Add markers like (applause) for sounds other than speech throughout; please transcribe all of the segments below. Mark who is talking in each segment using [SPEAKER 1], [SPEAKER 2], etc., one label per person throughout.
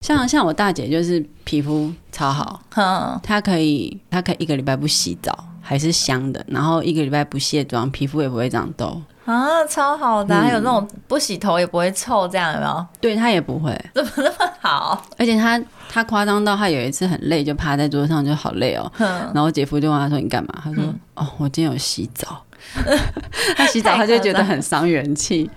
[SPEAKER 1] 像像我大姐就是皮肤超好，
[SPEAKER 2] 嗯，
[SPEAKER 1] 她可以她可以一个礼拜不洗澡还是香的，然后一个礼拜不卸妆，皮肤也不会长痘，
[SPEAKER 2] (laughs) 啊，超好
[SPEAKER 1] 嗯
[SPEAKER 2] 的啊、还有那种不洗头也不会臭，这样有没有？ (laughs)
[SPEAKER 1] 对她也不会。
[SPEAKER 2] 怎么那么好？
[SPEAKER 1] 而且她她夸张到她有一次很累，就趴在桌上就好累哦。
[SPEAKER 2] 哼，嗯
[SPEAKER 1] 然后我姐夫就问她说：“你干嘛？”她说：“哦，我今天有洗澡。” (laughs) 她洗澡，她就觉得很伤元气。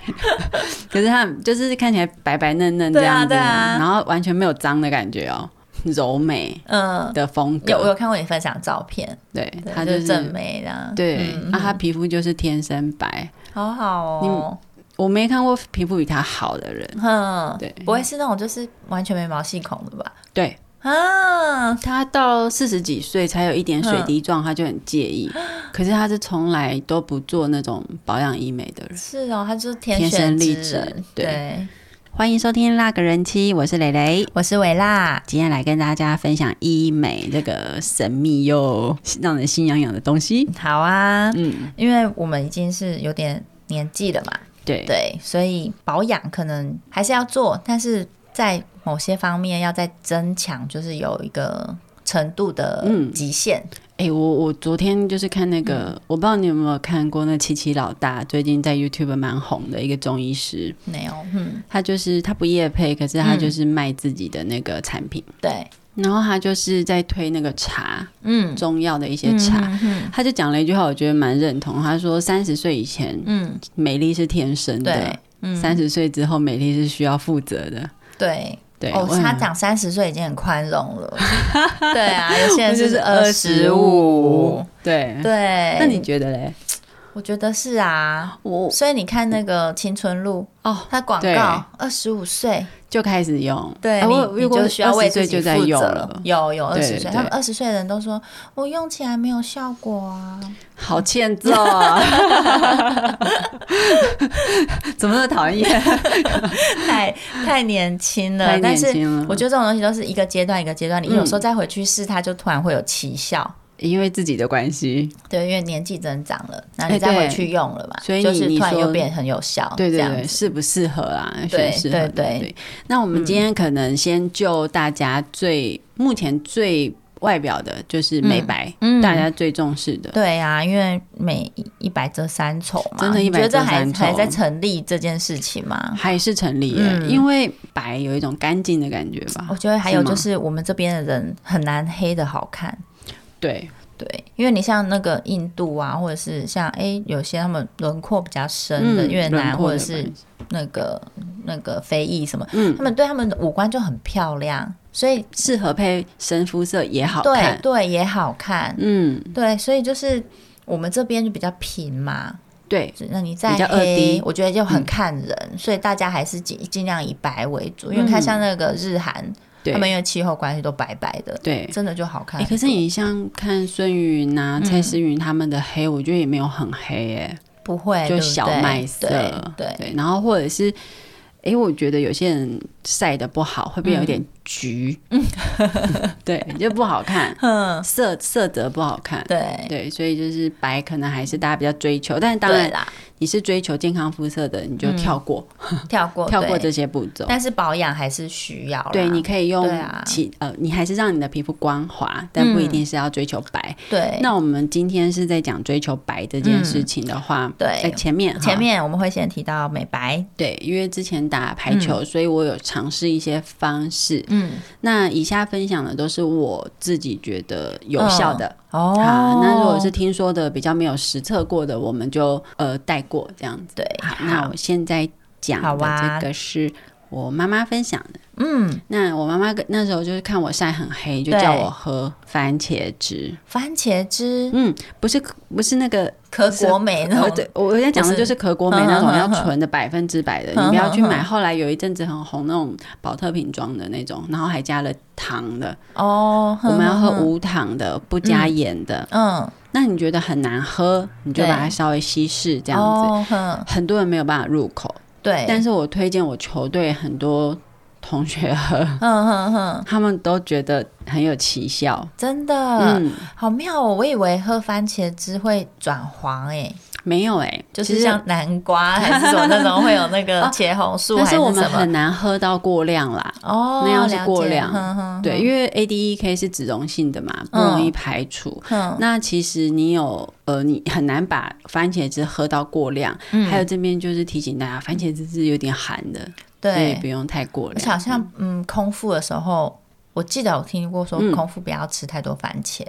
[SPEAKER 1] (laughs) 可是她就是看起来白白嫩嫩这
[SPEAKER 2] 对啊
[SPEAKER 1] 样子，
[SPEAKER 2] 对啊
[SPEAKER 1] 然后完全没有脏的感觉哦，柔美
[SPEAKER 2] 嗯，
[SPEAKER 1] 的风格。
[SPEAKER 2] 有我有看过你分享照片，
[SPEAKER 1] 啊对，
[SPEAKER 2] 对，
[SPEAKER 1] 她
[SPEAKER 2] 就
[SPEAKER 1] 就是
[SPEAKER 2] 正妹这样，
[SPEAKER 1] 对，
[SPEAKER 2] 嗯
[SPEAKER 1] 啊，她皮肤就是天生白，
[SPEAKER 2] 好好哦，
[SPEAKER 1] 我没看过皮肤比她好的人。
[SPEAKER 2] 哼，
[SPEAKER 1] 对
[SPEAKER 2] 不会是那种就是完全没毛细孔的吧？
[SPEAKER 1] 对
[SPEAKER 2] 啊，
[SPEAKER 1] 她到四十几岁才有一点水滴状，她就很介 (laughs) 意。可是她是从来都不做那种保养医美的人。
[SPEAKER 2] 是哦，他就是天
[SPEAKER 1] 天
[SPEAKER 2] 选
[SPEAKER 1] 生丽
[SPEAKER 2] 之
[SPEAKER 1] 质
[SPEAKER 2] 人，
[SPEAKER 1] 对
[SPEAKER 2] 对，
[SPEAKER 1] 欢迎收听《那个人妻》，我是蕾蕾。
[SPEAKER 2] 我是维拉，
[SPEAKER 1] 今天来跟大家分享医美这个神秘又让人心痒痒的东西。
[SPEAKER 2] 好啊，
[SPEAKER 1] 嗯，
[SPEAKER 2] 因为我们已经是有点年纪了嘛，
[SPEAKER 1] 对，
[SPEAKER 2] 对，所以保养可能还是要做，但是在某些方面要再增强，就是有一个程度的
[SPEAKER 1] 嗯
[SPEAKER 2] 极限。
[SPEAKER 1] 哎、我我昨天就是看那个，我不知道你有没有看过那七七老大，最近在 YouTube 蛮红的一个中医师，
[SPEAKER 2] 没有，嗯，
[SPEAKER 1] 他就是他不业配，可是他
[SPEAKER 2] 嗯
[SPEAKER 1] 就是卖自己的那个产品，
[SPEAKER 2] 对，
[SPEAKER 1] 然后他就是在推那个茶，
[SPEAKER 2] 嗯，
[SPEAKER 1] 中药的一些茶。
[SPEAKER 2] 嗯
[SPEAKER 1] 他就讲了一句话，我觉得蛮认同。他说：“三十岁以前，
[SPEAKER 2] 嗯，
[SPEAKER 1] 美丽是天生的
[SPEAKER 2] 对，；嗯，
[SPEAKER 1] 三十岁之后，美丽是需要负责的。
[SPEAKER 2] 对，”
[SPEAKER 1] 对，
[SPEAKER 2] 哦
[SPEAKER 1] 我，很
[SPEAKER 2] 他讲三十岁已经很宽容 (laughs) 了，对啊，有些人
[SPEAKER 1] 我就是
[SPEAKER 2] 二
[SPEAKER 1] 25
[SPEAKER 2] 五，
[SPEAKER 1] 对。
[SPEAKER 2] 对，
[SPEAKER 1] 那你觉得嘞？
[SPEAKER 2] 我觉得是啊，
[SPEAKER 1] 我
[SPEAKER 2] 所以你看那个青春露，
[SPEAKER 1] 哦
[SPEAKER 2] 它广
[SPEAKER 1] 对
[SPEAKER 2] 告二十五岁，
[SPEAKER 1] 就开始用，
[SPEAKER 2] 对，
[SPEAKER 1] 啊
[SPEAKER 2] 你
[SPEAKER 1] 我
[SPEAKER 2] 你
[SPEAKER 1] 如果
[SPEAKER 2] 就需要为
[SPEAKER 1] 20岁
[SPEAKER 2] 自己
[SPEAKER 1] 就在
[SPEAKER 2] 负
[SPEAKER 1] 用
[SPEAKER 2] 责
[SPEAKER 1] 了，
[SPEAKER 2] 有有二
[SPEAKER 1] 对
[SPEAKER 2] 十岁，他们
[SPEAKER 1] 对
[SPEAKER 2] 二十岁的人都说我用起来没有效果啊，
[SPEAKER 1] 好欠揍啊！ (laughs) 怎么那么讨厌？
[SPEAKER 2] 太太年轻了。
[SPEAKER 1] 太年
[SPEAKER 2] 但是
[SPEAKER 1] 轻了
[SPEAKER 2] 我觉得这种东西都是一个阶段一个阶段，你有时候
[SPEAKER 1] 嗯
[SPEAKER 2] 再回去试，它就突然会有奇效。
[SPEAKER 1] 因为自己的关系，
[SPEAKER 2] 对，因为年纪增长了，然后
[SPEAKER 1] 哎
[SPEAKER 2] 你再回
[SPEAKER 1] 对
[SPEAKER 2] 去用了嘛，
[SPEAKER 1] 所以
[SPEAKER 2] 就
[SPEAKER 1] 你
[SPEAKER 2] 是
[SPEAKER 1] 你
[SPEAKER 2] 突然又
[SPEAKER 1] 说
[SPEAKER 2] 变很有效，
[SPEAKER 1] 对对
[SPEAKER 2] 哦这样
[SPEAKER 1] 对，
[SPEAKER 2] 子
[SPEAKER 1] 适不适合啦？
[SPEAKER 2] 对
[SPEAKER 1] 选适合的
[SPEAKER 2] 对对
[SPEAKER 1] 对。那我们今天可能先就大家最目前最外表的就是美白，
[SPEAKER 2] 嗯
[SPEAKER 1] 大家最重视的。
[SPEAKER 2] 对啊，因为每一百遮三丑嘛，
[SPEAKER 1] 真的
[SPEAKER 2] 你觉得这还
[SPEAKER 1] 100遮三丑
[SPEAKER 2] 还在成立这件事情吗？
[SPEAKER 1] 还是成立耶、
[SPEAKER 2] 嗯哦
[SPEAKER 1] 因为白有一种干净的感觉
[SPEAKER 2] 我
[SPEAKER 1] 吧。
[SPEAKER 2] 觉得还有
[SPEAKER 1] 是吗
[SPEAKER 2] 就是我们这边的人很难黑的好看，
[SPEAKER 1] 对，
[SPEAKER 2] 对，因为你像那个印度啊，或者是像哎、诶有些他们轮廓比较深的越
[SPEAKER 1] 轮
[SPEAKER 2] 南，
[SPEAKER 1] 廓嗯
[SPEAKER 2] 或
[SPEAKER 1] 的
[SPEAKER 2] 者是
[SPEAKER 1] 关系
[SPEAKER 2] 那个那个非裔什么，
[SPEAKER 1] 嗯
[SPEAKER 2] 他们对他们的五官就很漂亮，所以
[SPEAKER 1] 适合配深肤色也好
[SPEAKER 2] 对
[SPEAKER 1] 看。
[SPEAKER 2] 对也好看，
[SPEAKER 1] 嗯，
[SPEAKER 2] 对，所以就是我们这边就比较平嘛，
[SPEAKER 1] 对，
[SPEAKER 2] 那你再
[SPEAKER 1] 比较二
[SPEAKER 2] 黑
[SPEAKER 1] D，嗯
[SPEAKER 2] 我觉得就很看人，所以大家还是尽尽量以白为主，因为看像那个日韩，
[SPEAKER 1] 嗯对
[SPEAKER 2] 他们因为气候关系都白白的，嗯
[SPEAKER 1] 对。
[SPEAKER 2] 真的就好看
[SPEAKER 1] 哎、
[SPEAKER 2] 很多。
[SPEAKER 1] 可是你像看孙云啊、蔡诗芸他们的黑，我觉得也没有很黑、
[SPEAKER 2] 不会
[SPEAKER 1] 哎，就
[SPEAKER 2] 对不
[SPEAKER 1] 小
[SPEAKER 2] 对
[SPEAKER 1] 麦色，
[SPEAKER 2] 对对，
[SPEAKER 1] 然后或者是，哎、我觉得有些人晒的不好，会变有
[SPEAKER 2] 嗯
[SPEAKER 1] 点橘， (laughs) 对，就不好看，色色泽不好看，
[SPEAKER 2] 对
[SPEAKER 1] 对，所以就是白可能还是大家比较追求，但是当
[SPEAKER 2] 对
[SPEAKER 1] 然
[SPEAKER 2] 啦，
[SPEAKER 1] (laughs) 你是追求健康肤色的，你就跳过、
[SPEAKER 2] 跳过
[SPEAKER 1] 跳过
[SPEAKER 2] 哦对
[SPEAKER 1] 这些步骤。
[SPEAKER 2] 但是保养还是需要啦。
[SPEAKER 1] 对，你可以用
[SPEAKER 2] 对啊嗯
[SPEAKER 1] 其、呃，你还是让你的皮肤光滑，但不一定是要追求白。
[SPEAKER 2] 对嗯
[SPEAKER 1] 那我们今天是在讲追求白这件事情的话，
[SPEAKER 2] 对
[SPEAKER 1] 在前面哈
[SPEAKER 2] 前面我们会先提到美白，
[SPEAKER 1] 对，因为之前打排球，所以我有尝试一些方式。
[SPEAKER 2] 嗯，
[SPEAKER 1] 那以下分享的都是我自己觉得有效的。
[SPEAKER 2] 哦
[SPEAKER 1] 啊，那如果是听说的比较没有实测过的，我们就呃带过这样子。
[SPEAKER 2] 对，
[SPEAKER 1] 好，那我现在讲
[SPEAKER 2] 好
[SPEAKER 1] 的
[SPEAKER 2] 啊
[SPEAKER 1] 这个是我妈妈分享的。
[SPEAKER 2] 嗯，
[SPEAKER 1] 那我妈妈跟那时候就是看我晒很黑，就
[SPEAKER 2] 对
[SPEAKER 1] 叫我喝番茄汁。
[SPEAKER 2] 番茄汁、
[SPEAKER 1] 嗯，不是不是那个，
[SPEAKER 2] 可果美那
[SPEAKER 1] 呃，
[SPEAKER 2] 种，
[SPEAKER 1] 对，我我在讲的
[SPEAKER 2] 哦不是嗯
[SPEAKER 1] 就是可果美那种
[SPEAKER 2] 哼哼
[SPEAKER 1] 要
[SPEAKER 2] 哼
[SPEAKER 1] 纯的百分之百的，
[SPEAKER 2] 哼
[SPEAKER 1] 你不要去
[SPEAKER 2] 哼
[SPEAKER 1] 买。后来有一阵子很红那种保特瓶装的那种，然后还加了糖的。
[SPEAKER 2] 哦，
[SPEAKER 1] 我们要
[SPEAKER 2] 哼
[SPEAKER 1] 喝
[SPEAKER 2] 哼哼
[SPEAKER 1] 无糖的，不加盐的。
[SPEAKER 2] 嗯
[SPEAKER 1] 那你觉得很难喝，你就
[SPEAKER 2] 对哦
[SPEAKER 1] 把它稍微稀释这
[SPEAKER 2] 这
[SPEAKER 1] 样子。
[SPEAKER 2] 子，哼哎
[SPEAKER 1] 很多人没有办法入口，
[SPEAKER 2] 对，
[SPEAKER 1] 但是我推荐我球队很多同学喝，
[SPEAKER 2] 哼哼哼，
[SPEAKER 1] 他们都觉得很有奇效。
[SPEAKER 2] 真的、
[SPEAKER 1] 嗯，
[SPEAKER 2] 好妙哦！我以为喝番茄汁会转黄诶、
[SPEAKER 1] 没有哎、
[SPEAKER 2] 就
[SPEAKER 1] 其
[SPEAKER 2] 是
[SPEAKER 1] 实哦
[SPEAKER 2] 像南瓜
[SPEAKER 1] (laughs)
[SPEAKER 2] 还是什么那种会有那个茄红素
[SPEAKER 1] 但
[SPEAKER 2] 还
[SPEAKER 1] 我们
[SPEAKER 2] 什么
[SPEAKER 1] 很难喝到过量啦。
[SPEAKER 2] 哦，
[SPEAKER 1] 那样是
[SPEAKER 2] 了
[SPEAKER 1] 过
[SPEAKER 2] 解
[SPEAKER 1] 量
[SPEAKER 2] 哼嗯哼嗯
[SPEAKER 1] 对，因为 ADEK 是脂溶性的嘛，不容易排除。
[SPEAKER 2] 哼
[SPEAKER 1] 那其实你有呃，你很难把番茄汁喝到过量。
[SPEAKER 2] 嗯
[SPEAKER 1] 还有这边就是提醒大家，番茄汁是有点寒的，所以
[SPEAKER 2] 对
[SPEAKER 1] 不，用太过
[SPEAKER 2] 而且好
[SPEAKER 1] 量。
[SPEAKER 2] 像嗯空腹的时候，我记得我听过说
[SPEAKER 1] 嗯
[SPEAKER 2] 空腹不要吃太多番茄，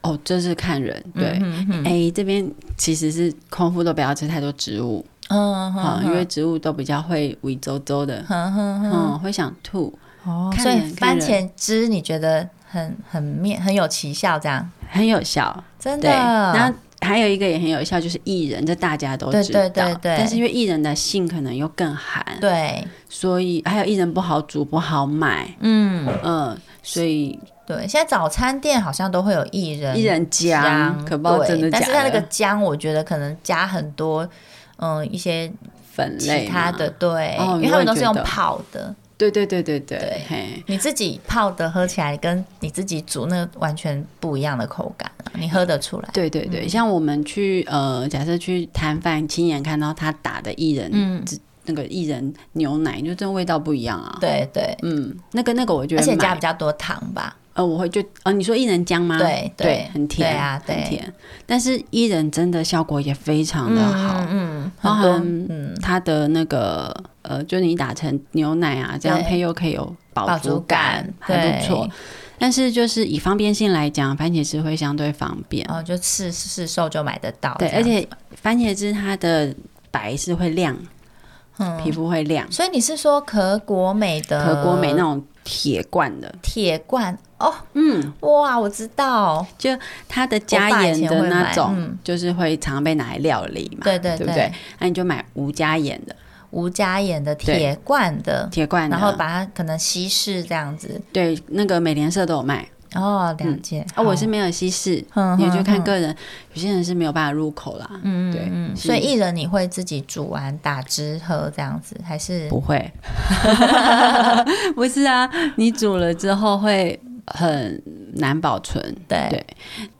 [SPEAKER 1] 哦，这是看人。对，哎、
[SPEAKER 2] 嗯哼
[SPEAKER 1] 这边其实是空腹都不要吃太多植物
[SPEAKER 2] 嗯
[SPEAKER 1] 啊、
[SPEAKER 2] 哼，
[SPEAKER 1] 因为植物都比较会胃周周的，
[SPEAKER 2] 哼哼哼
[SPEAKER 1] 嗯，会想吐。
[SPEAKER 2] 哦，
[SPEAKER 1] 看
[SPEAKER 2] 所以
[SPEAKER 1] 人看
[SPEAKER 2] 番
[SPEAKER 1] 人
[SPEAKER 2] 茄汁你觉得很很面很有奇效，这样
[SPEAKER 1] 很有效，
[SPEAKER 2] 真
[SPEAKER 1] 对。
[SPEAKER 2] 的。
[SPEAKER 1] 然后还有一个也很有效，就是薏仁，这大家都知道。
[SPEAKER 2] 对对对对
[SPEAKER 1] 但是因为薏仁的性可能又更寒，
[SPEAKER 2] 对，
[SPEAKER 1] 所以还有薏仁不好煮，不好买，
[SPEAKER 2] 嗯，
[SPEAKER 1] 嗯，所以
[SPEAKER 2] 对，现在早餐店好像都会有薏仁
[SPEAKER 1] 薏仁
[SPEAKER 2] 姜
[SPEAKER 1] 姜，，可不知道
[SPEAKER 2] 对
[SPEAKER 1] 真的假
[SPEAKER 2] 但
[SPEAKER 1] 的。
[SPEAKER 2] 是它那个姜，我觉得可能加很多，嗯，一些
[SPEAKER 1] 粉类嘛
[SPEAKER 2] 其他的，，对，
[SPEAKER 1] 哦
[SPEAKER 2] 因为他
[SPEAKER 1] 我
[SPEAKER 2] 们
[SPEAKER 1] 也
[SPEAKER 2] 都是用
[SPEAKER 1] 觉得
[SPEAKER 2] 泡的，
[SPEAKER 1] 对对对对对，
[SPEAKER 2] 对
[SPEAKER 1] 嘿，
[SPEAKER 2] 你自己泡的喝起来跟你自己煮那个完全不一样的口感、啊，你喝得出来。
[SPEAKER 1] 对对对，像我们去呃，假设去摊贩亲眼看到他打的薏仁，
[SPEAKER 2] 嗯，
[SPEAKER 1] 那个薏仁牛奶，就真的味道不一样啊。，
[SPEAKER 2] 对对，
[SPEAKER 1] 嗯，那个那个我觉
[SPEAKER 2] 而
[SPEAKER 1] 得
[SPEAKER 2] 且
[SPEAKER 1] 买，
[SPEAKER 2] 加比较多糖吧，
[SPEAKER 1] 呃，我会就哦，你说薏仁姜吗？
[SPEAKER 2] 对对
[SPEAKER 1] 很甜，
[SPEAKER 2] 对啊对
[SPEAKER 1] 很甜。但是薏仁真的效果也非常的好，
[SPEAKER 2] 嗯，嗯
[SPEAKER 1] 包
[SPEAKER 2] 很多，
[SPEAKER 1] 含
[SPEAKER 2] 嗯，
[SPEAKER 1] 它的那个呃，就你打成牛奶啊，这样
[SPEAKER 2] 对
[SPEAKER 1] 配又可以有饱
[SPEAKER 2] 饱
[SPEAKER 1] 足
[SPEAKER 2] 足
[SPEAKER 1] 感
[SPEAKER 2] 感，
[SPEAKER 1] 还不
[SPEAKER 2] 对
[SPEAKER 1] 错。但是就是以方便性来讲，番茄汁会相对方便，
[SPEAKER 2] 然后哦就试试售就买得到这
[SPEAKER 1] 对，
[SPEAKER 2] 样，
[SPEAKER 1] 而且番茄汁它的白是会亮，
[SPEAKER 2] 嗯
[SPEAKER 1] 皮肤会亮，
[SPEAKER 2] 所以你是说可果美的
[SPEAKER 1] 和国美那种铁罐的，
[SPEAKER 2] 铁罐哦，
[SPEAKER 1] 嗯，
[SPEAKER 2] 哇，我知道，
[SPEAKER 1] 它的加盐
[SPEAKER 2] 我爸以前
[SPEAKER 1] 的
[SPEAKER 2] 会
[SPEAKER 1] 那
[SPEAKER 2] 买
[SPEAKER 1] 种，
[SPEAKER 2] 嗯
[SPEAKER 1] 就是会常被拿来料理嘛，
[SPEAKER 2] 对对
[SPEAKER 1] 对不对？那你就买无加盐的
[SPEAKER 2] 无加盐的铁罐的，
[SPEAKER 1] 铁罐的，
[SPEAKER 2] 然后把它可能稀释这样子。
[SPEAKER 1] 对那个美联社都有卖
[SPEAKER 2] 哦，了解。
[SPEAKER 1] 啊，我是
[SPEAKER 2] 好，
[SPEAKER 1] 没有稀释，
[SPEAKER 2] 嗯
[SPEAKER 1] 你就看，
[SPEAKER 2] 嗯
[SPEAKER 1] 个人，有些人是没有办法入口啦，
[SPEAKER 2] 嗯嗯
[SPEAKER 1] 对
[SPEAKER 2] 嗯，
[SPEAKER 1] 是
[SPEAKER 2] 所以薏仁你会自己煮完打汁喝这样子，还是
[SPEAKER 1] 不
[SPEAKER 2] (laughs)
[SPEAKER 1] 会，不是啊，你煮了之后会很难保存。
[SPEAKER 2] 对
[SPEAKER 1] 对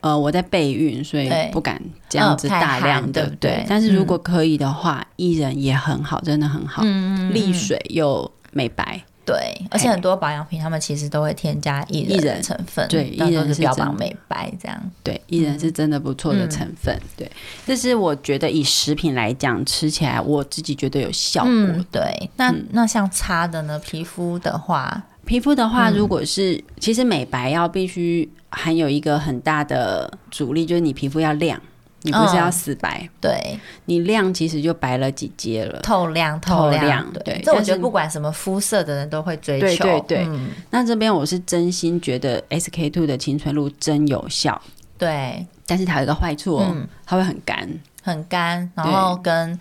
[SPEAKER 1] 呃，我在备孕，所以
[SPEAKER 2] 对
[SPEAKER 1] 不敢这样子
[SPEAKER 2] 呃太
[SPEAKER 1] 大量
[SPEAKER 2] 寒
[SPEAKER 1] 的，
[SPEAKER 2] 对不
[SPEAKER 1] 对
[SPEAKER 2] 对
[SPEAKER 1] 但是如果可以的话，薏仁也很好，真的很好，
[SPEAKER 2] 嗯嗯嗯
[SPEAKER 1] 利水又美白。
[SPEAKER 2] 对，而
[SPEAKER 1] 哎
[SPEAKER 2] 且很多保养品他们其实都会添加薏
[SPEAKER 1] 薏
[SPEAKER 2] 仁
[SPEAKER 1] 仁
[SPEAKER 2] 的成分，
[SPEAKER 1] 对
[SPEAKER 2] 但
[SPEAKER 1] 薏仁
[SPEAKER 2] 都
[SPEAKER 1] 是
[SPEAKER 2] 是标
[SPEAKER 1] 真
[SPEAKER 2] 榜
[SPEAKER 1] 的
[SPEAKER 2] 美白这样。
[SPEAKER 1] 对，薏仁是真的不错的成分。对，这是我觉得以食品来讲，吃起来我自己觉得有效果。
[SPEAKER 2] 嗯，对。那那像擦的呢，皮肤的话，
[SPEAKER 1] 皮肤的
[SPEAKER 2] 嗯
[SPEAKER 1] 话，如果是、其实美白要必须含有一个很大的阻力，就是你皮肤要亮，你不是要
[SPEAKER 2] 嗯
[SPEAKER 1] 死白，
[SPEAKER 2] 对，
[SPEAKER 1] 你亮其实就白了几阶了。
[SPEAKER 2] 透亮
[SPEAKER 1] 透
[SPEAKER 2] 亮，
[SPEAKER 1] 亮
[SPEAKER 2] 对，
[SPEAKER 1] 对
[SPEAKER 2] 这我
[SPEAKER 1] 但
[SPEAKER 2] 觉
[SPEAKER 1] 是
[SPEAKER 2] 得不管什么肤色的人都会追
[SPEAKER 1] 对
[SPEAKER 2] 求，
[SPEAKER 1] 对对
[SPEAKER 2] 嗯
[SPEAKER 1] 那这边我是真心觉得 SK two 的青春露真有效，
[SPEAKER 2] 对，
[SPEAKER 1] 但是它有一个坏处哦，
[SPEAKER 2] 嗯
[SPEAKER 1] 它会很干。
[SPEAKER 2] 很干，然后跟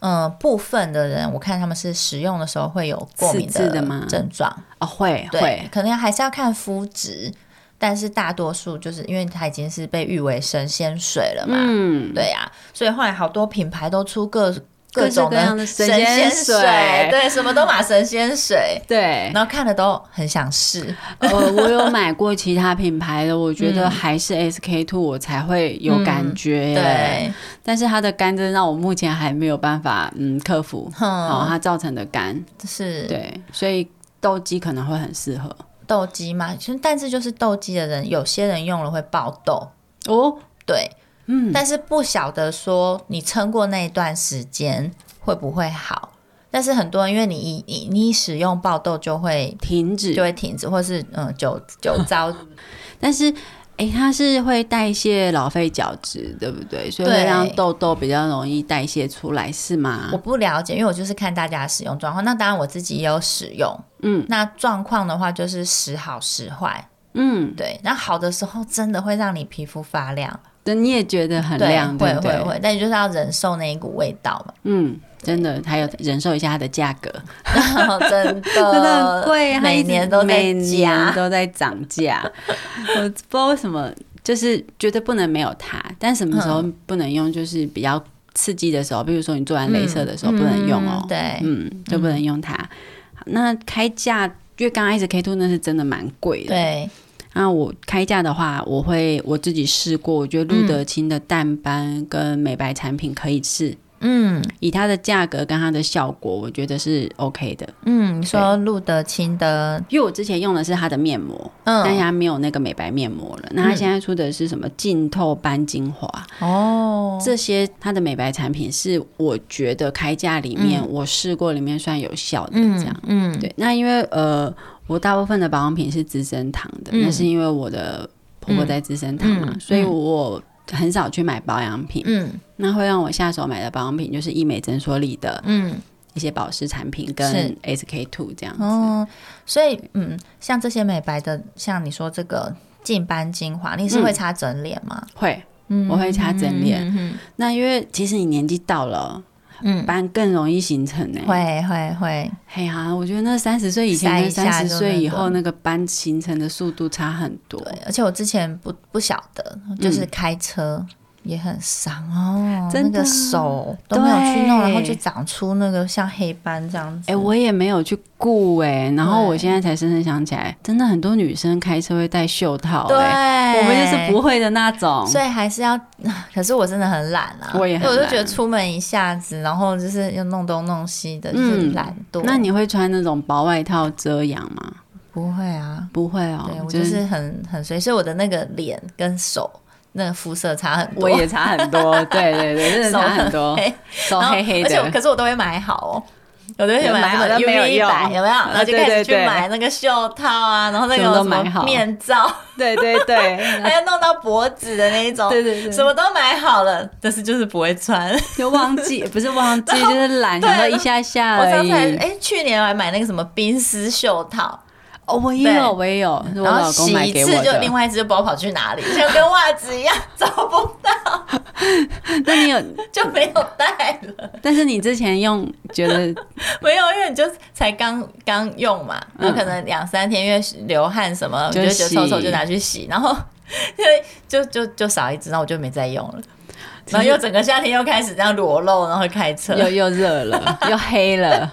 [SPEAKER 2] 嗯、呃部分的人，我看他们是使用的时候会有过敏
[SPEAKER 1] 刺字的吗
[SPEAKER 2] 症状，
[SPEAKER 1] 哦，会
[SPEAKER 2] 对
[SPEAKER 1] 会，，
[SPEAKER 2] 可能还是要看肤质，但是大多数就是因为它已经是被誉为神仙水了嘛，
[SPEAKER 1] 嗯，
[SPEAKER 2] 对呀、所以后来好多品牌都出各
[SPEAKER 1] 各式
[SPEAKER 2] 种
[SPEAKER 1] 各样的
[SPEAKER 2] 的
[SPEAKER 1] 神仙
[SPEAKER 2] 仙
[SPEAKER 1] 水
[SPEAKER 2] 对，什么都买神仙水，
[SPEAKER 1] 对。
[SPEAKER 2] 然后看了都很想试，
[SPEAKER 1] 呃，我有买过其他品牌的，我觉
[SPEAKER 2] 嗯
[SPEAKER 1] 得还是 SK two 我才会有感觉耶、
[SPEAKER 2] 对，
[SPEAKER 1] 但是它的干真让我目前还没有办法嗯克服，哦，
[SPEAKER 2] 哼，
[SPEAKER 1] 它造成的干，
[SPEAKER 2] 嗯是
[SPEAKER 1] 对，所以痘肌可能会很适合
[SPEAKER 2] 痘肌嘛，其实但是就是痘肌的人，有些人用了会爆痘，
[SPEAKER 1] 哦，
[SPEAKER 2] 对，
[SPEAKER 1] 嗯，
[SPEAKER 2] 但是不晓得说你撑过那一段时间会不会好。但是很多人因为你一你你一使用爆痘就会
[SPEAKER 1] 停止
[SPEAKER 2] 就。会停止，或是嗯久久
[SPEAKER 1] (laughs)
[SPEAKER 2] 糟，
[SPEAKER 1] 但是哎、诶它是会代谢老废角质，对不对？所以会
[SPEAKER 2] 对
[SPEAKER 1] 让痘痘比较容易代谢出来，是吗
[SPEAKER 2] 我？不了解，因为我就是看大家的使用状况。那当然我自己也有使用，
[SPEAKER 1] 嗯
[SPEAKER 2] 那状况的话就是时好时坏，
[SPEAKER 1] 嗯，
[SPEAKER 2] 对。那好的时候真的会让你皮肤发亮，
[SPEAKER 1] 对，你也觉得很
[SPEAKER 2] 对，
[SPEAKER 1] 亮，对
[SPEAKER 2] 会
[SPEAKER 1] 不对？
[SPEAKER 2] 会会，但你就是要忍受那一股味道嘛。 (laughs)
[SPEAKER 1] 嗯，真的，还有忍受一下它的价格，
[SPEAKER 2] 真的，
[SPEAKER 1] (laughs) 真的很贵，它一
[SPEAKER 2] 呃每
[SPEAKER 1] 直
[SPEAKER 2] 年都在
[SPEAKER 1] 每年
[SPEAKER 2] 加。
[SPEAKER 1] 都在涨价。 (laughs) 我不知道为什么，就是觉得不能没有它，但什么时候
[SPEAKER 2] 嗯
[SPEAKER 1] 不能用，就是比较刺激的时候，比如说你做完镭射的时候不能用哦
[SPEAKER 2] 嗯嗯，对，
[SPEAKER 1] 嗯，就不能用它。那开价，因为刚开始 K two 那是真的蛮贵的。。
[SPEAKER 2] 对，
[SPEAKER 1] 那我开价的话，我会我自己试过，我觉得路德清的淡斑跟美白产品可以试，
[SPEAKER 2] 嗯
[SPEAKER 1] 以它的价格跟它的效果，我觉得是 OK 的。
[SPEAKER 2] 嗯，你说路德清的，
[SPEAKER 1] 因为我之前用的是它的面膜，但是
[SPEAKER 2] 嗯，
[SPEAKER 1] 它没有那个美白面膜了。那它现在出的是什么净透斑精华？
[SPEAKER 2] 哦，
[SPEAKER 1] 这些它的美白产品是我觉得开价里面、我试过里面算有效的这样。
[SPEAKER 2] 嗯，
[SPEAKER 1] 对，那因为呃，我大部分的保养品是资生堂的，
[SPEAKER 2] 嗯
[SPEAKER 1] 那是因为我的婆婆在资生堂嘛，
[SPEAKER 2] 嗯嗯
[SPEAKER 1] 所以我很少去买保养品。
[SPEAKER 2] 嗯
[SPEAKER 1] 那会让我下手买的保养品就是医美诊所里的
[SPEAKER 2] 嗯，
[SPEAKER 1] 一些保湿产品
[SPEAKER 2] 是
[SPEAKER 1] 跟 SK two 这样子。
[SPEAKER 2] 哦，所以嗯，像这些美白的，像你说这个净斑精华，你是
[SPEAKER 1] 嗯
[SPEAKER 2] 会擦整脸吗？
[SPEAKER 1] 会，
[SPEAKER 2] 嗯，
[SPEAKER 1] 我会擦整脸。
[SPEAKER 2] 嗯
[SPEAKER 1] 那因为其实你年纪到了，
[SPEAKER 2] 嗯，
[SPEAKER 1] 斑更容易形成呢、欸。
[SPEAKER 2] 会会会，
[SPEAKER 1] 嘿呀、我觉得那三十岁以前
[SPEAKER 2] 晒一
[SPEAKER 1] 跟
[SPEAKER 2] 下
[SPEAKER 1] 三
[SPEAKER 2] 就
[SPEAKER 1] 十岁以
[SPEAKER 2] 那
[SPEAKER 1] 后那个斑形成的速度差很多。
[SPEAKER 2] 对，而且我之前不不晓得，就是开车。也很伤哦，
[SPEAKER 1] 真的啊
[SPEAKER 2] 那个手都没有去弄，
[SPEAKER 1] 对
[SPEAKER 2] 然后就长出那个像黑斑这样子。
[SPEAKER 1] 哎、我也没有去顾哎、然后
[SPEAKER 2] 对
[SPEAKER 1] 我现在才深深想起来，真的很多女生开车会戴袖套、
[SPEAKER 2] 对，
[SPEAKER 1] 哎，我们就是不会的那种。
[SPEAKER 2] 所以还是要， (laughs) 可是我真的很懒啊，
[SPEAKER 1] 哦我也很懒
[SPEAKER 2] 我就觉得出门一下子，然后就是又弄东弄西的，就是
[SPEAKER 1] 嗯
[SPEAKER 2] 懒惰。
[SPEAKER 1] 那你会穿那种薄外套遮阳吗？
[SPEAKER 2] 不会啊？
[SPEAKER 1] 不会哦、
[SPEAKER 2] 对我就是很很随，所以我的那个脸跟手那个肤色差很多，
[SPEAKER 1] 我也差很多，
[SPEAKER 2] (laughs)
[SPEAKER 1] 对对对，真的差很多，手
[SPEAKER 2] 然后
[SPEAKER 1] 黑黑
[SPEAKER 2] 而且我
[SPEAKER 1] 的。
[SPEAKER 2] 可是我都会买好哦。我都会买
[SPEAKER 1] 有买好
[SPEAKER 2] 什么
[SPEAKER 1] 但没有
[SPEAKER 2] UV 一
[SPEAKER 1] 用啊
[SPEAKER 2] 百有没有？然后就
[SPEAKER 1] 对
[SPEAKER 2] 开始
[SPEAKER 1] 对
[SPEAKER 2] 去
[SPEAKER 1] 对
[SPEAKER 2] 买那个袖套啊，然后那个
[SPEAKER 1] 什么
[SPEAKER 2] 什
[SPEAKER 1] 都买
[SPEAKER 2] 么
[SPEAKER 1] 好
[SPEAKER 2] 面罩， (laughs)
[SPEAKER 1] 对对对，
[SPEAKER 2] 还有弄到脖子的那一种，
[SPEAKER 1] 对对对
[SPEAKER 2] 什么都买好了，但是就是不会穿。 (laughs)
[SPEAKER 1] 就忘记，不是忘记，就是懒，
[SPEAKER 2] 对
[SPEAKER 1] 想说一下下
[SPEAKER 2] 我
[SPEAKER 1] 而
[SPEAKER 2] 上次还
[SPEAKER 1] 已。
[SPEAKER 2] 哎、去年我还买那个什么冰丝袖套，
[SPEAKER 1] 哦，我也有，我也有，是我
[SPEAKER 2] 然后
[SPEAKER 1] 老公
[SPEAKER 2] 洗
[SPEAKER 1] 买
[SPEAKER 2] 一
[SPEAKER 1] 给
[SPEAKER 2] 次
[SPEAKER 1] 我
[SPEAKER 2] 就另
[SPEAKER 1] 的。
[SPEAKER 2] 外一只就不知道跑去哪里，像跟袜子一样找不到，
[SPEAKER 1] 那你有，
[SPEAKER 2] 就没有带了。
[SPEAKER 1] 但是你之前用觉得
[SPEAKER 2] 没有，因为你就才刚刚用嘛，然后可能两三天因为流汗什么，
[SPEAKER 1] 嗯就
[SPEAKER 2] 你就觉得
[SPEAKER 1] 洗
[SPEAKER 2] 臭臭就拿去洗，然后 (laughs) 就就就就少一只，然后我就没再用了。然后又整个夏天又开始这样裸露，然后开车。 (laughs)
[SPEAKER 1] 又又热了，又黑了。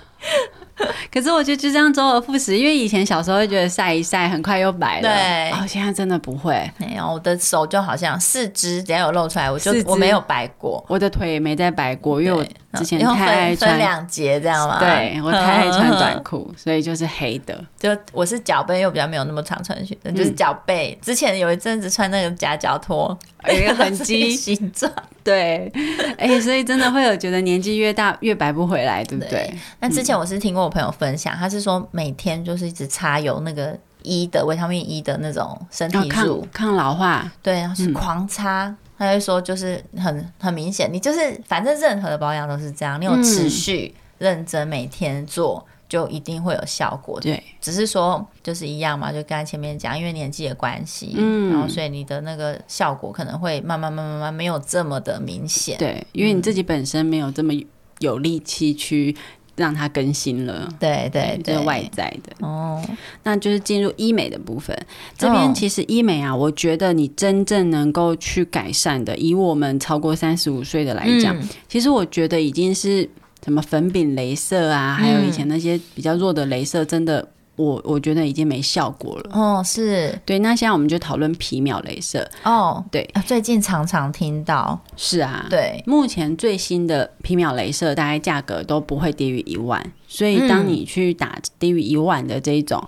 [SPEAKER 1] 可是我觉得就这样周而复始，因为以前小时候会觉得晒一晒很快又白了，
[SPEAKER 2] 对
[SPEAKER 1] 哦，现在真的不会，
[SPEAKER 2] 没哎有，我的手就好像四肢只要有露出来，我就
[SPEAKER 1] 四肢
[SPEAKER 2] 我没有白过。
[SPEAKER 1] 我的腿也没再白过，因为我之前
[SPEAKER 2] 嗯然后
[SPEAKER 1] 太
[SPEAKER 2] 分
[SPEAKER 1] 爱
[SPEAKER 2] 分
[SPEAKER 1] 穿，
[SPEAKER 2] 两嗯节这样吗？
[SPEAKER 1] 对我太爱穿短
[SPEAKER 2] 裤，
[SPEAKER 1] 裤，所以就是黑的。
[SPEAKER 2] (laughs) 就我是脚背又比较没有那么常穿裙子，
[SPEAKER 1] 嗯
[SPEAKER 2] 就是脚背。之前有一阵子穿那个夹脚拖，
[SPEAKER 1] 有一个
[SPEAKER 2] (laughs)
[SPEAKER 1] 痕迹
[SPEAKER 2] 形状。 (laughs)
[SPEAKER 1] 对，哎、所以真的会有觉得年纪越大越白不回来，对不对？嗯
[SPEAKER 2] 对欸那之前我是听过我朋友分享，他是说每天就是一直擦有那个一的维他命 E 的那种身
[SPEAKER 1] 然
[SPEAKER 2] 体
[SPEAKER 1] 后
[SPEAKER 2] 乳
[SPEAKER 1] 哦抗，抗老化，
[SPEAKER 2] 对，然
[SPEAKER 1] 嗯
[SPEAKER 2] 后是狂擦。他就说，就是很很明显，你就是反正任何的保养都是这样，你有持续认真每天做，就一定会有效果。
[SPEAKER 1] 对，
[SPEAKER 2] 只是说就是一样嘛，就刚才前面讲，因为年纪的关系，
[SPEAKER 1] 嗯
[SPEAKER 2] 然后所以你的那个效果可能会慢慢慢慢慢慢没有这么的明显。
[SPEAKER 1] 对，因
[SPEAKER 2] 嗯
[SPEAKER 1] 为你自己本身没有这么有力气去让它更新了。嗯
[SPEAKER 2] 对对
[SPEAKER 1] 这
[SPEAKER 2] 对，
[SPEAKER 1] 是外在的，
[SPEAKER 2] 哦，
[SPEAKER 1] 那就是进入医美的部分。这边
[SPEAKER 2] 哦
[SPEAKER 1] 其实医美啊，我觉得你真正能够去改善的，以我们超过三十五岁的来讲，
[SPEAKER 2] 嗯
[SPEAKER 1] 其实我觉得已经是什么粉饼、镭射啊，还有以
[SPEAKER 2] 嗯
[SPEAKER 1] 前那些比较弱的镭射，真的我我觉得已经没效果了。
[SPEAKER 2] 哦是
[SPEAKER 1] 对，那现在我们就讨论皮秒镭射。
[SPEAKER 2] 哦，
[SPEAKER 1] 对，
[SPEAKER 2] 啊最近常常听到，
[SPEAKER 1] 是啊，。
[SPEAKER 2] 对，
[SPEAKER 1] 目前最新的皮秒镭射大概价格都不会低于一万，所以当你去打低于一万的这一种，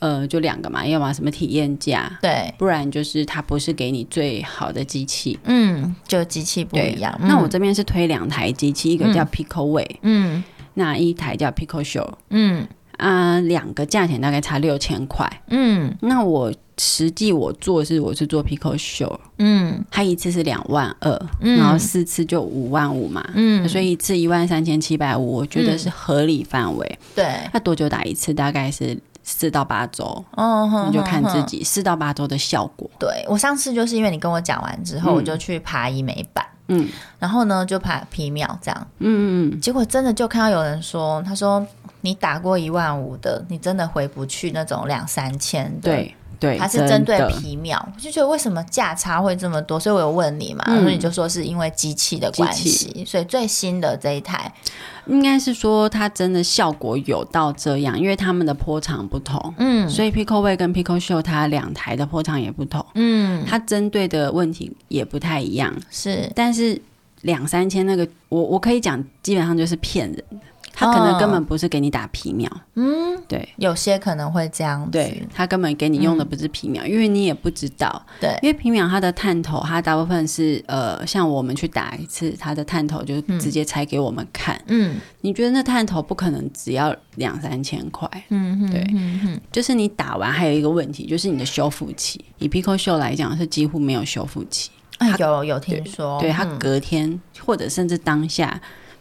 [SPEAKER 1] 呃，就两个嘛，要么什么体验价，
[SPEAKER 2] 对，
[SPEAKER 1] 不然就是它不是给你最好的机器。
[SPEAKER 2] 嗯，就机器不
[SPEAKER 1] 对
[SPEAKER 2] 一样。
[SPEAKER 1] 那我
[SPEAKER 2] 嗯
[SPEAKER 1] 这边是推两台机器，一个叫 Pico Way，、
[SPEAKER 2] 嗯
[SPEAKER 1] 那一台叫 Pico Show，
[SPEAKER 2] 嗯
[SPEAKER 1] 啊、两个价钱大概差六千块。
[SPEAKER 2] 嗯
[SPEAKER 1] 那我实际我做是我是做 Pico Show，
[SPEAKER 2] 嗯
[SPEAKER 1] 它一次是两万二、
[SPEAKER 2] 嗯
[SPEAKER 1] 然后四次就五万五嘛，
[SPEAKER 2] 嗯，
[SPEAKER 1] 所以一次一万三千七百五，我觉得是合理范围。
[SPEAKER 2] 对，
[SPEAKER 1] 那多久打一次？大概是四到八周，
[SPEAKER 2] 哦，
[SPEAKER 1] 你就看自
[SPEAKER 2] 己。
[SPEAKER 1] 己四到八周的效果。
[SPEAKER 2] 对我上次就是因为你跟我讲完之后，
[SPEAKER 1] 嗯
[SPEAKER 2] 我就去爬医美版，
[SPEAKER 1] 嗯
[SPEAKER 2] 然后呢就爬皮秒这样，
[SPEAKER 1] 嗯嗯
[SPEAKER 2] 结果真的就看到有人说，他说你打过一万五的，你真的回不去那种两三千
[SPEAKER 1] 嗯，
[SPEAKER 2] 的。
[SPEAKER 1] 对对，
[SPEAKER 2] 它是针对皮秒，我就觉得为什么价差会这么多？所以我有问你嘛，
[SPEAKER 1] 嗯
[SPEAKER 2] 所以你就说是因为机器的关
[SPEAKER 1] 机
[SPEAKER 2] 系，所以最新的这一台，
[SPEAKER 1] 应该是说它真的效果有到这样，因为他们的波长不同，
[SPEAKER 2] 嗯
[SPEAKER 1] 所以 Pico Way 跟 Pico Show 它两台的波长也不同，
[SPEAKER 2] 嗯，
[SPEAKER 1] 它针对的问题也不太一样。
[SPEAKER 2] 是
[SPEAKER 1] 但是两三千那个，我我可以讲，基本上就是骗人的，他可能根本不是给你打皮秒，嗯，对。
[SPEAKER 2] 有些可能会这样子，
[SPEAKER 1] 对他根本给你用的不是皮秒，因为你也不知道，
[SPEAKER 2] 对
[SPEAKER 1] 因为皮秒它的探头，它大部分是呃，像我们去打一次，它的探头就直接拆给我们看，
[SPEAKER 2] 嗯
[SPEAKER 1] 你觉得那探头不可能只要两三千块，
[SPEAKER 2] 嗯嗯，
[SPEAKER 1] 对
[SPEAKER 2] 嗯嗯
[SPEAKER 1] 就是你打完还有一个问题，就是你的修复期。以 Pico 秀来讲是几乎没有修复期，
[SPEAKER 2] 哎有有听说，
[SPEAKER 1] 对它
[SPEAKER 2] 嗯
[SPEAKER 1] 隔天、或者甚至当下，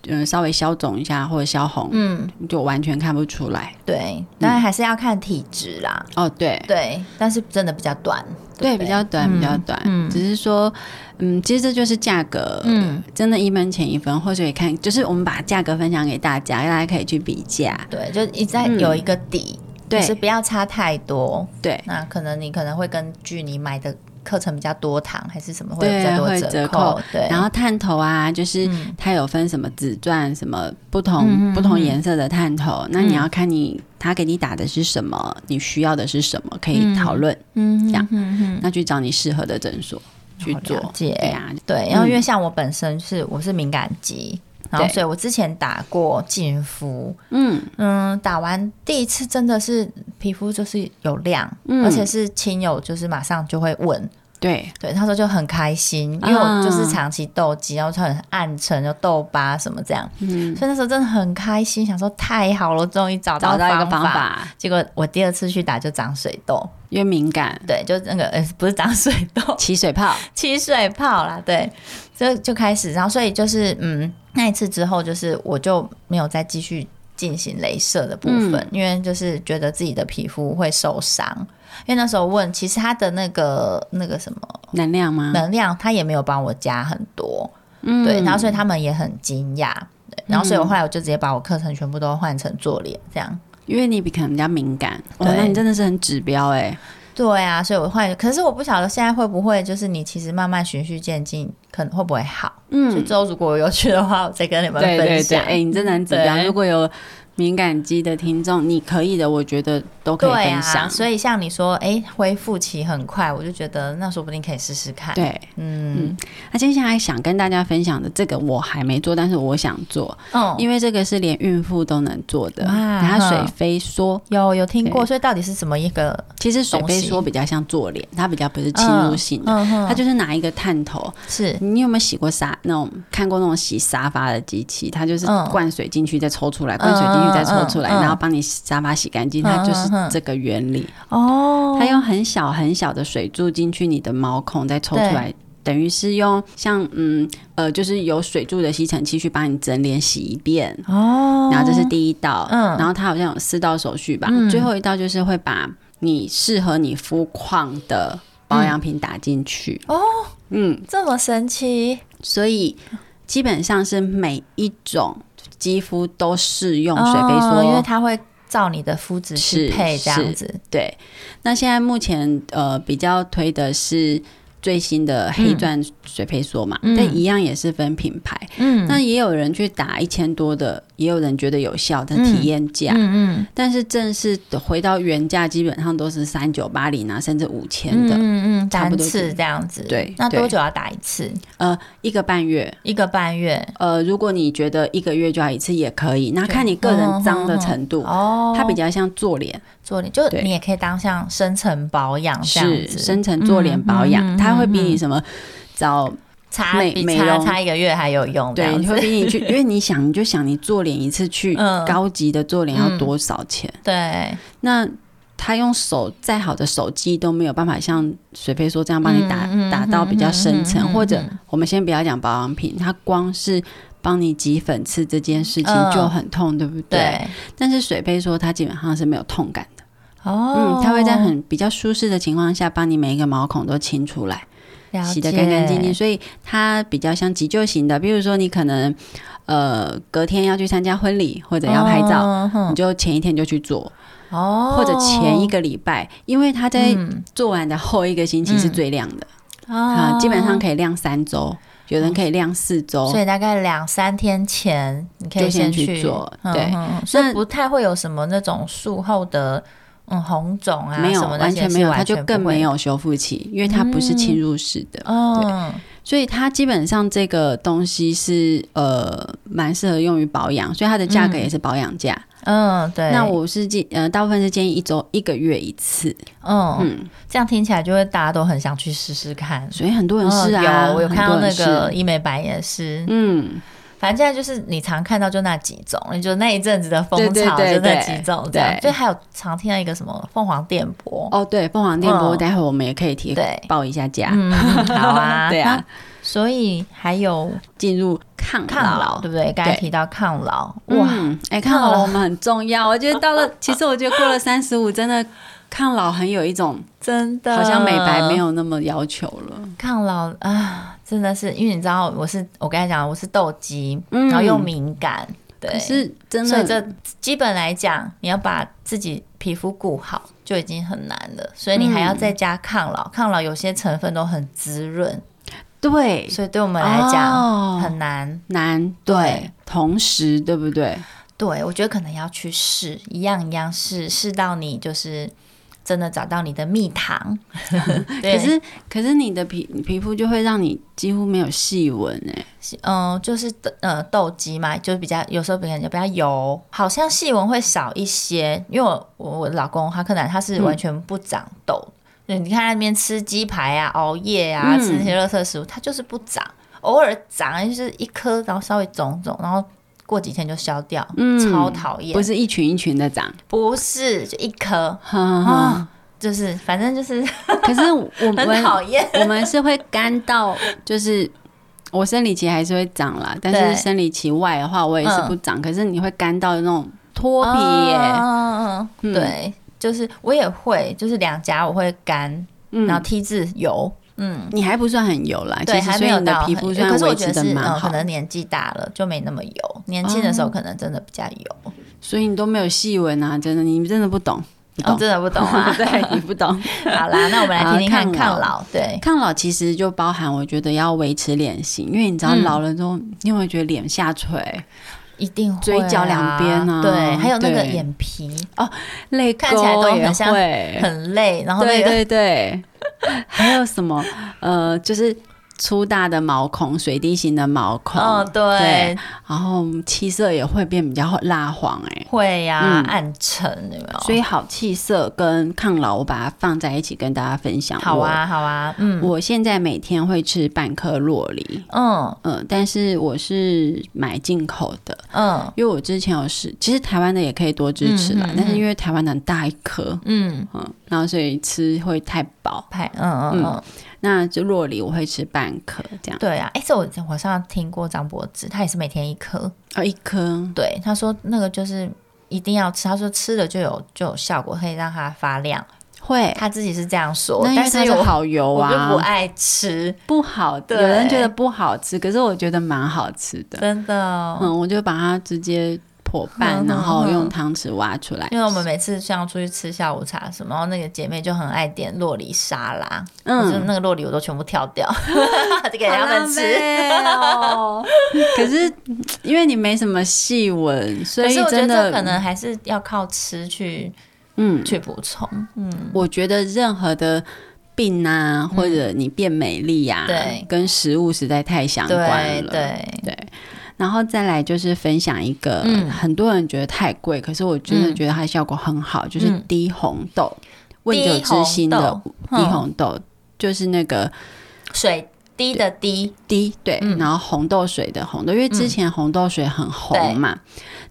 [SPEAKER 1] 嗯，稍微消肿一下或者消红，
[SPEAKER 2] 嗯
[SPEAKER 1] 就完全看不出来。
[SPEAKER 2] 对，当然还是要看体质啦，
[SPEAKER 1] 哦，对。
[SPEAKER 2] 对，嗯但是真的比较短，
[SPEAKER 1] 对，
[SPEAKER 2] 不
[SPEAKER 1] 比较短，比较短，只是说，嗯，其实这就是价格，
[SPEAKER 2] 嗯
[SPEAKER 1] 真的，一分钱一分，或者也看，就是我们把价格分享给大家，大家可以去比价，
[SPEAKER 2] 对，就一再有一个底，
[SPEAKER 1] 嗯对
[SPEAKER 2] 就是不要差太多，
[SPEAKER 1] 对，
[SPEAKER 2] 那可能你可能会根据你买的课程比较多堂还是什么会有
[SPEAKER 1] 对
[SPEAKER 2] 比较
[SPEAKER 1] 会
[SPEAKER 2] 多
[SPEAKER 1] 折
[SPEAKER 2] 扣
[SPEAKER 1] 扣，
[SPEAKER 2] 对，
[SPEAKER 1] 然后探头啊，就是
[SPEAKER 2] 嗯
[SPEAKER 1] 它有分什么紫钻、什么不同、不同颜色的探头，那
[SPEAKER 2] 嗯
[SPEAKER 1] 你要看你他给你打的是什么，你需要的是什么，可以讨论，
[SPEAKER 2] 嗯
[SPEAKER 1] 这样
[SPEAKER 2] 嗯嗯
[SPEAKER 1] 那去找你适合的诊所去
[SPEAKER 2] 好
[SPEAKER 1] 做
[SPEAKER 2] 哦了。解
[SPEAKER 1] 对啊，
[SPEAKER 2] 对，然后
[SPEAKER 1] 嗯
[SPEAKER 2] 因为像我本身是我是敏感肌。然后，
[SPEAKER 1] 对
[SPEAKER 2] 所以我之前打过净肤，
[SPEAKER 1] 嗯，
[SPEAKER 2] 嗯，打完第一次真的是皮肤就是有亮，
[SPEAKER 1] 嗯
[SPEAKER 2] 而且是亲友就是马上就会问，
[SPEAKER 1] 对，
[SPEAKER 2] 对，他说就很开心，因为我就是
[SPEAKER 1] 啊
[SPEAKER 2] 长期痘肌，然后就很暗沉，就痘疤什么这样，
[SPEAKER 1] 嗯，
[SPEAKER 2] 所以那时候真的很开心，想说太好了，终于找
[SPEAKER 1] 找到一个
[SPEAKER 2] 方
[SPEAKER 1] 方法，
[SPEAKER 2] 结果我第二次去打就长水痘，
[SPEAKER 1] 因为敏感
[SPEAKER 2] 对，就那个呃不是长水痘，
[SPEAKER 1] 起水泡，
[SPEAKER 2] 起水泡啦，对，就就开始，然后所以就是嗯，那一次之后就是我就没有再继续进行镭射的部分，
[SPEAKER 1] 嗯
[SPEAKER 2] 因为就是觉得自己的皮肤会受伤。因为那时候问，其实它的那个那个什么
[SPEAKER 1] 能量吗？
[SPEAKER 2] 能量，它也没有帮我加很多，
[SPEAKER 1] 嗯
[SPEAKER 2] 对，然后所以他们也很惊讶，对然后所以我后来我就直接把我课程全部都换成做脸这样，
[SPEAKER 1] 因为你比可能比较敏感，哇，
[SPEAKER 2] 对
[SPEAKER 1] 那你真的是很指标哎，
[SPEAKER 2] 对啊，所以我换，可是我不晓得现在会不会，就是你其实慢慢循序渐进，可能会不会好？就
[SPEAKER 1] 嗯，
[SPEAKER 2] 之后如果我有去的话，我再跟你们
[SPEAKER 1] 对
[SPEAKER 2] 分
[SPEAKER 1] 对对，
[SPEAKER 2] 享。
[SPEAKER 1] 哎，你真的很指标。
[SPEAKER 2] 对
[SPEAKER 1] 如果有敏感肌的听众，你可以的，我觉得都可以
[SPEAKER 2] 对
[SPEAKER 1] 分
[SPEAKER 2] 啊，
[SPEAKER 1] 享。
[SPEAKER 2] 所以像你说，哎、恢复期很快，我就觉得那说不定可以试试看。，
[SPEAKER 1] 对，
[SPEAKER 2] 嗯
[SPEAKER 1] 那接下来想跟大家分享的这个我还没做，但是我想做，
[SPEAKER 2] 嗯，
[SPEAKER 1] 因为这个是连孕妇都能做的。
[SPEAKER 2] 哇
[SPEAKER 1] 它水飞梭，
[SPEAKER 2] 有有听过，
[SPEAKER 1] 对
[SPEAKER 2] 所以到底是怎么一个
[SPEAKER 1] 其实水飞
[SPEAKER 2] 东
[SPEAKER 1] 梭
[SPEAKER 2] 西
[SPEAKER 1] 比较像做脸，它比较不是侵入性的，
[SPEAKER 2] 嗯嗯嗯
[SPEAKER 1] 它就是拿一个探头。
[SPEAKER 2] 是
[SPEAKER 1] 你有没有洗过沙那种看过那种洗沙发的机器？它就是
[SPEAKER 2] 嗯
[SPEAKER 1] 灌水进去再抽出来，灌水进去再抽出来，
[SPEAKER 2] 嗯嗯嗯
[SPEAKER 1] 然后帮你沙发洗干净。它就是
[SPEAKER 2] 嗯嗯嗯
[SPEAKER 1] 这个原理。
[SPEAKER 2] 哦？
[SPEAKER 1] 它用很小很小的水注进去你的毛孔，再抽出来，等于是用像嗯呃，就是有水柱的吸尘器去把你整脸洗一遍。
[SPEAKER 2] 哦，
[SPEAKER 1] 然后这是第一道，
[SPEAKER 2] 嗯
[SPEAKER 1] 然后它好像有四道手续吧，最后一道就是会把你适合你肤况的保养品打进去。
[SPEAKER 2] 哦，
[SPEAKER 1] 嗯，
[SPEAKER 2] 这么神奇，
[SPEAKER 1] 所以基本上是每一种肌肤都适用水飞
[SPEAKER 2] 哦因为
[SPEAKER 1] 梭。
[SPEAKER 2] 它会照你的肤质去
[SPEAKER 1] 是
[SPEAKER 2] 配这样
[SPEAKER 1] 是
[SPEAKER 2] 子。
[SPEAKER 1] 对，那现在目前呃比较推的是最新的黑钻水飞梭嘛，
[SPEAKER 2] 嗯
[SPEAKER 1] 但一样也是分品牌。
[SPEAKER 2] 嗯
[SPEAKER 1] 那也有人去打一千多的，也有人觉得有效的
[SPEAKER 2] 嗯
[SPEAKER 1] 体验价。
[SPEAKER 2] 嗯
[SPEAKER 1] 但是正式的回到原价，基本上都是三九八零啊，甚至五千
[SPEAKER 2] 嗯
[SPEAKER 1] 的，
[SPEAKER 2] 嗯嗯，
[SPEAKER 1] 差不
[SPEAKER 2] 单
[SPEAKER 1] 多
[SPEAKER 2] 次
[SPEAKER 1] 是
[SPEAKER 2] 这样子。
[SPEAKER 1] 对
[SPEAKER 2] 那
[SPEAKER 1] 对
[SPEAKER 2] 多久要打一次？
[SPEAKER 1] 呃，一个半月。
[SPEAKER 2] 一个半月
[SPEAKER 1] 呃，如果你觉得一个月就要一次也可以，那看你个人脏的程度，
[SPEAKER 2] 哦，
[SPEAKER 1] 它比较像做脸，
[SPEAKER 2] 做脸，就
[SPEAKER 1] 对
[SPEAKER 2] 你也可以当像深层保养这样
[SPEAKER 1] 是
[SPEAKER 2] 子，
[SPEAKER 1] 深层做脸保
[SPEAKER 2] 哦嗯嗯嗯
[SPEAKER 1] 养，
[SPEAKER 2] 嗯
[SPEAKER 1] 它会比你什么早，
[SPEAKER 2] 擦
[SPEAKER 1] 美
[SPEAKER 2] 比
[SPEAKER 1] 美
[SPEAKER 2] 擦
[SPEAKER 1] 容
[SPEAKER 2] 擦一个月还有用这
[SPEAKER 1] 对，
[SPEAKER 2] 样
[SPEAKER 1] 你会
[SPEAKER 2] 子，
[SPEAKER 1] 比你
[SPEAKER 2] (laughs)
[SPEAKER 1] 去，因为你想，你就想你做脸一次去
[SPEAKER 2] 嗯
[SPEAKER 1] 高级的做脸要多少钱？
[SPEAKER 2] 对，
[SPEAKER 1] 那他用手再好的手机都没有办法像水飞说这样帮你打、
[SPEAKER 2] 嗯嗯
[SPEAKER 1] 打到比较深层，
[SPEAKER 2] 嗯嗯嗯
[SPEAKER 1] 或者我们先不要讲保养品，它光是帮你挤粉刺这件事情
[SPEAKER 2] 嗯
[SPEAKER 1] 就很痛，对不对？
[SPEAKER 2] 对，
[SPEAKER 1] 但是水飞说它基本上是没有痛感的，
[SPEAKER 2] 哦，
[SPEAKER 1] 嗯，它会在很比较舒适的情况下帮你每一个毛孔都清出来，
[SPEAKER 2] 哦了
[SPEAKER 1] 洗得干干净净，
[SPEAKER 2] 解，
[SPEAKER 1] 所以它比较像急救型的，比如说你可能呃隔天要去参加婚礼或者要拍照，
[SPEAKER 2] 嗯哼
[SPEAKER 1] 你就前一天就去做。
[SPEAKER 2] 哦，
[SPEAKER 1] 或者前一个礼拜，因为它在做完的后一个星期是最亮的啊、
[SPEAKER 2] 啊
[SPEAKER 1] 基本上可以亮三周，有人可以亮四周
[SPEAKER 2] 所。以大概两三天前，你可以
[SPEAKER 1] 就先
[SPEAKER 2] 去
[SPEAKER 1] 去做
[SPEAKER 2] 嗯
[SPEAKER 1] 对
[SPEAKER 2] 嗯嗯所以
[SPEAKER 1] 那
[SPEAKER 2] 不太会有什么那种术后的嗯红肿啊，
[SPEAKER 1] 没有，
[SPEAKER 2] 什么那
[SPEAKER 1] 完
[SPEAKER 2] 些
[SPEAKER 1] 全
[SPEAKER 2] 是
[SPEAKER 1] 没有，
[SPEAKER 2] 完
[SPEAKER 1] 它就
[SPEAKER 2] 全不
[SPEAKER 1] 更
[SPEAKER 2] 会
[SPEAKER 1] 没。有修复期，因为它不是侵入式的，
[SPEAKER 2] 嗯，
[SPEAKER 1] 所以它基本上这个东西是呃蛮适合用于保养，所以它的价格也是保养价。
[SPEAKER 2] 嗯，对。
[SPEAKER 1] 那我是建呃大部分是建议一周一个月一次，
[SPEAKER 2] 嗯，
[SPEAKER 1] 嗯，
[SPEAKER 2] 这样听起来就会大家都很想去试试看。
[SPEAKER 1] 所以很多人是啊，
[SPEAKER 2] 嗯有我有看到
[SPEAKER 1] 很多
[SPEAKER 2] 那
[SPEAKER 1] 人
[SPEAKER 2] 个
[SPEAKER 1] 是，
[SPEAKER 2] 医美版也是，
[SPEAKER 1] 嗯，
[SPEAKER 2] 反正现在就是你常看到就那几种，你就那一阵子的风
[SPEAKER 1] 对对
[SPEAKER 2] 潮
[SPEAKER 1] 对
[SPEAKER 2] 就那
[SPEAKER 1] 对
[SPEAKER 2] 几种这样，
[SPEAKER 1] 对
[SPEAKER 2] 就还有常听到一个什么凤凰电波，
[SPEAKER 1] 哦对，凤凰电波，
[SPEAKER 2] 嗯
[SPEAKER 1] 待会我们也可以提
[SPEAKER 2] 对
[SPEAKER 1] 报一下价，
[SPEAKER 2] 嗯， (laughs) 好啊，
[SPEAKER 1] (laughs) 对啊，
[SPEAKER 2] 所以还有
[SPEAKER 1] 进入抗
[SPEAKER 2] 抗老，
[SPEAKER 1] 老
[SPEAKER 2] 对。不对？刚才
[SPEAKER 1] 对
[SPEAKER 2] 提到抗老，哇，
[SPEAKER 1] 哇，哎、抗
[SPEAKER 2] 抗
[SPEAKER 1] 老
[SPEAKER 2] 老
[SPEAKER 1] 我们很重要。我觉得到
[SPEAKER 2] (laughs)
[SPEAKER 1] 了，其实我觉得过了三十五，真的抗老很有一种
[SPEAKER 2] 真的
[SPEAKER 1] 好像美白没有那么要求了。
[SPEAKER 2] 抗老啊，真的是，因为你知道我是我刚才讲我是痘肌，
[SPEAKER 1] 嗯
[SPEAKER 2] 然后又敏感，对，
[SPEAKER 1] 可是真
[SPEAKER 2] 所以
[SPEAKER 1] 的，
[SPEAKER 2] 这基本来讲，你要把自己皮肤顾好就已经很难了，所以你还要
[SPEAKER 1] 嗯
[SPEAKER 2] 再加抗老，抗老有些成分都很滋润，
[SPEAKER 1] 对
[SPEAKER 2] 所以对我们来讲
[SPEAKER 1] 哦
[SPEAKER 2] 很难。
[SPEAKER 1] 难，
[SPEAKER 2] 对
[SPEAKER 1] 对，同时对不对？
[SPEAKER 2] 对，我觉得可能要去试，一样一样试，试到你就是真的找到你的蜜糖。
[SPEAKER 1] (laughs)
[SPEAKER 2] 对
[SPEAKER 1] 可是可是你的皮皮肤就会让你几乎没有细纹哎，
[SPEAKER 2] 嗯，就是呃痘肌嘛，就是比较有时候比较比较油，好像细纹会少一些。因为我我我老公他可能他是完全不长痘，对，你看他那边吃鸡排啊、熬夜啊、
[SPEAKER 1] 嗯
[SPEAKER 2] 吃那些垃圾食物，他就是不长，偶尔长就是一颗，然后稍微肿肿，然后过几天就消掉，
[SPEAKER 1] 嗯
[SPEAKER 2] 超讨厌。
[SPEAKER 1] 不是一群一群的长，
[SPEAKER 2] 不是，就一颗
[SPEAKER 1] 哈哈
[SPEAKER 2] 啊，就是反正就是
[SPEAKER 1] 哈。 (laughs) 可是我 (laughs)
[SPEAKER 2] 很
[SPEAKER 1] 们
[SPEAKER 2] 讨厌。
[SPEAKER 1] 我们是会干到，就是我生理期还是会长啦，但
[SPEAKER 2] 对
[SPEAKER 1] 是生理期外的话，我也是不长。可是你会干到那种脱皮耶，
[SPEAKER 2] 嗯嗯嗯，
[SPEAKER 1] 嗯
[SPEAKER 2] 对，就是我也会，就是两颊我会干。然后
[SPEAKER 1] 嗯，
[SPEAKER 2] T 字油，嗯，
[SPEAKER 1] 你还不算很油啦，
[SPEAKER 2] 对，
[SPEAKER 1] 其实
[SPEAKER 2] 还
[SPEAKER 1] 所
[SPEAKER 2] 没
[SPEAKER 1] 以
[SPEAKER 2] 有
[SPEAKER 1] 你的
[SPEAKER 2] 到
[SPEAKER 1] 皮
[SPEAKER 2] 很
[SPEAKER 1] 肤
[SPEAKER 2] 可
[SPEAKER 1] 算
[SPEAKER 2] 是
[SPEAKER 1] 维
[SPEAKER 2] 我觉
[SPEAKER 1] 持
[SPEAKER 2] 得
[SPEAKER 1] 的
[SPEAKER 2] 是，
[SPEAKER 1] 蛮
[SPEAKER 2] 嗯，可
[SPEAKER 1] 好，
[SPEAKER 2] 能年纪大了就没那么油，年轻的时候可能真的比较油，
[SPEAKER 1] 所以你都没有细纹啊，真的，你真的不懂，不
[SPEAKER 2] 我
[SPEAKER 1] 懂，
[SPEAKER 2] 真的不懂 (laughs)
[SPEAKER 1] (laughs)
[SPEAKER 2] 啊。
[SPEAKER 1] 对你不懂。
[SPEAKER 2] 好啦，那我们来听听看
[SPEAKER 1] 好抗
[SPEAKER 2] 抗
[SPEAKER 1] 老
[SPEAKER 2] 老，对，
[SPEAKER 1] 抗老其实就包含，我觉得要维持脸型，因为你知道
[SPEAKER 2] 嗯
[SPEAKER 1] 老了之后，你有没有觉得脸下垂、
[SPEAKER 2] 一定会
[SPEAKER 1] 嘴角两边啊
[SPEAKER 2] 对，还有那个
[SPEAKER 1] 对
[SPEAKER 2] 眼皮
[SPEAKER 1] 泪
[SPEAKER 2] 看起来都
[SPEAKER 1] 沟也
[SPEAKER 2] 很像
[SPEAKER 1] 会，
[SPEAKER 2] 很累，然后那
[SPEAKER 1] 对
[SPEAKER 2] 个
[SPEAKER 1] 对对，还有什么呃，就是粗大的毛孔、水滴型的毛孔，
[SPEAKER 2] 哦，对
[SPEAKER 1] 对，然后气色也会变比较蜡黄哎、
[SPEAKER 2] 会呀
[SPEAKER 1] 嗯，
[SPEAKER 2] 暗沉，有没有？
[SPEAKER 1] 所以好气色跟抗老，我把它放在一起跟大家分享。
[SPEAKER 2] 好啊，好啊，
[SPEAKER 1] 我，
[SPEAKER 2] 嗯
[SPEAKER 1] 我现在每天会吃半颗洛梨，
[SPEAKER 2] 嗯
[SPEAKER 1] 嗯、但是我是买进口的，
[SPEAKER 2] 嗯
[SPEAKER 1] 因为我之前有试，其实台湾的也可以多支持啦，
[SPEAKER 2] 嗯嗯嗯
[SPEAKER 1] 但是因为台湾的很大一颗，
[SPEAKER 2] 嗯，
[SPEAKER 1] 嗯，然后所以吃会太饱。
[SPEAKER 2] 拍，嗯嗯
[SPEAKER 1] 嗯
[SPEAKER 2] 嗯。
[SPEAKER 1] 那就洛梨我会吃半颗这样，
[SPEAKER 2] 对啊，哎、这我我好像听过张柏芝，他也是每天一颗。
[SPEAKER 1] 哦，一颗，
[SPEAKER 2] 对，他说那个就是一定要吃，他说吃了就有就有效果，可以让它发亮。
[SPEAKER 1] 会，
[SPEAKER 2] 他自己是这样说，
[SPEAKER 1] 那因
[SPEAKER 2] 但
[SPEAKER 1] 为它是
[SPEAKER 2] 我、
[SPEAKER 1] 好油
[SPEAKER 2] 我就
[SPEAKER 1] 啊，
[SPEAKER 2] 不爱吃，
[SPEAKER 1] 不好，
[SPEAKER 2] 对
[SPEAKER 1] 有人觉得不好吃，可是我觉得蛮好吃的。
[SPEAKER 2] 真的哦、
[SPEAKER 1] 嗯，我就把它直接破
[SPEAKER 2] 嗯
[SPEAKER 1] 半，
[SPEAKER 2] 嗯
[SPEAKER 1] 然后
[SPEAKER 2] 嗯
[SPEAKER 1] 用汤匙挖出来。
[SPEAKER 2] 因为我们每次像出去吃下午茶什么，然后那个姐妹就很爱点洛梨沙拉，嗯，就是
[SPEAKER 1] 嗯，
[SPEAKER 2] 那个洛梨我都全部挑
[SPEAKER 1] (laughs)
[SPEAKER 2] 掉，就给
[SPEAKER 1] 好
[SPEAKER 2] 他们
[SPEAKER 1] 浪
[SPEAKER 2] 吃。
[SPEAKER 1] 费哦。 (laughs) 可是因为你没什么细纹，所
[SPEAKER 2] 可
[SPEAKER 1] 以
[SPEAKER 2] 是我觉
[SPEAKER 1] 真
[SPEAKER 2] 得这可
[SPEAKER 1] 的，
[SPEAKER 2] 能还是要靠吃去
[SPEAKER 1] 嗯，
[SPEAKER 2] 去补充，嗯，
[SPEAKER 1] 我觉得任何的。病啊，或者你变美丽呀、
[SPEAKER 2] 嗯对
[SPEAKER 1] 跟食物实在太相关
[SPEAKER 2] 对
[SPEAKER 1] 了。
[SPEAKER 2] 对，
[SPEAKER 1] 对，然后再来就是分享一个，
[SPEAKER 2] 嗯
[SPEAKER 1] 很多人觉得太贵，可是我真的
[SPEAKER 2] 嗯
[SPEAKER 1] 觉得它效果很好，就是
[SPEAKER 2] 嗯
[SPEAKER 1] 低红豆，问酒之心的低
[SPEAKER 2] 嗯
[SPEAKER 1] 红豆，就是那个
[SPEAKER 2] 水滴的滴，
[SPEAKER 1] 低对，
[SPEAKER 2] 嗯
[SPEAKER 1] 然后红豆水的红豆，因为之前红豆水很红嘛，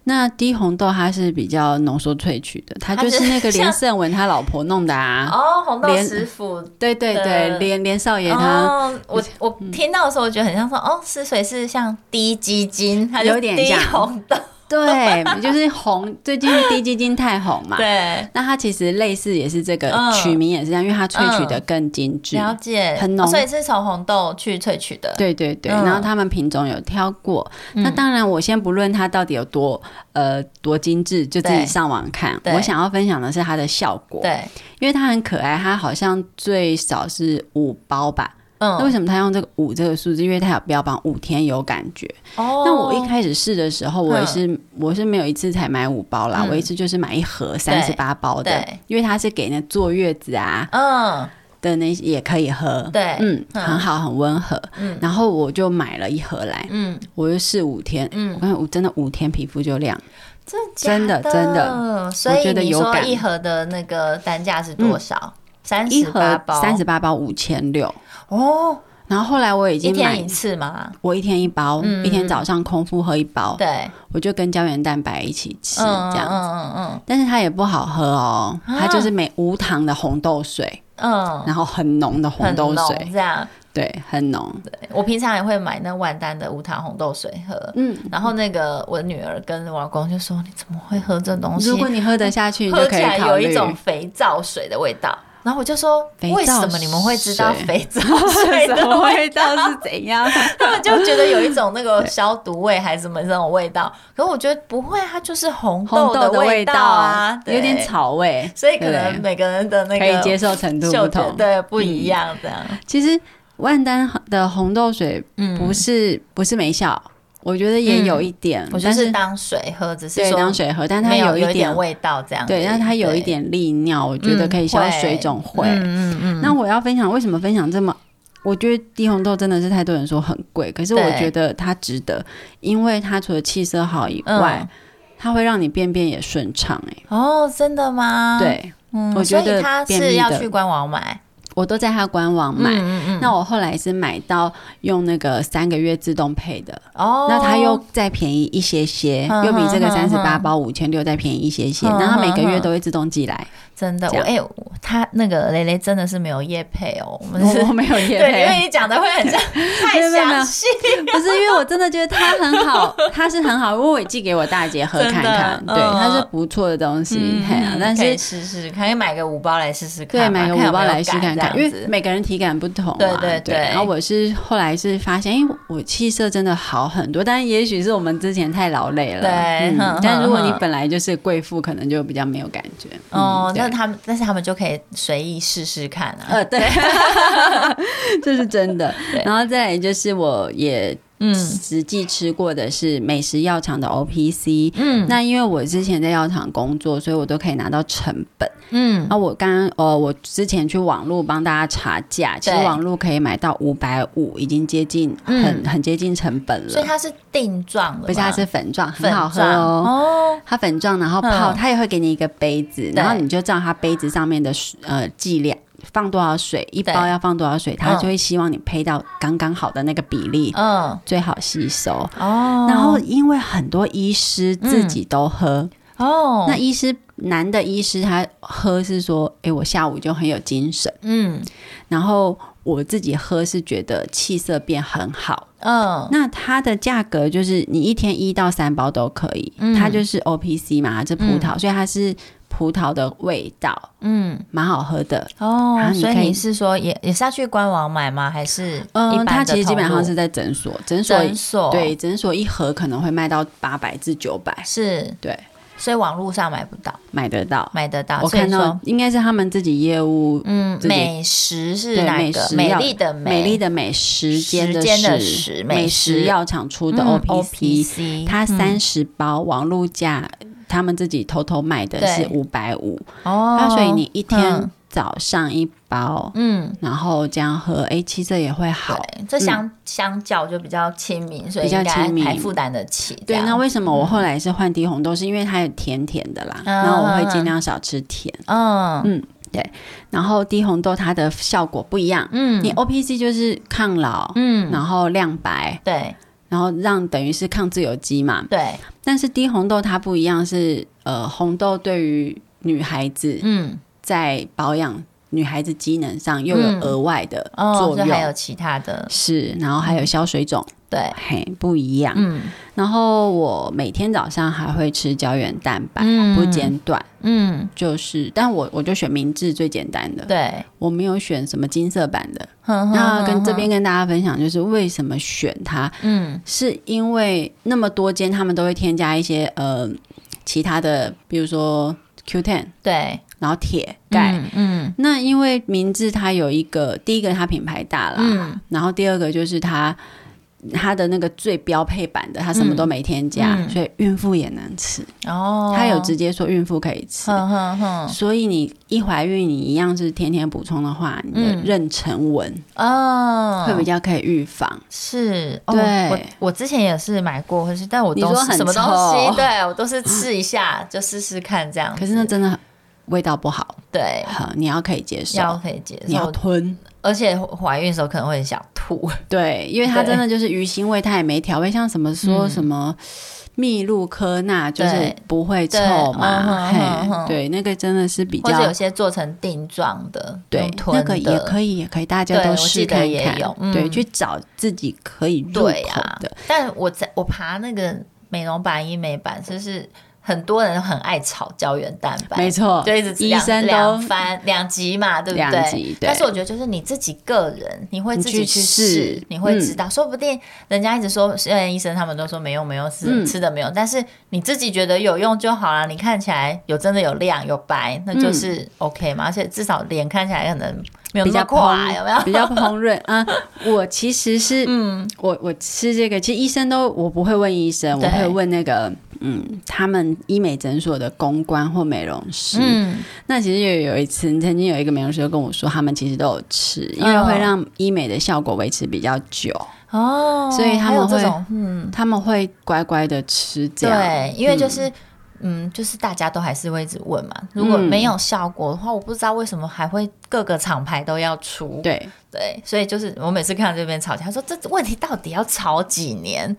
[SPEAKER 1] 那低红豆它是比较浓缩萃取的，它
[SPEAKER 2] 它
[SPEAKER 1] 就是是那个
[SPEAKER 2] 像
[SPEAKER 1] 连胜文他老婆弄的啊，
[SPEAKER 2] 哦，红豆
[SPEAKER 1] 连
[SPEAKER 2] 食府
[SPEAKER 1] 对对对，
[SPEAKER 2] 的
[SPEAKER 1] 连连少爷他。嗯
[SPEAKER 2] 哦、我我听到的时候，我觉得很像说，哦，是水是像滴鸡精，它就
[SPEAKER 1] 有点像 (laughs)
[SPEAKER 2] 滴红豆，
[SPEAKER 1] 对，就是红，最近低基金太红嘛。
[SPEAKER 2] 对，嗯
[SPEAKER 1] 那它其实类似也是这个取名也是这样，因为它萃取的更精致。
[SPEAKER 2] 了解，
[SPEAKER 1] 很浓
[SPEAKER 2] 哦所以是从红豆去萃取的。
[SPEAKER 1] 对对对，
[SPEAKER 2] 嗯
[SPEAKER 1] 然后他们品种有挑过，
[SPEAKER 2] 嗯
[SPEAKER 1] 那当然我先不论它到底有多呃多精致，就自
[SPEAKER 2] 对
[SPEAKER 1] 己上网看。
[SPEAKER 2] 对
[SPEAKER 1] 我想要分享的是它的效果，
[SPEAKER 2] 对，
[SPEAKER 1] 因为它很可爱，它好像最少是五包吧。那为
[SPEAKER 2] 嗯，
[SPEAKER 1] 什么他用这个五这个数字？因为它有标榜五天有感觉。
[SPEAKER 2] 哦
[SPEAKER 1] 那我一开始试的时候，我也是、我是没有一次才买五包啦，
[SPEAKER 2] 嗯
[SPEAKER 1] 我一次就是买一盒三十八包的
[SPEAKER 2] 对，
[SPEAKER 1] 因为它是给那坐月子啊
[SPEAKER 2] 嗯，
[SPEAKER 1] 的那些也可以喝。
[SPEAKER 2] 对，
[SPEAKER 1] 嗯，
[SPEAKER 2] 嗯
[SPEAKER 1] 很好，很温和。
[SPEAKER 2] 嗯
[SPEAKER 1] 然后我就买了一盒来，
[SPEAKER 2] 嗯，
[SPEAKER 1] 我就试五天。
[SPEAKER 2] 嗯
[SPEAKER 1] 我看我真的五天皮肤就亮，
[SPEAKER 2] 真的
[SPEAKER 1] 真的
[SPEAKER 2] 假的
[SPEAKER 1] 真的
[SPEAKER 2] 所
[SPEAKER 1] 我
[SPEAKER 2] 以
[SPEAKER 1] 觉得
[SPEAKER 2] 你
[SPEAKER 1] 有
[SPEAKER 2] 说
[SPEAKER 1] 感嗯
[SPEAKER 2] 一盒的那个单价是多少？三
[SPEAKER 1] 一
[SPEAKER 2] 十八
[SPEAKER 1] 盒
[SPEAKER 2] 包，
[SPEAKER 1] 三十八包五千六。
[SPEAKER 2] 哦，
[SPEAKER 1] 然后后来我已
[SPEAKER 2] 一
[SPEAKER 1] 经
[SPEAKER 2] 天一
[SPEAKER 1] 买，
[SPEAKER 2] 次嘛？
[SPEAKER 1] 我一天一包，
[SPEAKER 2] 嗯
[SPEAKER 1] 一天早上空腹喝一包，
[SPEAKER 2] 对，
[SPEAKER 1] 我就跟胶原蛋白一起吃，
[SPEAKER 2] 嗯
[SPEAKER 1] 哦这样子。
[SPEAKER 2] 嗯嗯
[SPEAKER 1] 但是它也不好喝哦，
[SPEAKER 2] 啊
[SPEAKER 1] 它就是没无糖的红豆水，
[SPEAKER 2] 嗯嗯，
[SPEAKER 1] 然后很浓的红
[SPEAKER 2] 很
[SPEAKER 1] 豆
[SPEAKER 2] 浓
[SPEAKER 1] 水，
[SPEAKER 2] 这样。
[SPEAKER 1] 对，很浓。
[SPEAKER 2] 我平常也会买那万丹的无糖红豆水喝。
[SPEAKER 1] 嗯，
[SPEAKER 2] 然后那个我女儿跟我老公就说：“你怎么会喝这东西？
[SPEAKER 1] 如果你喝得下去，你就
[SPEAKER 2] 喝
[SPEAKER 1] 可
[SPEAKER 2] 起
[SPEAKER 1] 以
[SPEAKER 2] 来
[SPEAKER 1] 考
[SPEAKER 2] 有
[SPEAKER 1] 虑 (laughs)
[SPEAKER 2] 一。种 (laughs) 肥皂水的味道。”然后我就说：“
[SPEAKER 1] 肥皂
[SPEAKER 2] 为什么你们会知道
[SPEAKER 1] 水
[SPEAKER 2] 肥皂
[SPEAKER 1] (laughs)
[SPEAKER 2] 水
[SPEAKER 1] 什
[SPEAKER 2] 的
[SPEAKER 1] 么
[SPEAKER 2] 味
[SPEAKER 1] 味道是怎
[SPEAKER 2] (laughs)
[SPEAKER 1] 样？
[SPEAKER 2] 他们就觉得有一种那个消毒味还是什么这种味道，可我觉得不会啊，它就是红
[SPEAKER 1] 红
[SPEAKER 2] 的
[SPEAKER 1] 豆的味
[SPEAKER 2] 道啊，对
[SPEAKER 1] 有点，草味，
[SPEAKER 2] 所以可
[SPEAKER 1] 对
[SPEAKER 2] 能每个人的那
[SPEAKER 1] 可
[SPEAKER 2] 个
[SPEAKER 1] 以接受程度
[SPEAKER 2] 嗅
[SPEAKER 1] 不
[SPEAKER 2] 觉
[SPEAKER 1] 同。嗯
[SPEAKER 2] 对不一样这样。
[SPEAKER 1] 其实万丹的红豆水
[SPEAKER 2] 嗯
[SPEAKER 1] 不是不是没效，我觉得也有一点，
[SPEAKER 2] 我就
[SPEAKER 1] 但
[SPEAKER 2] 是
[SPEAKER 1] 是
[SPEAKER 2] 当水喝，只是
[SPEAKER 1] 对
[SPEAKER 2] 说
[SPEAKER 1] 当水喝，但它
[SPEAKER 2] 没有
[SPEAKER 1] 一
[SPEAKER 2] 一点味道这样子。
[SPEAKER 1] 对，但它有一
[SPEAKER 2] 对
[SPEAKER 1] 点利尿，我觉得
[SPEAKER 2] 嗯
[SPEAKER 1] 可以消
[SPEAKER 2] 会
[SPEAKER 1] 水肿会。
[SPEAKER 2] 嗯嗯嗯，
[SPEAKER 1] 那我要分享为什么分享这么？我觉得低红豆真的是太多人说很贵，可是我
[SPEAKER 2] 对
[SPEAKER 1] 觉得它值得，因为它除了气色好以外，
[SPEAKER 2] 嗯
[SPEAKER 1] 它会让你便便也顺畅、欸。
[SPEAKER 2] 哦，真的吗？，
[SPEAKER 1] 对
[SPEAKER 2] 嗯，
[SPEAKER 1] 我觉得
[SPEAKER 2] 所以它
[SPEAKER 1] 便秘
[SPEAKER 2] 是要
[SPEAKER 1] 的
[SPEAKER 2] 去官网买，
[SPEAKER 1] 我都在它官网买。
[SPEAKER 2] 嗯嗯嗯。
[SPEAKER 1] 那我后来是买到用那个三个月自动配的，
[SPEAKER 2] 哦，
[SPEAKER 1] 那它又再便宜一些些，
[SPEAKER 2] 嗯
[SPEAKER 1] 又比这个
[SPEAKER 2] 嗯嗯
[SPEAKER 1] 三十八
[SPEAKER 2] 嗯
[SPEAKER 1] 包五千六再便宜一些些。
[SPEAKER 2] 嗯
[SPEAKER 1] 那它每个
[SPEAKER 2] 嗯
[SPEAKER 1] 月
[SPEAKER 2] 嗯
[SPEAKER 1] 都会自动寄来，
[SPEAKER 2] 真的，
[SPEAKER 1] 这
[SPEAKER 2] 我
[SPEAKER 1] 样
[SPEAKER 2] 哎、我他那个雷雷真的是没有夜配哦，我们是
[SPEAKER 1] 我我 (laughs) 没有也
[SPEAKER 2] 对，
[SPEAKER 1] 配
[SPEAKER 2] 因。为你讲的会
[SPEAKER 1] (laughs)
[SPEAKER 2] 很像
[SPEAKER 1] 没
[SPEAKER 2] 太
[SPEAKER 1] 有没有没有
[SPEAKER 2] 详细，
[SPEAKER 1] (laughs) 不是因为我真的觉得它很
[SPEAKER 2] (laughs)
[SPEAKER 1] 好，它是很好，因为我也寄给我大姐喝看看，
[SPEAKER 2] 真的
[SPEAKER 1] 对，
[SPEAKER 2] 嗯
[SPEAKER 1] 它是不错的东西，嘿啊，但
[SPEAKER 2] 可以
[SPEAKER 1] 是
[SPEAKER 2] 试试，可以买个五包来试试看
[SPEAKER 1] 对
[SPEAKER 2] 嘛，
[SPEAKER 1] 买个
[SPEAKER 2] 看有
[SPEAKER 1] 五包
[SPEAKER 2] 没有
[SPEAKER 1] 来试
[SPEAKER 2] 改
[SPEAKER 1] 看看，
[SPEAKER 2] 这
[SPEAKER 1] 因为
[SPEAKER 2] 样子
[SPEAKER 1] 每个人体感不同嘛，啊
[SPEAKER 2] 对对对
[SPEAKER 1] 然后我是后来是发现，因为我气色真的好很多，但也许是我们之前太劳累了，
[SPEAKER 2] 对哼
[SPEAKER 1] 嗯
[SPEAKER 2] 哼，
[SPEAKER 1] 但如果你
[SPEAKER 2] 哼
[SPEAKER 1] 本来就是贵妇，可能就比较没有感觉，
[SPEAKER 2] 哦
[SPEAKER 1] 嗯，对
[SPEAKER 2] 那他们但是他们就可以随意试试看啊，
[SPEAKER 1] 呃对， (laughs) 这是真的
[SPEAKER 2] 对，
[SPEAKER 1] 然后再来就是我也
[SPEAKER 2] 嗯
[SPEAKER 1] 实际吃过的是美食药厂的 OPC。
[SPEAKER 2] 嗯
[SPEAKER 1] 那因为我之前在药厂工作，所以我都可以拿到成本。
[SPEAKER 2] 嗯
[SPEAKER 1] 那我刚刚呃，我之前去网络帮大家查价，其实
[SPEAKER 2] 对
[SPEAKER 1] 网络可以买到五百五，已经接近很、
[SPEAKER 2] 嗯
[SPEAKER 1] 很接近成本
[SPEAKER 2] 所以
[SPEAKER 1] 了。
[SPEAKER 2] 它是定状的嘛，
[SPEAKER 1] 不是，它是粉状，很
[SPEAKER 2] 粉
[SPEAKER 1] 好喝
[SPEAKER 2] 状
[SPEAKER 1] 哦。
[SPEAKER 2] 哦，
[SPEAKER 1] 它粉状，然后泡，
[SPEAKER 2] 嗯
[SPEAKER 1] 它也会给你一个杯子，然后你就照它杯子上面的水呃剂量，放多少水，一
[SPEAKER 2] 对
[SPEAKER 1] 包要放多少水，它
[SPEAKER 2] 嗯
[SPEAKER 1] 就会希望你配到刚刚好的那个比例，
[SPEAKER 2] 嗯
[SPEAKER 1] 最好吸收。
[SPEAKER 2] 哦，
[SPEAKER 1] 然后因为很多医师自己都喝，
[SPEAKER 2] 哦，
[SPEAKER 1] 那医师男的医师他喝是说，诶，我下午就很有精神，
[SPEAKER 2] 嗯
[SPEAKER 1] 然后我自己喝是觉得气色变很好。
[SPEAKER 2] 嗯
[SPEAKER 1] 那它的价格就是你一天一到三包都可以，
[SPEAKER 2] 嗯
[SPEAKER 1] 它就是 O P C 嘛，这葡萄，所以它是葡萄的味道，
[SPEAKER 2] 嗯
[SPEAKER 1] 蛮好喝的。然
[SPEAKER 2] 哦
[SPEAKER 1] 啊后，你
[SPEAKER 2] 所以
[SPEAKER 1] 可以
[SPEAKER 2] 你是说也也是要去官网买吗？还是一
[SPEAKER 1] 嗯，
[SPEAKER 2] 般
[SPEAKER 1] 它
[SPEAKER 2] 的
[SPEAKER 1] 其实基本
[SPEAKER 2] 通
[SPEAKER 1] 上
[SPEAKER 2] 路
[SPEAKER 1] 是在诊所，诊所
[SPEAKER 2] 诊所
[SPEAKER 1] 对诊所一盒可能会卖到八百至九百，
[SPEAKER 2] 是，
[SPEAKER 1] 对，
[SPEAKER 2] 所以网络上买不到，
[SPEAKER 1] 买得到。
[SPEAKER 2] 买得到。
[SPEAKER 1] 我看
[SPEAKER 2] 啊所以
[SPEAKER 1] 到
[SPEAKER 2] 说，
[SPEAKER 1] 应该是他们自己业务
[SPEAKER 2] 嗯，
[SPEAKER 1] 自己
[SPEAKER 2] 美食是
[SPEAKER 1] 对
[SPEAKER 2] 哪
[SPEAKER 1] 美
[SPEAKER 2] 个？
[SPEAKER 1] 食
[SPEAKER 2] 美
[SPEAKER 1] 要
[SPEAKER 2] 丽的
[SPEAKER 1] 美丽的美时间的
[SPEAKER 2] 时间的
[SPEAKER 1] 时
[SPEAKER 2] 时
[SPEAKER 1] 美
[SPEAKER 2] 美
[SPEAKER 1] 食
[SPEAKER 2] 食
[SPEAKER 1] 药厂出的
[SPEAKER 2] 嗯
[SPEAKER 1] OPC，、
[SPEAKER 2] OPC
[SPEAKER 1] 它三
[SPEAKER 2] 嗯
[SPEAKER 1] 十包网络价，他们自己偷偷卖的是五百五，
[SPEAKER 2] 哦，
[SPEAKER 1] 那所以你一天
[SPEAKER 2] 嗯
[SPEAKER 1] 早上一包，
[SPEAKER 2] 嗯。
[SPEAKER 1] 然后这样喝，哎，气色也会好。
[SPEAKER 2] 对，这相相较就比较亲民，所以
[SPEAKER 1] 比较
[SPEAKER 2] 应该
[SPEAKER 1] 亲民
[SPEAKER 2] 还负担得起这
[SPEAKER 1] 对，
[SPEAKER 2] 样。
[SPEAKER 1] 那为什么我后来是换低红豆？是因为它有甜甜的啦，然后我会尽量少吃甜。
[SPEAKER 2] 嗯
[SPEAKER 1] 然后低红豆它的效果不一样，
[SPEAKER 2] 嗯
[SPEAKER 1] 你 OPC 就是抗老，
[SPEAKER 2] 嗯，
[SPEAKER 1] 然后亮白，
[SPEAKER 2] 对
[SPEAKER 1] 然后让等于是抗自由基嘛。
[SPEAKER 2] 对，
[SPEAKER 1] 但是低红豆它不一样是，呃，红豆对于女孩子
[SPEAKER 2] 嗯
[SPEAKER 1] 在保养女孩子机能上又有
[SPEAKER 2] 嗯
[SPEAKER 1] 额外的
[SPEAKER 2] 哦，
[SPEAKER 1] 作
[SPEAKER 2] 这
[SPEAKER 1] 用，
[SPEAKER 2] 还有其他的
[SPEAKER 1] 嗯是，然后还有消水肿，
[SPEAKER 2] 对，
[SPEAKER 1] 嘿，不一样。
[SPEAKER 2] 嗯
[SPEAKER 1] 然后我每天早上还会吃胶原蛋白，
[SPEAKER 2] 嗯
[SPEAKER 1] 不间断。
[SPEAKER 2] 嗯，
[SPEAKER 1] 就是，但我我就选明治最简单的，
[SPEAKER 2] 对，嗯
[SPEAKER 1] 我没有选什么金色版的。
[SPEAKER 2] 哼
[SPEAKER 1] 那
[SPEAKER 2] 哼
[SPEAKER 1] 跟
[SPEAKER 2] 哼
[SPEAKER 1] 这边跟大家分享，就是为什么选它，
[SPEAKER 2] 嗯
[SPEAKER 1] 是因为那么多间他们都会添加一些呃其他的，比如说 Q10，
[SPEAKER 2] 对
[SPEAKER 1] 然后铁钙。
[SPEAKER 2] 嗯
[SPEAKER 1] 那因为明治它有一个，第一个它品牌大啦，
[SPEAKER 2] 嗯
[SPEAKER 1] 然后第二个就是它它的那个最标配版的，它什么都没添加，
[SPEAKER 2] 嗯嗯
[SPEAKER 1] 所以孕妇也能吃。
[SPEAKER 2] 嗯哦，嗯
[SPEAKER 1] 它有直接说孕妇可以吃，
[SPEAKER 2] 哼哼哼
[SPEAKER 1] 所以你一怀孕，你一样是天天补充的话，你的
[SPEAKER 2] 嗯
[SPEAKER 1] 妊娠纹
[SPEAKER 2] 哦，
[SPEAKER 1] 会比较可以预防。
[SPEAKER 2] 是，哦、
[SPEAKER 1] 对
[SPEAKER 2] 我我之前也是买过，可是但我
[SPEAKER 1] 你
[SPEAKER 2] 都
[SPEAKER 1] 说
[SPEAKER 2] 是
[SPEAKER 1] 很
[SPEAKER 2] 什么东
[SPEAKER 1] 臭
[SPEAKER 2] 西， (laughs) 对我都是试一下就试试看这样子。
[SPEAKER 1] 可是那真的味道不好，
[SPEAKER 2] 对
[SPEAKER 1] 呵你要可以接
[SPEAKER 2] 药
[SPEAKER 1] 受，
[SPEAKER 2] 可以接
[SPEAKER 1] 你要
[SPEAKER 2] 受，
[SPEAKER 1] 吞。
[SPEAKER 2] 而且怀孕的时候可能会很想吐。
[SPEAKER 1] 对，因为它
[SPEAKER 2] 对
[SPEAKER 1] 真的就是鱼腥味，它也没调味，像什么说什么密露科纳，就是
[SPEAKER 2] 嗯对
[SPEAKER 1] 不会臭嘛，
[SPEAKER 2] 对嗯哼哼
[SPEAKER 1] 嘿，
[SPEAKER 2] 哼
[SPEAKER 1] 对，那个真的是比
[SPEAKER 2] 或者有
[SPEAKER 1] 较
[SPEAKER 2] 些做成定状的，
[SPEAKER 1] 对
[SPEAKER 2] 用，吞
[SPEAKER 1] 那个也
[SPEAKER 2] 的
[SPEAKER 1] 可以，也可以，大家
[SPEAKER 2] 对
[SPEAKER 1] 都
[SPEAKER 2] 我
[SPEAKER 1] 试
[SPEAKER 2] 记得
[SPEAKER 1] 看
[SPEAKER 2] 也
[SPEAKER 1] 看
[SPEAKER 2] 有，嗯
[SPEAKER 1] 对，去找自己可以入
[SPEAKER 2] 对
[SPEAKER 1] 口
[SPEAKER 2] 啊
[SPEAKER 1] 的，。
[SPEAKER 2] 但我在我爬那个美容版、医美版，就是很多人很爱炒胶原蛋白，
[SPEAKER 1] 没错
[SPEAKER 2] 啊就一直，
[SPEAKER 1] 医
[SPEAKER 2] 两
[SPEAKER 1] 生
[SPEAKER 2] 两
[SPEAKER 1] 都
[SPEAKER 2] 番两集嘛，对不对？
[SPEAKER 1] 两集对
[SPEAKER 2] 但是我觉得就是你自己个人，你会
[SPEAKER 1] 你
[SPEAKER 2] 自
[SPEAKER 1] 去
[SPEAKER 2] 己去
[SPEAKER 1] 试嗯
[SPEAKER 2] 试，你会知道，说不定人家一直说，虽然医生他们都说没用没用，吃、
[SPEAKER 1] 嗯
[SPEAKER 2] 吃的没用，但是你自己觉得有用就好了。你看起来有真的有亮有白，那就是 OK 嘛，而且至少脸看起来可能没有
[SPEAKER 1] 嗯比
[SPEAKER 2] 那
[SPEAKER 1] 较
[SPEAKER 2] 么垮，有没有？
[SPEAKER 1] (laughs) 比较烹饪啊。我其实
[SPEAKER 2] (laughs)
[SPEAKER 1] 是，嗯，我我吃这个，其实医生都我不会问医生，我
[SPEAKER 2] 对
[SPEAKER 1] 会问那个，嗯，他们医美诊所的公关或美容师。
[SPEAKER 2] 嗯，
[SPEAKER 1] 那其实也有一次，曾经有一个美容师就跟我说，他们其实都有吃，因为
[SPEAKER 2] 嗯
[SPEAKER 1] 会让医美的效果维持比较久，
[SPEAKER 2] 哦，
[SPEAKER 1] 所以他
[SPEAKER 2] 还有
[SPEAKER 1] 们
[SPEAKER 2] 这
[SPEAKER 1] 会
[SPEAKER 2] 种嗯。
[SPEAKER 1] 他们会乖乖的吃这样。
[SPEAKER 2] 对，因为就是。嗯就是大家都还是会一直问嘛。如果没有效果的话，我不知道为什么还会各个厂牌都要出。
[SPEAKER 1] 对，
[SPEAKER 2] 对所以就是我每次看到这边吵架，他说这问题到底要吵几年？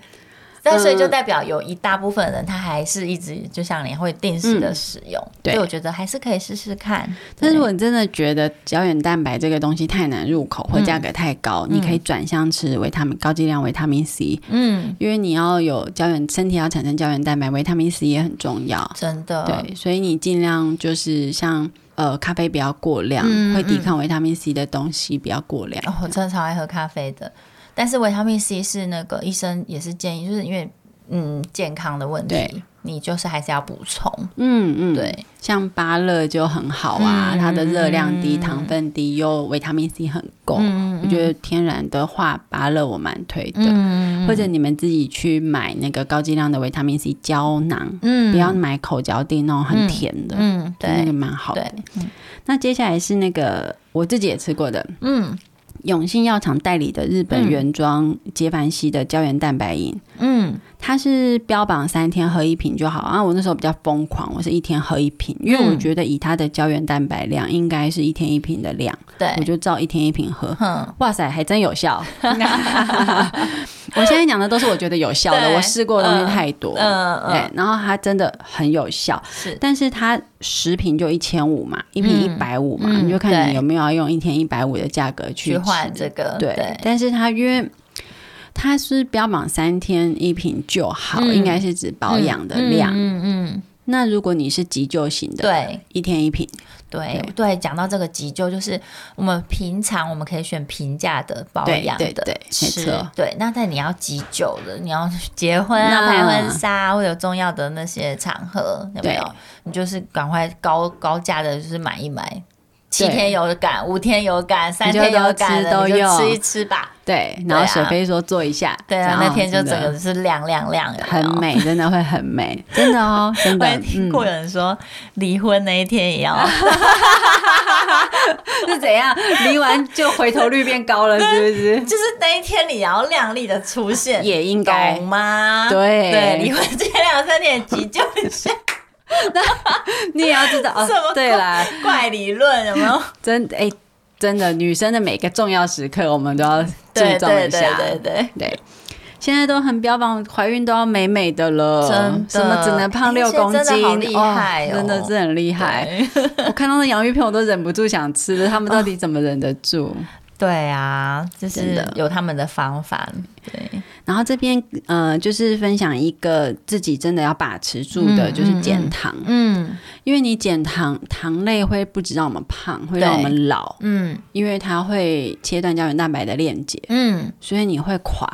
[SPEAKER 2] 但所以就代表有一大部分人他还是一直就像你会定时的使用。
[SPEAKER 1] 嗯对
[SPEAKER 2] 所以我觉得还是可以试试看。
[SPEAKER 1] 但是
[SPEAKER 2] 对
[SPEAKER 1] 我真的觉得胶原蛋白这个东西太难入口或价格太高，你可以转向吃维他命高剂量维他命 C，
[SPEAKER 2] 嗯，
[SPEAKER 1] 因为你要有胶原，身体要产生胶原蛋白，维他命 C 也很重要。
[SPEAKER 2] 真的
[SPEAKER 1] 对，所以你尽量就是像呃咖啡不要过量，
[SPEAKER 2] 嗯
[SPEAKER 1] 会抵抗维他命 C 的东西不要过量。
[SPEAKER 2] 哦，我真的超爱喝咖啡的。但是维他命 C 是那个医生也是建议，就是因为嗯健康的问
[SPEAKER 1] 对
[SPEAKER 2] 题，你就是还是要补充。
[SPEAKER 1] 嗯嗯，，
[SPEAKER 2] 对，
[SPEAKER 1] 像芭乐就很好啊，
[SPEAKER 2] 嗯
[SPEAKER 1] 它的热量低、糖分低，又维他命 C 很够。
[SPEAKER 2] 嗯
[SPEAKER 1] 我觉得天然的话，芭乐我蛮推的，
[SPEAKER 2] 嗯
[SPEAKER 1] 或者你们自己去买那个高剂量的维他命 C 胶囊，
[SPEAKER 2] 嗯
[SPEAKER 1] 不要买口嚼定那种很甜的，
[SPEAKER 2] 嗯
[SPEAKER 1] 对那个
[SPEAKER 2] 对
[SPEAKER 1] 蛮好的
[SPEAKER 2] 对。
[SPEAKER 1] 那接下来是那个我自己也吃过的，嗯，永信药厂代理的日本原装洁凡烯的胶原蛋白饮，
[SPEAKER 2] 嗯
[SPEAKER 1] 它是标榜三天喝一瓶就好啊。我那时候比较疯狂，我是一天喝一瓶，因为我觉得以它的胶原蛋白量，应该是一天一瓶的量，我
[SPEAKER 2] 对，
[SPEAKER 1] 就照一天一瓶
[SPEAKER 2] (laughs)
[SPEAKER 1] 喝。
[SPEAKER 2] 哼
[SPEAKER 1] 哇塞，还真有
[SPEAKER 2] (laughs)
[SPEAKER 1] 效！我现在讲的都是我觉得有效的，
[SPEAKER 2] 对
[SPEAKER 1] 我试过的东西太多。
[SPEAKER 2] 嗯嗯
[SPEAKER 1] 对，然后它真的很有效，
[SPEAKER 2] 是
[SPEAKER 1] 但是它十瓶就一千五嘛，一瓶一百五嘛，
[SPEAKER 2] 嗯
[SPEAKER 1] 你就看你
[SPEAKER 2] 对
[SPEAKER 1] 有没有要用一天一百五的价格去
[SPEAKER 2] 去换
[SPEAKER 1] 吃
[SPEAKER 2] 这个
[SPEAKER 1] 对，但是它因为它是标榜三天一瓶就好，
[SPEAKER 2] 嗯
[SPEAKER 1] 应该是指保养的量。
[SPEAKER 2] 嗯嗯嗯
[SPEAKER 1] 那如果你是急救型的，
[SPEAKER 2] 对。
[SPEAKER 1] 一天一瓶，
[SPEAKER 2] 对
[SPEAKER 1] 对
[SPEAKER 2] 对，讲到这个急救，就是我们平常我们可以选平价的保
[SPEAKER 1] 对
[SPEAKER 2] 养
[SPEAKER 1] 对
[SPEAKER 2] 的
[SPEAKER 1] 对没
[SPEAKER 2] 吃
[SPEAKER 1] 错，
[SPEAKER 2] 对。那但你要急救的，你要结婚啊、
[SPEAKER 1] 那
[SPEAKER 2] 拍婚纱啊或者有重要的那些场合，有没
[SPEAKER 1] 对
[SPEAKER 2] 有？你就是赶快高高价的，就是买一买。七
[SPEAKER 1] 对
[SPEAKER 2] 天有感，五天有感，三
[SPEAKER 1] 你就
[SPEAKER 2] 天
[SPEAKER 1] 都
[SPEAKER 2] 有感
[SPEAKER 1] 吃
[SPEAKER 2] 的，
[SPEAKER 1] 都
[SPEAKER 2] 你就
[SPEAKER 1] 用
[SPEAKER 2] 吃一吃吧。
[SPEAKER 1] 对。然后水飞说做一下，
[SPEAKER 2] 啊对啊
[SPEAKER 1] 然，后
[SPEAKER 2] 那天就
[SPEAKER 1] 真
[SPEAKER 2] 整
[SPEAKER 1] 的
[SPEAKER 2] 个是亮亮亮，有没有
[SPEAKER 1] 很。美，真的会很美，真的哦，真
[SPEAKER 2] (laughs) 我
[SPEAKER 1] 的
[SPEAKER 2] 也。听
[SPEAKER 1] 嗯
[SPEAKER 2] 过有人说，离婚那一天 (laughs) 也要
[SPEAKER 1] 是怎样？离完就回头率变高了，是不
[SPEAKER 2] (laughs)
[SPEAKER 1] 是？
[SPEAKER 2] 就是那一天你要亮丽的出现，
[SPEAKER 1] 也应该
[SPEAKER 2] 懂吗？
[SPEAKER 1] 对
[SPEAKER 2] 对，离婚前两三点急救一下，
[SPEAKER 1] 你也要知道哦
[SPEAKER 2] 什么。
[SPEAKER 1] 对啦，
[SPEAKER 2] 怪理论有没有？
[SPEAKER 1] 真哎、真的，女生的每个重要时刻，我们都要 (laughs) 注
[SPEAKER 2] 对
[SPEAKER 1] 重
[SPEAKER 2] 对
[SPEAKER 1] 一下。
[SPEAKER 2] 对对对。
[SPEAKER 1] 对，现在都很标榜怀孕都要美美的了，
[SPEAKER 2] 真的
[SPEAKER 1] 什么只能胖六公斤，
[SPEAKER 2] 哎现在真的好厉害哦
[SPEAKER 1] 真的是很厉害。
[SPEAKER 2] 对
[SPEAKER 1] 我看到那洋芋片，我都忍不住想吃了，他们到底
[SPEAKER 2] (laughs)
[SPEAKER 1] 怎么忍得住？
[SPEAKER 2] 对啊，就
[SPEAKER 1] 真
[SPEAKER 2] 是
[SPEAKER 1] 的
[SPEAKER 2] 有他们的方法。对，
[SPEAKER 1] 然后这边呃，就是分享一个自己真的要把持住的，
[SPEAKER 2] 嗯
[SPEAKER 1] 就是减
[SPEAKER 2] 嗯
[SPEAKER 1] 糖，
[SPEAKER 2] 嗯
[SPEAKER 1] 因为你减糖，糖类会不止让我们胖，会
[SPEAKER 2] 对
[SPEAKER 1] 让我们老，
[SPEAKER 2] 嗯
[SPEAKER 1] 因为它会切断胶原蛋白的链接，
[SPEAKER 2] 嗯
[SPEAKER 1] 所以你会垮，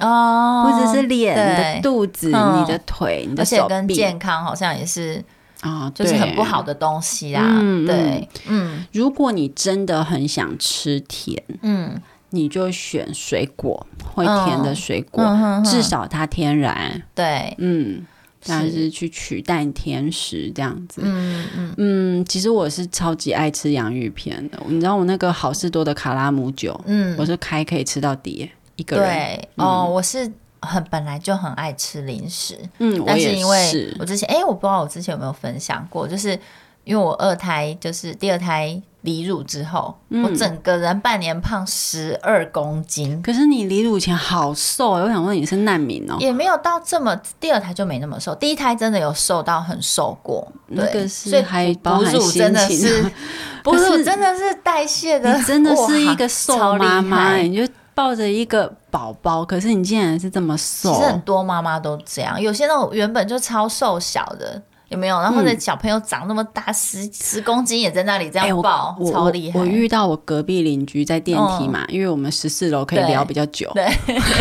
[SPEAKER 2] 哦，
[SPEAKER 1] 不只是脸、
[SPEAKER 2] 对
[SPEAKER 1] 你的肚子、
[SPEAKER 2] 嗯
[SPEAKER 1] 你的腿、你
[SPEAKER 2] 而
[SPEAKER 1] 的
[SPEAKER 2] 且
[SPEAKER 1] 手
[SPEAKER 2] 跟
[SPEAKER 1] 臂
[SPEAKER 2] 健康好像也是，
[SPEAKER 1] 啊，
[SPEAKER 2] 就是很
[SPEAKER 1] 对
[SPEAKER 2] 不好。的东西啊。
[SPEAKER 1] 嗯
[SPEAKER 2] 对，嗯
[SPEAKER 1] 如果你真的很想吃甜，
[SPEAKER 2] 嗯，
[SPEAKER 1] 你就选水果，会甜的水果，
[SPEAKER 2] 嗯哼哼
[SPEAKER 1] 至少它天然，
[SPEAKER 2] 对，
[SPEAKER 1] 嗯，
[SPEAKER 2] 是
[SPEAKER 1] 但是去取代甜食这样子。
[SPEAKER 2] 嗯嗯，
[SPEAKER 1] 嗯，其实我是超级爱吃洋芋片的，你知道我那个好事多的卡拉姆酒，
[SPEAKER 2] 嗯
[SPEAKER 1] 我是开可以吃到底耶，一个人。
[SPEAKER 2] 对，哦，我是很本来就很爱吃零食，
[SPEAKER 1] 嗯，我
[SPEAKER 2] 但
[SPEAKER 1] 也
[SPEAKER 2] 因为
[SPEAKER 1] 是
[SPEAKER 2] 我之前，哎、我不知道我之前有没有分享过，就是因为我二胎就是第二胎离乳之后，
[SPEAKER 1] 嗯
[SPEAKER 2] 我整个人半年胖十二公斤，
[SPEAKER 1] 可是你离乳前好瘦哎、我想问你是难民哦、
[SPEAKER 2] 也没有到这么，第二胎就没那么瘦，第一胎真的有瘦到很瘦过，
[SPEAKER 1] 那
[SPEAKER 2] 对
[SPEAKER 1] 个是
[SPEAKER 2] 所以
[SPEAKER 1] 还
[SPEAKER 2] 哺
[SPEAKER 1] 包
[SPEAKER 2] 哺
[SPEAKER 1] 含
[SPEAKER 2] 乳
[SPEAKER 1] 心
[SPEAKER 2] 真的
[SPEAKER 1] 情
[SPEAKER 2] 是
[SPEAKER 1] 啊
[SPEAKER 2] (laughs) 哺
[SPEAKER 1] 可
[SPEAKER 2] 乳
[SPEAKER 1] 是
[SPEAKER 2] 真的是代谢的，
[SPEAKER 1] 你真的是一个
[SPEAKER 2] 哇
[SPEAKER 1] 瘦妈妈、
[SPEAKER 2] 超厉害
[SPEAKER 1] 欸，你就抱着一个宝宝，可是你竟然是这么
[SPEAKER 2] 其实很
[SPEAKER 1] 瘦，
[SPEAKER 2] 多妈妈都这样，有些那种原本就超瘦小的，有没有？然
[SPEAKER 1] 嗯
[SPEAKER 2] 后或者小朋友长那么大，十十公斤也在那里这
[SPEAKER 1] 哎
[SPEAKER 2] 样
[SPEAKER 1] 我
[SPEAKER 2] 抱，
[SPEAKER 1] 我
[SPEAKER 2] 超
[SPEAKER 1] 我
[SPEAKER 2] 厉害。嗯
[SPEAKER 1] 我遇到我隔壁邻居在电梯嘛，因为我们十四楼可以
[SPEAKER 2] 对
[SPEAKER 1] 聊比较久，
[SPEAKER 2] 对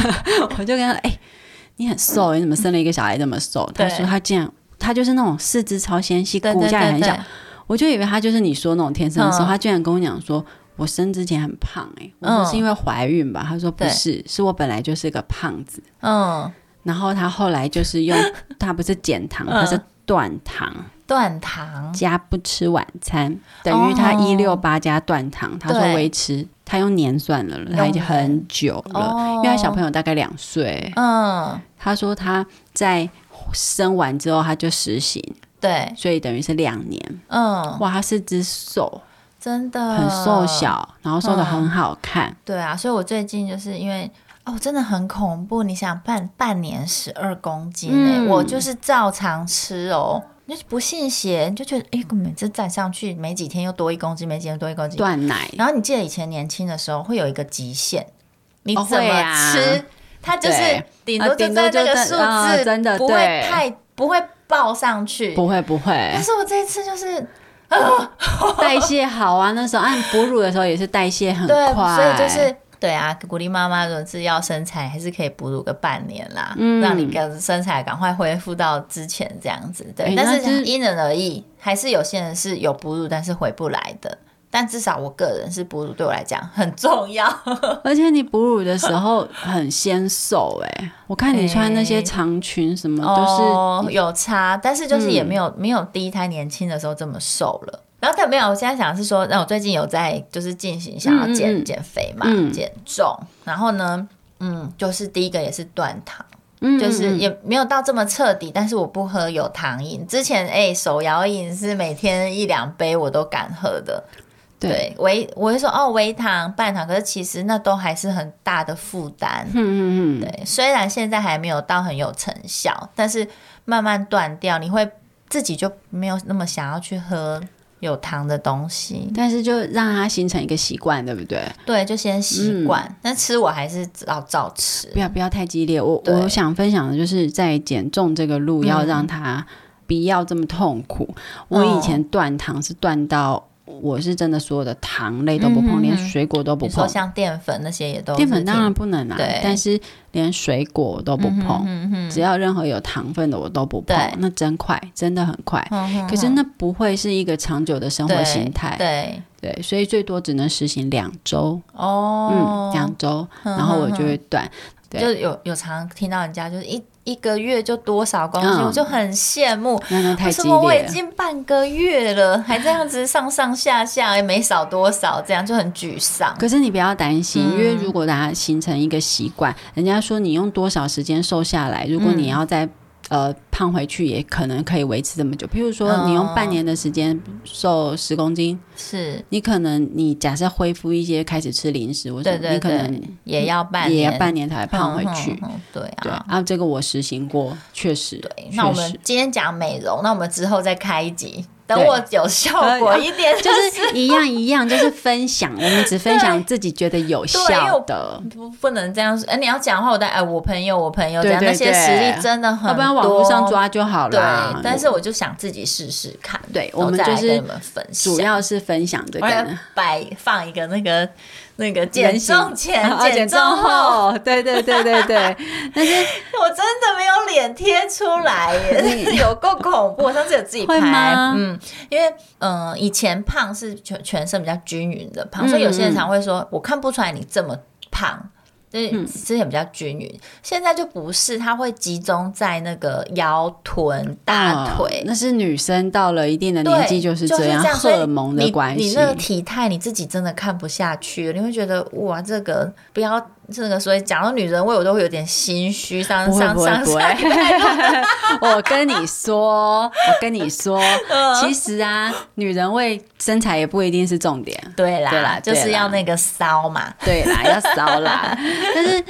[SPEAKER 1] (laughs) 我就跟他说：“哎、你很瘦欸，你怎么生了一个小孩这么瘦？”他
[SPEAKER 2] 对
[SPEAKER 1] 说：“他竟然，他就是那种四肢超纤细，
[SPEAKER 2] 对
[SPEAKER 1] 骨
[SPEAKER 2] 对
[SPEAKER 1] 架也
[SPEAKER 2] 对
[SPEAKER 1] 很小
[SPEAKER 2] 对。”
[SPEAKER 1] 我就以为他就是你说那种天生的瘦，
[SPEAKER 2] 嗯
[SPEAKER 1] 他居然跟我讲说。我生之前很胖哎、我说
[SPEAKER 2] 嗯
[SPEAKER 1] 是因为怀孕吧？他说不
[SPEAKER 2] 对
[SPEAKER 1] 是，是我本来就是个胖子，
[SPEAKER 2] 嗯，
[SPEAKER 1] 然后他后来就是
[SPEAKER 2] (laughs)
[SPEAKER 1] 用，他不是减糖，
[SPEAKER 2] 嗯
[SPEAKER 1] 他是断糖
[SPEAKER 2] 断糖，
[SPEAKER 1] 加不吃晚餐，等于他
[SPEAKER 2] 哦
[SPEAKER 1] 一六八加断糖，他说
[SPEAKER 2] 对
[SPEAKER 1] 维持，他用年算了，他已经很久了，
[SPEAKER 2] 哦
[SPEAKER 1] 因为他小朋友大概两岁，
[SPEAKER 2] 嗯，
[SPEAKER 1] 他说他在生完之后他就实行，
[SPEAKER 2] 对，
[SPEAKER 1] 所以等于是两年，
[SPEAKER 2] 嗯，
[SPEAKER 1] 哇，他是只瘦，
[SPEAKER 2] 真的
[SPEAKER 1] 很瘦，小，然后瘦的
[SPEAKER 2] 嗯
[SPEAKER 1] 很好看，
[SPEAKER 2] 对啊，所以我最近就是因为。哦，真的很恐怖！你想半半年十二公斤哎、
[SPEAKER 1] 嗯
[SPEAKER 2] 我就是照常吃哦，你就是不信邪，你就觉得哎，每次站上去没几天又多一公斤，没几天多一公斤，
[SPEAKER 1] 断奶，
[SPEAKER 2] 然后你记得以前年轻的时候会有一个极限，你
[SPEAKER 1] 哦
[SPEAKER 2] 怎
[SPEAKER 1] 会
[SPEAKER 2] 么
[SPEAKER 1] 啊
[SPEAKER 2] 吃，它就是
[SPEAKER 1] 对
[SPEAKER 2] 顶多
[SPEAKER 1] 啊
[SPEAKER 2] 就
[SPEAKER 1] 顶多
[SPEAKER 2] 在那
[SPEAKER 1] 就
[SPEAKER 2] 个
[SPEAKER 1] 在
[SPEAKER 2] 数字，
[SPEAKER 1] 啊真的
[SPEAKER 2] 不会
[SPEAKER 1] 对
[SPEAKER 2] 太不会爆上去。
[SPEAKER 1] 不会不会
[SPEAKER 2] 但， (laughs) 是我这一次就是
[SPEAKER 1] 代谢好啊，那时候按哺乳的时候也是代谢很
[SPEAKER 2] 对，
[SPEAKER 1] 快，
[SPEAKER 2] 所以就是。对啊，鼓励妈妈，如果是要身材，还是可以哺乳个半年啦，
[SPEAKER 1] 嗯
[SPEAKER 2] 让你跟身材赶快恢复到之前这样子。对，
[SPEAKER 1] 哎
[SPEAKER 2] 但
[SPEAKER 1] 那就是
[SPEAKER 2] 是因人而异，还是有些人是有哺乳，但是回不来的。但至少我个人是哺乳对我来讲很重要。
[SPEAKER 1] 而且你哺乳的时候很纤瘦哎、我看你穿那些长裙什么都
[SPEAKER 2] 哦、有差，但是就是也没有、
[SPEAKER 1] 嗯
[SPEAKER 2] 没有第一胎年轻的时候这么瘦了。然后但没有，我现在想的是说，那我最近有在就是进行想要减、
[SPEAKER 1] 嗯嗯嗯
[SPEAKER 2] 减肥嘛，
[SPEAKER 1] 嗯
[SPEAKER 2] 减重。然后呢，嗯，就是第一个也是断糖，
[SPEAKER 1] 是，
[SPEAKER 2] 就是
[SPEAKER 1] 嗯
[SPEAKER 2] 也没有到这么彻底，但是我不喝有糖饮。之前哎、手摇饮是每天一两杯我都敢喝的。
[SPEAKER 1] 对
[SPEAKER 2] 对，微我会说哦，微糖、半糖，可是其实那都还是很大的负担。
[SPEAKER 1] 嗯嗯嗯，
[SPEAKER 2] 对，虽然现在还没有到很有成效，但是慢慢断掉，你会自己就没有那么想要去喝有糖的东西。
[SPEAKER 1] 但是就让它形成一个习惯，对不对？
[SPEAKER 2] 对，就先
[SPEAKER 1] 嗯
[SPEAKER 2] 习惯。但吃我还是照照吃
[SPEAKER 1] 不。要不要太激烈。我
[SPEAKER 2] 嗯对嗯
[SPEAKER 1] 我想分享的就是在减重这个路，要让它不要这么痛苦。我
[SPEAKER 2] 嗯
[SPEAKER 1] 以前断糖是断到。我是真的所有的糖类都不碰，
[SPEAKER 2] 嗯嗯嗯
[SPEAKER 1] 连水果都不
[SPEAKER 2] 比如说
[SPEAKER 1] 碰。
[SPEAKER 2] 像淀粉那些也都是嗯
[SPEAKER 1] 淀粉
[SPEAKER 2] 挺
[SPEAKER 1] 当然不能啊
[SPEAKER 2] 对，
[SPEAKER 1] 但是连水果我都不碰，
[SPEAKER 2] 嗯
[SPEAKER 1] 只要任何有糖分的我都不碰
[SPEAKER 2] 对。
[SPEAKER 1] 那真快，真的很快。可是那不会是一个长久的生活
[SPEAKER 2] 对
[SPEAKER 1] 形态，
[SPEAKER 2] 对
[SPEAKER 1] 对所以最多只能实行两周，
[SPEAKER 2] 哦
[SPEAKER 1] 嗯，，两周，然后我就会断。对
[SPEAKER 2] 就有有常听到人家就是一一个月就多少公斤，
[SPEAKER 1] 嗯
[SPEAKER 2] 我就很羡慕。
[SPEAKER 1] 那那
[SPEAKER 2] 为
[SPEAKER 1] 太激
[SPEAKER 2] 什么我
[SPEAKER 1] 烈
[SPEAKER 2] 已
[SPEAKER 1] 了，
[SPEAKER 2] 经半个月了，还这样子上上下下，也没少多少，这样就很沮丧。
[SPEAKER 1] 可是你不要担心，因
[SPEAKER 2] 嗯
[SPEAKER 1] 为如果大家形成一个习惯，人家说你用多少时间瘦下来，如
[SPEAKER 2] 嗯
[SPEAKER 1] 果你要再、呃，胖回去也可能可以维持这么久。譬如说，
[SPEAKER 2] 嗯
[SPEAKER 1] 你用半年的时间瘦十公斤，
[SPEAKER 2] 是，
[SPEAKER 1] 你可能你假设恢复一些，开始吃零食，或者
[SPEAKER 2] 对
[SPEAKER 1] 什么你
[SPEAKER 2] 对
[SPEAKER 1] 可
[SPEAKER 2] 对
[SPEAKER 1] 能，
[SPEAKER 2] 也要半
[SPEAKER 1] 也
[SPEAKER 2] 年，
[SPEAKER 1] 要半年才会胖回去。
[SPEAKER 2] 嗯嗯嗯对
[SPEAKER 1] 对
[SPEAKER 2] 啊。
[SPEAKER 1] 啊，这个我实行过，确实。
[SPEAKER 2] 对，
[SPEAKER 1] 确
[SPEAKER 2] 那我们
[SPEAKER 1] 实
[SPEAKER 2] 今天讲美容，那我们之后再开一集等我有效果一点，
[SPEAKER 1] 啊就是一样一样，就是分享。我们只分享自己觉得有效的，
[SPEAKER 2] (laughs) 不不能这样说。哎，你要讲的话，我带哎，我朋友，我朋友，这
[SPEAKER 1] 对
[SPEAKER 2] 样
[SPEAKER 1] 对
[SPEAKER 2] 那些
[SPEAKER 1] 对
[SPEAKER 2] 实力真的很多，
[SPEAKER 1] 要不然网络上抓就好
[SPEAKER 2] 对
[SPEAKER 1] 了。，
[SPEAKER 2] 但是我就想自己试试看。
[SPEAKER 1] 对
[SPEAKER 2] 然后
[SPEAKER 1] 我们
[SPEAKER 2] 再来
[SPEAKER 1] 就是
[SPEAKER 2] 跟你们分享，
[SPEAKER 1] 主要嗯是分享这
[SPEAKER 2] 我要
[SPEAKER 1] 个。
[SPEAKER 2] 摆放一个那个那个哎减
[SPEAKER 1] (laughs)
[SPEAKER 2] 重前、
[SPEAKER 1] 然后啊减
[SPEAKER 2] 重
[SPEAKER 1] 重
[SPEAKER 2] 后，
[SPEAKER 1] 后，对对对对
[SPEAKER 2] (laughs)
[SPEAKER 1] 对，但是
[SPEAKER 2] 我真的没有脸贴出
[SPEAKER 1] (laughs)
[SPEAKER 2] 来耶，有够恐怖。我上次有自己
[SPEAKER 1] 会
[SPEAKER 2] 拍
[SPEAKER 1] 吗，
[SPEAKER 2] 嗯，因为嗯、呃以前胖是全全身比较均匀的胖，
[SPEAKER 1] 嗯
[SPEAKER 2] 所以有些人常会说，我看不出来你这么胖。
[SPEAKER 1] 嗯
[SPEAKER 2] 就是之前比较均匀，现在就不是，它会集中在那个腰、臀、大
[SPEAKER 1] 嗯
[SPEAKER 2] 啊腿，
[SPEAKER 1] 那是女生到了一定的啊年纪
[SPEAKER 2] 对就是
[SPEAKER 1] 这样，荷
[SPEAKER 2] 所以
[SPEAKER 1] 尔蒙的
[SPEAKER 2] 你
[SPEAKER 1] 关
[SPEAKER 2] 你
[SPEAKER 1] 系
[SPEAKER 2] 那。个体态你自己真的看不下去，你会觉得哇，这个不要这个，所以讲到女人味，我都会有点心虚。上
[SPEAKER 1] 不会
[SPEAKER 2] 上
[SPEAKER 1] 不会
[SPEAKER 2] 上
[SPEAKER 1] 不会
[SPEAKER 2] 上礼拜录
[SPEAKER 1] (laughs)
[SPEAKER 2] 的
[SPEAKER 1] 我跟你说，我跟你
[SPEAKER 2] (laughs)
[SPEAKER 1] 说，
[SPEAKER 2] 嗯
[SPEAKER 1] 其实啊，女人为身材也不一定是重点。
[SPEAKER 2] 对啦，
[SPEAKER 1] 对啦
[SPEAKER 2] 就
[SPEAKER 1] 对
[SPEAKER 2] 是
[SPEAKER 1] 啦
[SPEAKER 2] 要那个骚嘛。
[SPEAKER 1] 对啦，要骚
[SPEAKER 2] (laughs)
[SPEAKER 1] 啦，但是。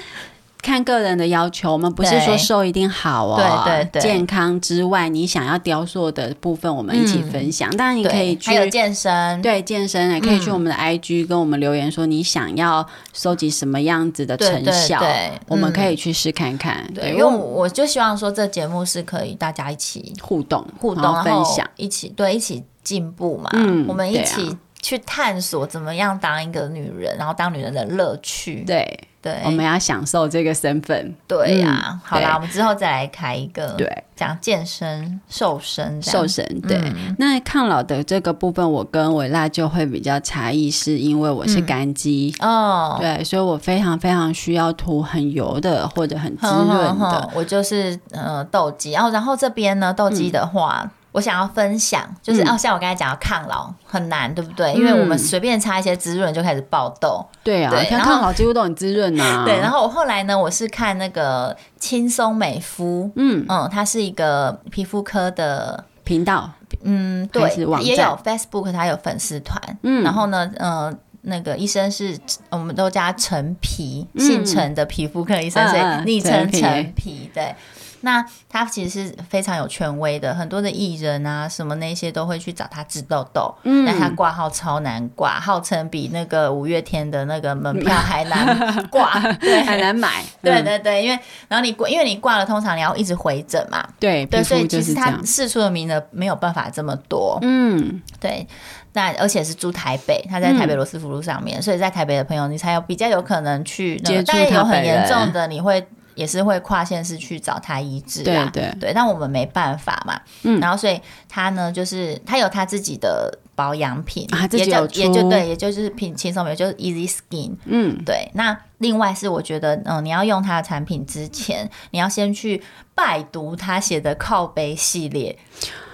[SPEAKER 1] 看个人的要求，我们不是说
[SPEAKER 2] 对
[SPEAKER 1] 瘦一定好哦，
[SPEAKER 2] 对对对
[SPEAKER 1] 健康之外，你想要雕塑的部分，我们一起分享。当然，你可以
[SPEAKER 2] 嗯对还有
[SPEAKER 1] 去
[SPEAKER 2] 健嗯身，
[SPEAKER 1] 对健身，也可以去我们的 IG 跟我们留言说你想要收集什么样子的
[SPEAKER 2] 对
[SPEAKER 1] 成
[SPEAKER 2] 对
[SPEAKER 1] 效
[SPEAKER 2] 对，
[SPEAKER 1] 我们
[SPEAKER 2] 嗯
[SPEAKER 1] 可以去试看看。
[SPEAKER 2] 对，
[SPEAKER 1] 因
[SPEAKER 2] 因为
[SPEAKER 1] 为我
[SPEAKER 2] 我
[SPEAKER 1] 们
[SPEAKER 2] 我就希望说这节目是可以大家一起
[SPEAKER 1] 互动
[SPEAKER 2] 互动，
[SPEAKER 1] 然后
[SPEAKER 2] 然
[SPEAKER 1] 分
[SPEAKER 2] 后
[SPEAKER 1] 享，
[SPEAKER 2] 一起对一起进步嘛。
[SPEAKER 1] 嗯
[SPEAKER 2] 我们
[SPEAKER 1] 对
[SPEAKER 2] 一
[SPEAKER 1] 啊
[SPEAKER 2] 起去探索怎么样当一个女人，然后当女人的乐趣。
[SPEAKER 1] 对，
[SPEAKER 2] 对，
[SPEAKER 1] 我们要享受这个身份，
[SPEAKER 2] 对呀、
[SPEAKER 1] 嗯
[SPEAKER 2] 好
[SPEAKER 1] 对
[SPEAKER 2] 啦，我们之后再来开一个，
[SPEAKER 1] 对，
[SPEAKER 2] 讲健身、瘦身这样
[SPEAKER 1] 瘦。
[SPEAKER 2] 嗯
[SPEAKER 1] 身，对。那抗老的这个部分，我跟维拉就会比较差异，是因为我是干肌，
[SPEAKER 2] 嗯哦，
[SPEAKER 1] 对，所以我非常非常需要涂很油的或者很滋
[SPEAKER 2] 哼
[SPEAKER 1] 润的。
[SPEAKER 2] 哼哼我就是呃痘肌，然后然后这边呢痘肌的话。我想要分享，就是、
[SPEAKER 1] 嗯
[SPEAKER 2] 哦，像我刚才讲的抗老很难，对不对？因为我们
[SPEAKER 1] 嗯
[SPEAKER 2] 随便擦一些滋润就开始爆痘。
[SPEAKER 1] 对啊，
[SPEAKER 2] 对
[SPEAKER 1] 像
[SPEAKER 2] 然后
[SPEAKER 1] 抗老几乎都很滋润呐、啊。
[SPEAKER 2] (laughs) 对，然
[SPEAKER 1] 后
[SPEAKER 2] 后我后来呢，我是看那个轻松美肤，
[SPEAKER 1] 嗯，
[SPEAKER 2] 嗯，它是一个皮肤科的
[SPEAKER 1] 频道，
[SPEAKER 2] 嗯，对
[SPEAKER 1] 还是，网
[SPEAKER 2] 也
[SPEAKER 1] 站
[SPEAKER 2] 有 Facebook，它有粉丝团。
[SPEAKER 1] 嗯
[SPEAKER 2] 然后呢，呃，那个医生是我们都叫他陈皮，
[SPEAKER 1] 嗯
[SPEAKER 2] 姓陈的皮肤科医生，所
[SPEAKER 1] 嗯嗯
[SPEAKER 2] 以昵
[SPEAKER 1] 陈
[SPEAKER 2] 称
[SPEAKER 1] 皮
[SPEAKER 2] 陈皮。对，那他其实是非常有权威的，很多的艺人啊，什么那些都会去找他治痘痘。
[SPEAKER 1] 嗯
[SPEAKER 2] 但他挂号超难挂，号称比那个五月天的那个门票还难
[SPEAKER 1] (laughs)
[SPEAKER 2] 挂。对。
[SPEAKER 1] 很难买。
[SPEAKER 2] (laughs) 对
[SPEAKER 1] 嗯
[SPEAKER 2] 对对，因为然后你挂，因为你挂了，通常你要一直回诊嘛，
[SPEAKER 1] 对，
[SPEAKER 2] 对，
[SPEAKER 1] 皮
[SPEAKER 2] 所
[SPEAKER 1] 肤
[SPEAKER 2] 以
[SPEAKER 1] 就
[SPEAKER 2] 其
[SPEAKER 1] 是
[SPEAKER 2] 实
[SPEAKER 1] 这
[SPEAKER 2] 他
[SPEAKER 1] 样。
[SPEAKER 2] 试出的名额没有办法这么多，
[SPEAKER 1] 嗯，
[SPEAKER 2] 对，那而且是住台北，他在台北罗斯福路上面，所以在台北的朋友，你才有比较有可能去、那
[SPEAKER 1] 接
[SPEAKER 2] 个，
[SPEAKER 1] 触
[SPEAKER 2] 但也
[SPEAKER 1] 他
[SPEAKER 2] 有很
[SPEAKER 1] 本
[SPEAKER 2] 严
[SPEAKER 1] 人
[SPEAKER 2] 重的，你会也是会跨县市去找他医治
[SPEAKER 1] 对
[SPEAKER 2] 啊，
[SPEAKER 1] 对，
[SPEAKER 2] 对，但我们没办法嘛，
[SPEAKER 1] 嗯
[SPEAKER 2] 然后所以他呢，就是他有他自己的保养品，
[SPEAKER 1] 啊他自己
[SPEAKER 2] 也就
[SPEAKER 1] 有
[SPEAKER 2] 也
[SPEAKER 1] 出
[SPEAKER 2] 就对，也就是品轻松美，就是 Easy Skin，
[SPEAKER 1] 嗯，
[SPEAKER 2] 对，那另外是我觉得，嗯、你要用它的产品之前，你要先去拜读他写的靠背系列，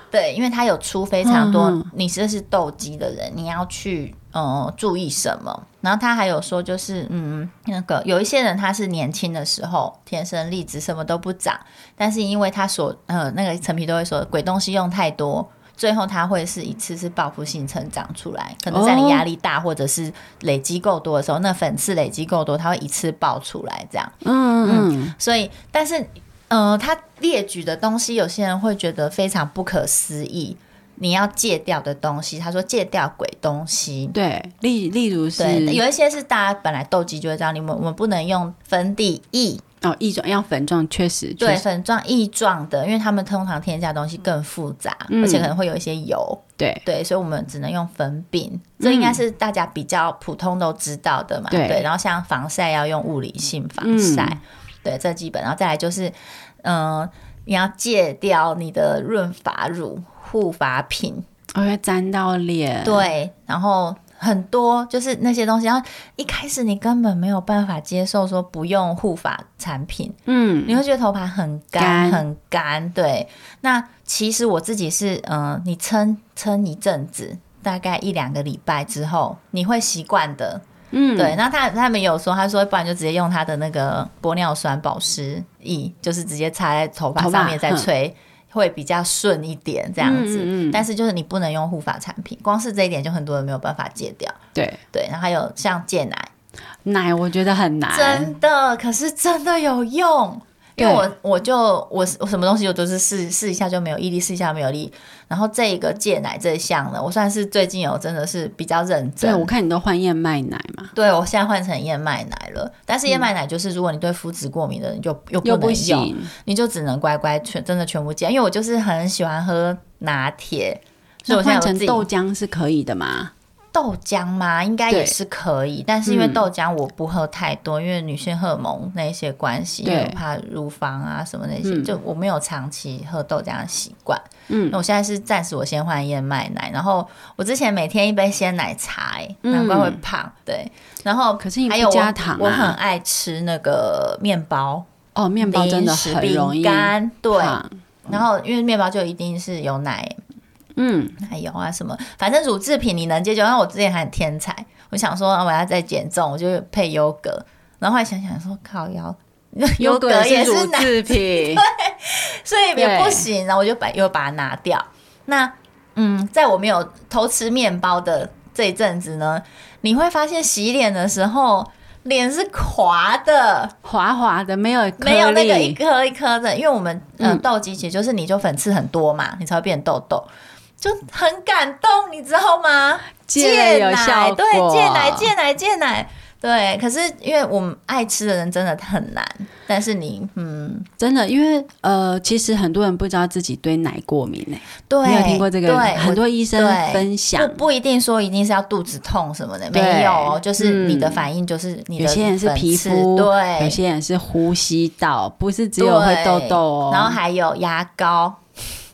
[SPEAKER 2] 对，因为它有出非常多，
[SPEAKER 1] 嗯
[SPEAKER 2] 你这是斗鸡的人，你要去呃注意什么。然后他还有说，就是嗯，那个有一些人他是年轻的时候天生丽质，什么都不长，但是因为他所呃那个陈皮都会说鬼东西用太多。最后，它会是一次是报复性成长出来，可能在你
[SPEAKER 1] 哦
[SPEAKER 2] 压力大或者是累积够多的时候，那粉刺累积够多，它会一次爆出来这样。
[SPEAKER 1] 嗯嗯，
[SPEAKER 2] 所以，但是，呃，他列举的东西，有些人会觉得非常不可思议。你要戒掉的东西，他说戒掉鬼东西。
[SPEAKER 1] 对，例例如是
[SPEAKER 2] 对，有一些是大家本来斗鸡就会知道，你们我们不能用粉底液，
[SPEAKER 1] 哦，异状要粉状，确实
[SPEAKER 2] 对，
[SPEAKER 1] 确实
[SPEAKER 2] 粉状液状的，因为他们通常添加的东西更复杂，
[SPEAKER 1] 嗯
[SPEAKER 2] 而且可能会有一些油。
[SPEAKER 1] 对
[SPEAKER 2] 对，所以我们只能用粉饼，这应该是大家比较普通都知道的嘛。
[SPEAKER 1] 对
[SPEAKER 2] 然后像防晒要用物理性防
[SPEAKER 1] 嗯
[SPEAKER 2] 晒，对，这基本。然后再来就是，嗯、你要戒掉你的润发乳、护发品，
[SPEAKER 1] 哦，要沾到脸，
[SPEAKER 2] 对，然后。很多就是那些东西，然后一开始你根本没有办法接受说不用护发产品，
[SPEAKER 1] 嗯，
[SPEAKER 2] 你会觉得头发很干
[SPEAKER 1] 干
[SPEAKER 2] 很干。对，那其实我自己是，嗯、你撑撑一阵子，大概一两个礼拜之后，你会习惯的。
[SPEAKER 1] 嗯，
[SPEAKER 2] 对，那他他们有说，他说不然就直接用他的那个玻尿酸保湿液，就是直接擦在头发
[SPEAKER 1] 头发
[SPEAKER 2] 上面再吹。会比较顺一点这样子，
[SPEAKER 1] 嗯嗯嗯
[SPEAKER 2] 但是就是你不能用护发产品，光是这一点就很多人没有办法戒掉。
[SPEAKER 1] 对
[SPEAKER 2] 对，然后还有像戒奶，
[SPEAKER 1] 奶我觉得很难，
[SPEAKER 2] 真的，可是真的有用。因为
[SPEAKER 1] 对
[SPEAKER 2] 我我就我我什么东西我都是试试一下就没有毅力，试一下没有力。然后这一个戒奶这一项呢，我算是最近有真的是比较认真
[SPEAKER 1] 对，，我看你都换燕麦奶嘛，
[SPEAKER 2] 对我现在换成燕麦奶了，但是燕麦奶就是如果你对麸质过敏的，你就又
[SPEAKER 1] 又
[SPEAKER 2] 不能用，
[SPEAKER 1] 行。
[SPEAKER 2] 你就只能乖乖全真的全部戒，因为我就是很喜欢喝拿铁，
[SPEAKER 1] 那
[SPEAKER 2] 所以我现在
[SPEAKER 1] 换
[SPEAKER 2] 有
[SPEAKER 1] 成
[SPEAKER 2] 自己
[SPEAKER 1] 豆浆是可以的嘛？
[SPEAKER 2] 豆浆嘛，应该也
[SPEAKER 1] 对
[SPEAKER 2] 是可以，但是因为
[SPEAKER 1] 嗯
[SPEAKER 2] 豆浆我不喝太多，因为女性荷尔蒙那一些关系，因
[SPEAKER 1] 对
[SPEAKER 2] 为我怕乳房啊什么那些，
[SPEAKER 1] 嗯
[SPEAKER 2] 就我没有长期喝豆浆的习惯。
[SPEAKER 1] 嗯
[SPEAKER 2] 那我现在是暂时我先换燕麦奶，然后我之前每天一杯鲜奶茶、欸，
[SPEAKER 1] 嗯
[SPEAKER 2] 难怪会胖。对，然后
[SPEAKER 1] 可是你
[SPEAKER 2] 还有
[SPEAKER 1] 不
[SPEAKER 2] 我
[SPEAKER 1] 加糖
[SPEAKER 2] 我很
[SPEAKER 1] 啊？
[SPEAKER 2] 爱吃那个面包，
[SPEAKER 1] 哦，面包真的很容易
[SPEAKER 2] 零食饼干，对。
[SPEAKER 1] 胖。
[SPEAKER 2] 然后因为面包就一定是有奶
[SPEAKER 1] 嗯，
[SPEAKER 2] 奶油啊什么，反正乳制品你能接受。因为我之前还很天才，我想说啊我要再减重，我就配优格。然后后来想想说，靠腰， (laughs) 优格也
[SPEAKER 1] 是乳
[SPEAKER 2] 奶，
[SPEAKER 1] 制
[SPEAKER 2] (laughs)
[SPEAKER 1] 品，
[SPEAKER 2] 所以也不
[SPEAKER 1] 对
[SPEAKER 2] 行。然后我就把又把它拿掉。那嗯，在我没有偷吃面包的这一阵子呢，你会发现洗脸的时候脸是垮的，
[SPEAKER 1] 滑滑的，没有颗
[SPEAKER 2] 没有那个
[SPEAKER 1] 粒
[SPEAKER 2] 一颗一颗的，因为我们呃
[SPEAKER 1] 嗯
[SPEAKER 2] 痘肌其实就是你就粉刺很多嘛，你才会变痘痘，就很感动，你知道吗？
[SPEAKER 1] 戒了有效
[SPEAKER 2] 奶，
[SPEAKER 1] 果，
[SPEAKER 2] 对，戒奶，戒奶，戒奶。对，可是因为我们爱吃的人真的很难，但是你，嗯，
[SPEAKER 1] 真的，因为呃，其实很多人不知道自己对奶过敏呢、
[SPEAKER 2] 对，
[SPEAKER 1] 你有听过这个？
[SPEAKER 2] 对，
[SPEAKER 1] 很多医生
[SPEAKER 2] 对
[SPEAKER 1] 分享
[SPEAKER 2] 不，不一定说一定是要肚子痛什么的，
[SPEAKER 1] 对
[SPEAKER 2] 没有哦，就是
[SPEAKER 1] 嗯
[SPEAKER 2] 你的反应就是你的
[SPEAKER 1] 有些人是
[SPEAKER 2] 粉
[SPEAKER 1] 皮
[SPEAKER 2] 刺
[SPEAKER 1] 肤，
[SPEAKER 2] 对，
[SPEAKER 1] 有些人是呼吸道，不是只有会痘痘哦。
[SPEAKER 2] 对然后还有牙膏， (laughs)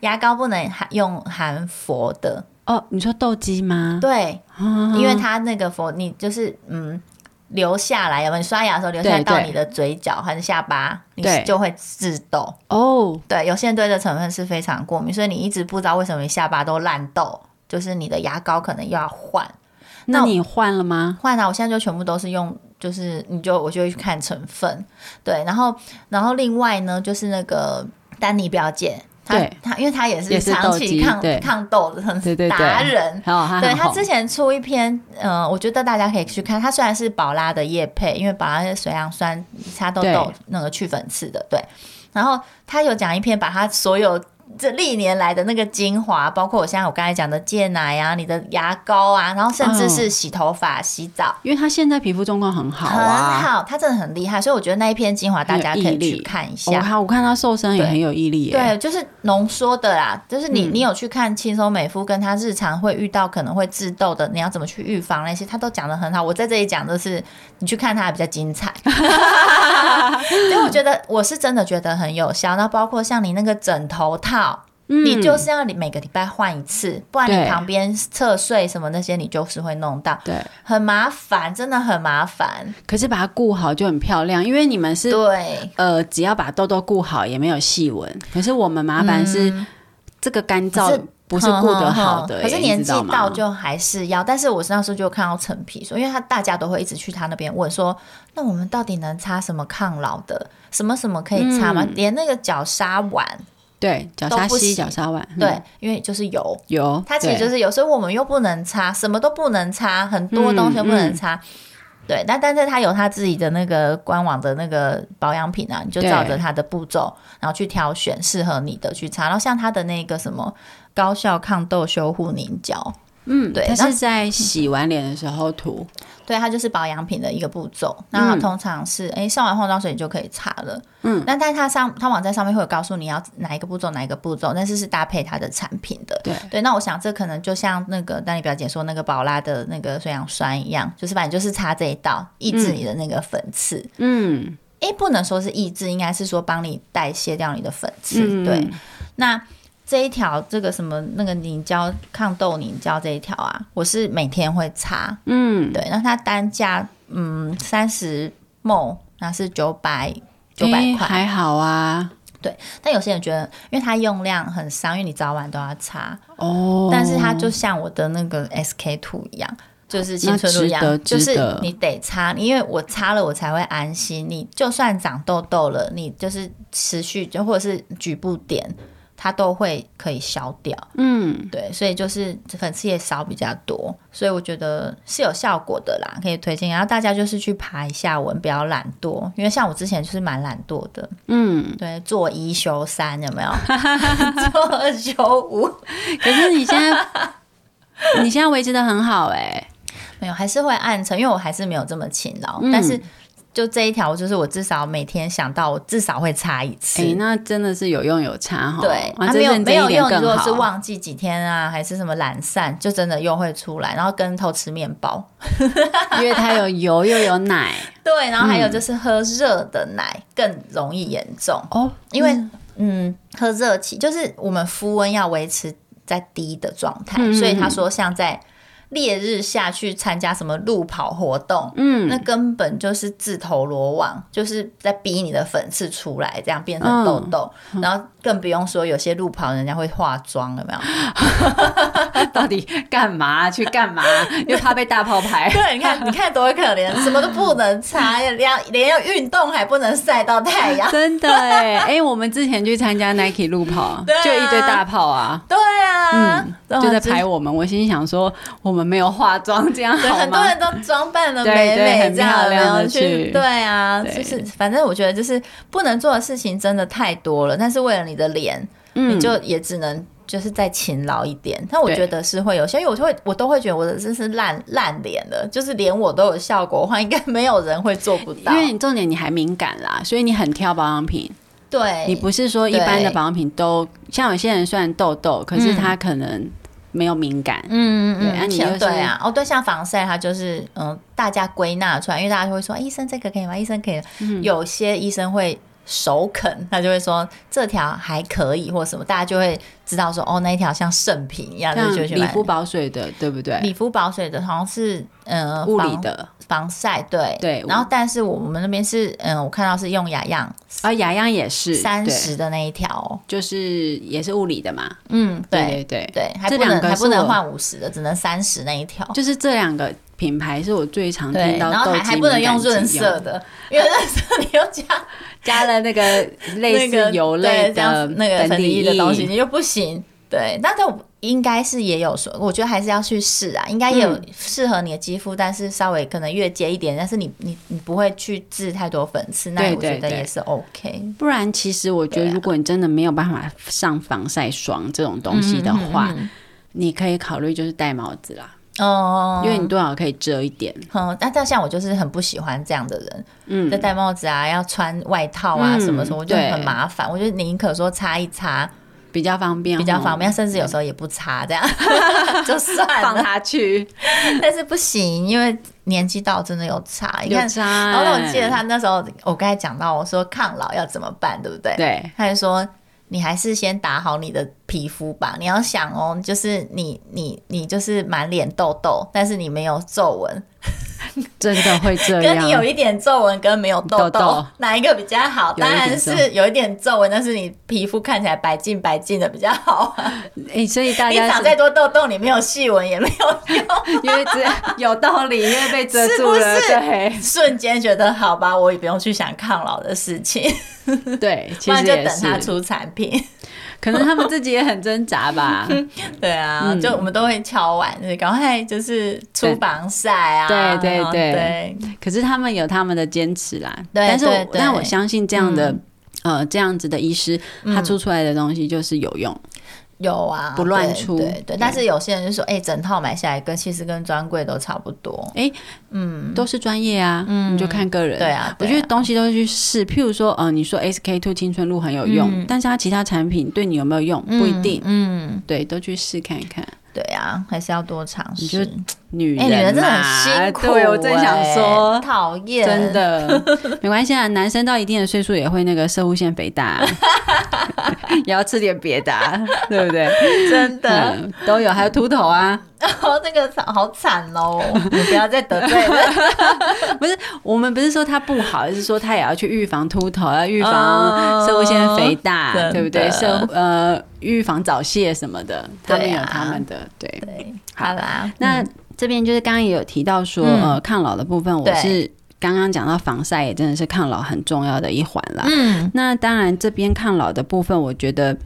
[SPEAKER 2] 牙膏不能含用含氟的，
[SPEAKER 1] 哦，你说痘肌吗？
[SPEAKER 2] 对，
[SPEAKER 1] 嗯，
[SPEAKER 2] 因为它那个氟，你就是嗯流下来，有没有？你刷牙的时候流下来
[SPEAKER 1] 对
[SPEAKER 2] 到
[SPEAKER 1] 对
[SPEAKER 2] 你的嘴角还是下巴，你
[SPEAKER 1] 对
[SPEAKER 2] 就会致痘。
[SPEAKER 1] 哦，
[SPEAKER 2] 对，有些人对这成分是非常过敏，所以你一直不知道为什么你下巴都烂痘，就是你的牙膏可能又要换。那
[SPEAKER 1] 那你换了吗？
[SPEAKER 2] 换啊！我现在就全部都是用，就是你就我就会去看成分，对，然后然后另外呢，就是那个丹尼表姐，她
[SPEAKER 1] 对
[SPEAKER 2] 她因为她也是
[SPEAKER 1] 也是
[SPEAKER 2] 长
[SPEAKER 1] 斗
[SPEAKER 2] 期
[SPEAKER 1] 鸡
[SPEAKER 2] 抗
[SPEAKER 1] 对
[SPEAKER 2] 抗痘的很
[SPEAKER 1] 对对对
[SPEAKER 2] 达人。
[SPEAKER 1] 哦，还
[SPEAKER 2] 对
[SPEAKER 1] 很
[SPEAKER 2] 她
[SPEAKER 1] 红
[SPEAKER 2] 之前出一篇，呃，我觉得大家可以去看。她虽然是宝拉的叶配，因为宝拉是水杨酸擦痘痘
[SPEAKER 1] 对
[SPEAKER 2] 那个去粉刺的，对。然后她有讲一篇，把她所有这历年来的那个精华，包括我现在我刚才讲的戒奶啊、你的牙膏啊，然后甚至
[SPEAKER 1] 嗯
[SPEAKER 2] 是洗头发、洗澡，
[SPEAKER 1] 因为他现在皮肤状况很好啊，
[SPEAKER 2] 很好，他真的很厉害，所以我觉得那一篇精华大家可以
[SPEAKER 1] 很有毅
[SPEAKER 2] 去
[SPEAKER 1] 力
[SPEAKER 2] 看一
[SPEAKER 1] 我
[SPEAKER 2] 下。
[SPEAKER 1] 哦看我看他瘦身也
[SPEAKER 2] 对
[SPEAKER 1] 很有毅力耶。
[SPEAKER 2] 对，就是浓缩的啦，就是你、
[SPEAKER 1] 嗯
[SPEAKER 2] 你有去看轻松美肤，跟他日常会遇到可能会致痘的，你要怎么去预防那些，他都讲的很好。我在这里讲的是，你去看他还比较精彩。 (laughs) 所以我觉得我是真的觉得很有效。那包括像你那个枕头套，
[SPEAKER 1] 嗯
[SPEAKER 2] 你就是要你每个礼拜换一次，不然你
[SPEAKER 1] 对
[SPEAKER 2] 旁边侧睡什么那些，你就是会弄到，
[SPEAKER 1] 对，
[SPEAKER 2] 很麻烦，真的很麻烦。
[SPEAKER 1] 可是把它顾好就很漂亮，因为你们是
[SPEAKER 2] 对，
[SPEAKER 1] 呃，只要把痘痘顾好，也没有细纹。可是我们麻烦是、
[SPEAKER 2] 嗯
[SPEAKER 1] 这个干燥不是顾得好的
[SPEAKER 2] 哼
[SPEAKER 1] 耶，
[SPEAKER 2] 哼哼嗯可是年纪
[SPEAKER 1] 你知道
[SPEAKER 2] 到
[SPEAKER 1] 吗
[SPEAKER 2] 就还是要。但是我那时候就看到陈皮说，因为他大家都会一直去他那边问说，那我们到底能擦什么抗老的，什么什么可以擦吗？
[SPEAKER 1] 嗯
[SPEAKER 2] 连那个角鲨烷，
[SPEAKER 1] 对脚
[SPEAKER 2] 都
[SPEAKER 1] 沙
[SPEAKER 2] 不
[SPEAKER 1] 溪、
[SPEAKER 2] 行
[SPEAKER 1] 脚沙碗，嗯
[SPEAKER 2] 对，因为就是油，
[SPEAKER 1] 有，
[SPEAKER 2] 它其实就是有，所以我们又不能擦，什么都不能擦，很多东西都不
[SPEAKER 1] 嗯
[SPEAKER 2] 能擦。对，但但是它有它自己的那个官网的那个保养品啊，你就
[SPEAKER 1] 对
[SPEAKER 2] 照着它的步骤，然后去挑选适合你的去擦。然后像它的那个什么高效抗痘修护凝胶，
[SPEAKER 1] 嗯，
[SPEAKER 2] 对
[SPEAKER 1] 它
[SPEAKER 2] 那
[SPEAKER 1] 是在洗完脸的时候
[SPEAKER 2] (laughs)
[SPEAKER 1] 涂，
[SPEAKER 2] 对，它就是保养品的一个步骤。那它
[SPEAKER 1] 嗯
[SPEAKER 2] 通常是，哎、上完化妆水你就可以擦了。
[SPEAKER 1] 嗯，
[SPEAKER 2] 那但它上它网站上面会有告诉你要哪一个步骤，哪一个步骤，但是是搭配它的产品的。
[SPEAKER 1] 对
[SPEAKER 2] 对，那我想这可能就像那个丹尼表姐说那个宝拉的那个水杨酸一样，就是反正就是擦这一道抑制你的那个粉刺。
[SPEAKER 1] 嗯，
[SPEAKER 2] 哎、不能说是抑制，应该是说帮你代谢掉你的粉刺。
[SPEAKER 1] 嗯
[SPEAKER 2] 对，那这一条这个什么那个凝胶抗痘凝胶这一条啊，我是每天会擦。
[SPEAKER 1] 嗯，
[SPEAKER 2] 对，那它单价嗯三十梦，那是九百九百
[SPEAKER 1] 诶
[SPEAKER 2] 块。
[SPEAKER 1] 哎还好啊，
[SPEAKER 2] 但有些人觉得，因为它用量很伤，因为你早晚都要擦。
[SPEAKER 1] 哦，
[SPEAKER 2] 但是它就像我的那个 SK two 一样，就是青
[SPEAKER 1] 那
[SPEAKER 2] 春露一
[SPEAKER 1] 值得
[SPEAKER 2] 样，就
[SPEAKER 1] 值
[SPEAKER 2] 是
[SPEAKER 1] 得
[SPEAKER 2] 你得擦，因为我擦了我才会安心。你就算长痘痘了，你就是持续就或者是局部点。它都会可以消掉。
[SPEAKER 1] 嗯，
[SPEAKER 2] 对，所以就是粉刺也少比较多，所以我觉得是有效果的啦，可以推荐。然后大家就是去爬一下文，不要懒惰，因为像我之前就是蛮懒惰的，
[SPEAKER 1] 嗯，
[SPEAKER 2] 对，做一休三有
[SPEAKER 1] (laughs)
[SPEAKER 2] 没 (laughs) 有？做二休五，
[SPEAKER 1] 可是你现在 (laughs) 你现在维持的很好哎、
[SPEAKER 2] 没有，还是会暗沉，因为我还是没有这么勤劳，
[SPEAKER 1] 嗯
[SPEAKER 2] 但是。就这一条，就是我至少每天想到，我至少会擦一次。
[SPEAKER 1] 哎、那真的是有用有差哈。
[SPEAKER 2] 对，
[SPEAKER 1] 啊，
[SPEAKER 2] 它
[SPEAKER 1] 这
[SPEAKER 2] 没有
[SPEAKER 1] 认真一
[SPEAKER 2] 没有
[SPEAKER 1] 点
[SPEAKER 2] 用。
[SPEAKER 1] 更
[SPEAKER 2] 如果是
[SPEAKER 1] 好
[SPEAKER 2] 忘记几天啊，还是什么懒散，就真的又会出来。然后跟偷吃面包，
[SPEAKER 1] 因为它有油又有
[SPEAKER 2] (laughs)
[SPEAKER 1] 奶
[SPEAKER 2] 对，然后
[SPEAKER 1] 嗯
[SPEAKER 2] 还有就是喝热的奶更容易严重，
[SPEAKER 1] 哦，
[SPEAKER 2] 因为嗯，喝热气就是我们肤温要维持在低的状态，
[SPEAKER 1] 嗯嗯嗯
[SPEAKER 2] 所以他说像在烈日下去参加什么路跑活动，
[SPEAKER 1] 嗯
[SPEAKER 2] 那根本就是自投罗网，就是在逼你的粉刺出来，这样变成痘痘。
[SPEAKER 1] 嗯
[SPEAKER 2] 然后更不用说有些路跑人家会化妆，有
[SPEAKER 1] (laughs)
[SPEAKER 2] 没有？
[SPEAKER 1] (laughs) 到底干嘛去干
[SPEAKER 2] (laughs)
[SPEAKER 1] 嘛？又怕被大炮拍。
[SPEAKER 2] 对，你看，你看多可怜，什么都不能擦，连连要运动还不能晒到太阳。
[SPEAKER 1] 真的哎、哎、我们之前去参加 Nike 路跑，
[SPEAKER 2] 对啊
[SPEAKER 1] 就一堆大炮啊，
[SPEAKER 2] 对啊，然后
[SPEAKER 1] 嗯就在
[SPEAKER 2] 是
[SPEAKER 1] 拍我们。我心想说，我们没有化妆，这样
[SPEAKER 2] 对，
[SPEAKER 1] 好
[SPEAKER 2] 很多
[SPEAKER 1] 吗？
[SPEAKER 2] 人都装扮的
[SPEAKER 1] 对
[SPEAKER 2] 美
[SPEAKER 1] 对
[SPEAKER 2] 美
[SPEAKER 1] 很
[SPEAKER 2] 这样，
[SPEAKER 1] 漂亮
[SPEAKER 2] 然后
[SPEAKER 1] 地去
[SPEAKER 2] 对啊，
[SPEAKER 1] 对
[SPEAKER 2] 就是反正我觉得就是不能做的事情真的太多了，但是为了你的脸，
[SPEAKER 1] 嗯
[SPEAKER 2] 你就也只能。就是再勤劳一点，但我
[SPEAKER 1] 对
[SPEAKER 2] 觉得是会有效，因为我就会我都会觉得我的真是烂烂脸了，就是连我都有效果的话，应该没有人会做不到
[SPEAKER 1] 因。为你重点你还敏感啦，所以你很挑保养品。
[SPEAKER 2] 对，
[SPEAKER 1] 你不是说一般的保养品都像有些人虽然痘痘，可是他可能没有敏感。
[SPEAKER 2] 嗯
[SPEAKER 1] 对
[SPEAKER 2] 嗯
[SPEAKER 1] 啊
[SPEAKER 2] 嗯，
[SPEAKER 1] 你
[SPEAKER 2] 像
[SPEAKER 1] 就是
[SPEAKER 2] 对啊，哦对，像防晒它就是嗯，大家归纳出来，因为大家就会说，哎医生这个可以吗？医生可以，
[SPEAKER 1] 嗯
[SPEAKER 2] 有些医生会首肯，他就会说这条还可以或什么，大家就会知道说，哦那一条像圣品一样，就
[SPEAKER 1] 像
[SPEAKER 2] 觉得去
[SPEAKER 1] 理
[SPEAKER 2] 买
[SPEAKER 1] 肤保水的，对不对？
[SPEAKER 2] 理肤保水的，好像是呃
[SPEAKER 1] 物理
[SPEAKER 2] 防
[SPEAKER 1] 的，
[SPEAKER 2] 防晒，对
[SPEAKER 1] 对
[SPEAKER 2] 然后但是我们那边是嗯，我看到是用雅漾
[SPEAKER 1] 而雅漾啊也是
[SPEAKER 2] 三，
[SPEAKER 1] 对
[SPEAKER 2] 十的那一条哦，
[SPEAKER 1] 就是也是物理的嘛。
[SPEAKER 2] 嗯
[SPEAKER 1] 对
[SPEAKER 2] 对
[SPEAKER 1] 对，
[SPEAKER 2] 对，还
[SPEAKER 1] 这
[SPEAKER 2] 不
[SPEAKER 1] 两
[SPEAKER 2] 能
[SPEAKER 1] 个
[SPEAKER 2] 还
[SPEAKER 1] 是
[SPEAKER 2] 不能
[SPEAKER 1] 我
[SPEAKER 2] 换五十的，只能三十那一条。
[SPEAKER 1] 就是这两个品牌是我最常听到
[SPEAKER 2] 然后
[SPEAKER 1] 痘
[SPEAKER 2] 还
[SPEAKER 1] 肌
[SPEAKER 2] 还不能
[SPEAKER 1] 敏感哦
[SPEAKER 2] 用
[SPEAKER 1] 肌
[SPEAKER 2] 润色， (laughs) 的，因为润色你又加
[SPEAKER 1] 加了那个 (laughs) 类
[SPEAKER 2] 那
[SPEAKER 1] 似
[SPEAKER 2] 个
[SPEAKER 1] 油
[SPEAKER 2] 对
[SPEAKER 1] 类
[SPEAKER 2] 这样
[SPEAKER 1] 的
[SPEAKER 2] 子那个
[SPEAKER 1] 底
[SPEAKER 2] 粉底
[SPEAKER 1] 液
[SPEAKER 2] 液的东西，你又不行。对，那但我应该是也有说，我觉得还是要去试啊，应该也
[SPEAKER 1] 嗯
[SPEAKER 2] 有适合你的肌肤，但是稍微可能越接一点，但是你你你不会去治太多粉刺，那
[SPEAKER 1] 对
[SPEAKER 2] 我觉
[SPEAKER 1] 对
[SPEAKER 2] 得
[SPEAKER 1] 对
[SPEAKER 2] 也是 OK。
[SPEAKER 1] 不然，其实我觉
[SPEAKER 2] 对
[SPEAKER 1] 得，
[SPEAKER 2] 啊
[SPEAKER 1] 如果你真的没有办法上防晒霜这种东西的话，
[SPEAKER 2] 嗯，嗯
[SPEAKER 1] 你可以考虑就是戴帽子啦，
[SPEAKER 2] 嗯哦，
[SPEAKER 1] 因为你多少可以遮一点。
[SPEAKER 2] 嗯，但但像我就是很不喜欢这样的人，
[SPEAKER 1] 嗯
[SPEAKER 2] 就戴帽子啊，要穿外套啊，
[SPEAKER 1] 嗯
[SPEAKER 2] 什么什么，我觉得很
[SPEAKER 1] 对
[SPEAKER 2] 麻烦。我就宁可说擦一擦，
[SPEAKER 1] 比较方便，
[SPEAKER 2] 比较方便，
[SPEAKER 1] 吼，
[SPEAKER 2] 甚至有时候也不擦，这样 (laughs) 就算
[SPEAKER 1] 放
[SPEAKER 2] 了。
[SPEAKER 1] 它去。
[SPEAKER 2] 但是不行，因为年纪到真的有差。 (laughs) 你
[SPEAKER 1] 有
[SPEAKER 2] 看，
[SPEAKER 1] 差
[SPEAKER 2] 然后
[SPEAKER 1] 欸
[SPEAKER 2] 我记得他那时候，我刚才讲到，我说抗老要怎么办，对不对？
[SPEAKER 1] 欸对，
[SPEAKER 2] 他就说。你还是先打好你的皮肤吧。你要想哦，就是你你你就是满脸痘痘，但是你没有皱纹，
[SPEAKER 1] 真的会这
[SPEAKER 2] 跟你有
[SPEAKER 1] 样。
[SPEAKER 2] 一点皱纹跟没有痘痘
[SPEAKER 1] 痘痘
[SPEAKER 2] 哪一个比较好？
[SPEAKER 1] 有一
[SPEAKER 2] 当
[SPEAKER 1] 点
[SPEAKER 2] 然是有一点皱纹，但是你皮肤看起来白净白净的比较好啊。
[SPEAKER 1] 哎，所以大
[SPEAKER 2] 你
[SPEAKER 1] 家
[SPEAKER 2] 长
[SPEAKER 1] 是
[SPEAKER 2] 再多痘痘，你没有细纹也没有用。
[SPEAKER 1] 因为这有道理，因为被遮
[SPEAKER 2] 是
[SPEAKER 1] 住
[SPEAKER 2] 不
[SPEAKER 1] 了，
[SPEAKER 2] 是
[SPEAKER 1] 对
[SPEAKER 2] 瞬间觉得好吧，我也不用去想抗老的事情，
[SPEAKER 1] 对，
[SPEAKER 2] (laughs) 不
[SPEAKER 1] 其
[SPEAKER 2] 然
[SPEAKER 1] 实
[SPEAKER 2] 就
[SPEAKER 1] 也
[SPEAKER 2] 等他
[SPEAKER 1] 是，
[SPEAKER 2] 出产品。
[SPEAKER 1] 可能他们自己也很挣扎吧。
[SPEAKER 2] 对啊，
[SPEAKER 1] 嗯
[SPEAKER 2] 就我们都会敲碗，就是赶快就是出防晒啊，
[SPEAKER 1] 对对
[SPEAKER 2] 然后
[SPEAKER 1] 对
[SPEAKER 2] 对
[SPEAKER 1] 可是他们有他们的坚持啦。
[SPEAKER 2] 对
[SPEAKER 1] 但是
[SPEAKER 2] 对
[SPEAKER 1] 我
[SPEAKER 2] 对嗯
[SPEAKER 1] 但我相信这样的、呃这样子的医师，他出出来的东西就是有用。
[SPEAKER 2] 有啊，
[SPEAKER 1] 不乱
[SPEAKER 2] 对
[SPEAKER 1] 出
[SPEAKER 2] 对对，但是有些人就说，哎，整套买下来跟其实跟专柜都差不多。
[SPEAKER 1] 都是专业啊，你就看个人。
[SPEAKER 2] 嗯对啊，
[SPEAKER 1] 我
[SPEAKER 2] 对啊
[SPEAKER 1] 觉得东西都去试，譬如说，呃，你说 SK two 青春露很有用，但是它其他产品对你有没有用不一定，
[SPEAKER 2] 嗯，
[SPEAKER 1] 对，都去试看看。
[SPEAKER 2] 对啊，还是要多尝
[SPEAKER 1] 你就
[SPEAKER 2] 试。
[SPEAKER 1] 女
[SPEAKER 2] 哎，女人真的
[SPEAKER 1] 嘛
[SPEAKER 2] 很辛苦欸，
[SPEAKER 1] 对我正想说，
[SPEAKER 2] 讨厌，
[SPEAKER 1] 真的 (laughs) 没关系啊，男生到一定的岁数也会那个射护腺肥大啊、
[SPEAKER 2] (laughs)
[SPEAKER 1] (laughs) 也要吃点别的啊、对不对？
[SPEAKER 2] 真的。
[SPEAKER 1] 嗯，都有，还有秃头啊。
[SPEAKER 2] 哦，这个 (laughs) 好惨哦！你不要再得罪人。 (laughs)
[SPEAKER 1] 我们不是说它不好，而是说它也要去预防秃头，要预防射物腺肥大，
[SPEAKER 2] 哦真的
[SPEAKER 1] 对不对？射呃预防早泄什么的，他们
[SPEAKER 2] 对
[SPEAKER 1] 有
[SPEAKER 2] 啊
[SPEAKER 1] 他们的对。
[SPEAKER 2] 对，好啦，
[SPEAKER 1] 那这边就是刚刚也有提到说，
[SPEAKER 2] 嗯
[SPEAKER 1] 呃，抗老的部分，我
[SPEAKER 2] 对
[SPEAKER 1] 是刚刚讲到防晒也真的是抗老很重要的一环啦。
[SPEAKER 2] 嗯
[SPEAKER 1] 那当然，这边抗老的部分，我觉得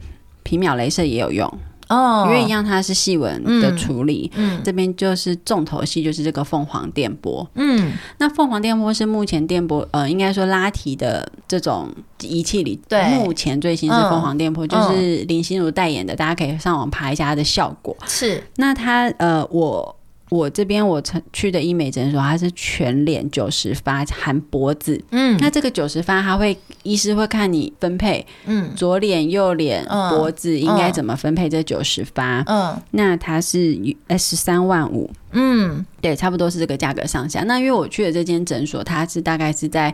[SPEAKER 1] 皮秒镭射也有用，
[SPEAKER 2] 哦，
[SPEAKER 1] 因为一样它是细纹的处理。
[SPEAKER 2] 嗯
[SPEAKER 1] 这边就是重头戏，就是这个凤凰电波。
[SPEAKER 2] 嗯，
[SPEAKER 1] 那凤凰电波是目前电波，呃，应该说拉提的这种仪器里，
[SPEAKER 2] 对
[SPEAKER 1] 目前最新是凤凰电波，
[SPEAKER 2] 嗯
[SPEAKER 1] 就是林心如代言的，大家可以上网爬一下它的效果。
[SPEAKER 2] 是
[SPEAKER 1] 那它，呃，我我这边我曾去的医美诊所，它是全脸九十发含脖子。
[SPEAKER 2] 嗯
[SPEAKER 1] 那这个九十发，它会医师会看你分配
[SPEAKER 2] 嗯
[SPEAKER 1] 左脸、右脸、
[SPEAKER 2] 嗯
[SPEAKER 1] 脖子应该怎么分配这九十发。
[SPEAKER 2] 嗯
[SPEAKER 1] 那它是呃十三万五，
[SPEAKER 2] 嗯
[SPEAKER 1] 对，差不多是这个价格上下。那因为我去的这间诊所，它是大概是在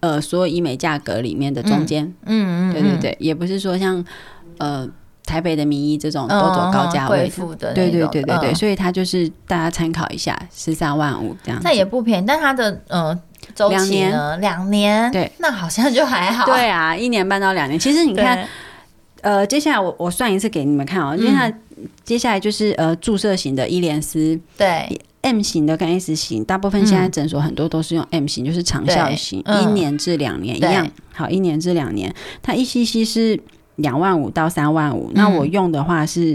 [SPEAKER 1] 呃所有医美价格里面的中间，
[SPEAKER 2] 嗯嗯，
[SPEAKER 1] 对对对，也不是说像呃台北的名医这种都走高价位
[SPEAKER 2] 贵
[SPEAKER 1] 的，
[SPEAKER 2] 妇哦的
[SPEAKER 1] 对
[SPEAKER 2] 那
[SPEAKER 1] 对
[SPEAKER 2] 种
[SPEAKER 1] 对对对，
[SPEAKER 2] 嗯
[SPEAKER 1] 所以它就是大家参考一下，十三万五这样子
[SPEAKER 2] 那。也不便宜，但它的呃周
[SPEAKER 1] 两
[SPEAKER 2] 期
[SPEAKER 1] 年
[SPEAKER 2] 呢两年，
[SPEAKER 1] 对，
[SPEAKER 2] 那好像就还好。
[SPEAKER 1] 对啊，一年半到两年。其实你
[SPEAKER 2] 对，
[SPEAKER 1] 看，呃，接下来我我算一次给你们看哦，因为
[SPEAKER 2] 嗯
[SPEAKER 1] 它接下来就是呃注射型的伊莲丝
[SPEAKER 2] 对
[SPEAKER 1] M 型的跟 S 型，大部分现在诊所很多都是用 M 型，就是长效型，
[SPEAKER 2] 嗯对嗯
[SPEAKER 1] 一年至两年一
[SPEAKER 2] 对
[SPEAKER 1] 样。好，一年至两年，它一 cc 是两万五到三万五、
[SPEAKER 2] 嗯
[SPEAKER 1] 那我用的话是，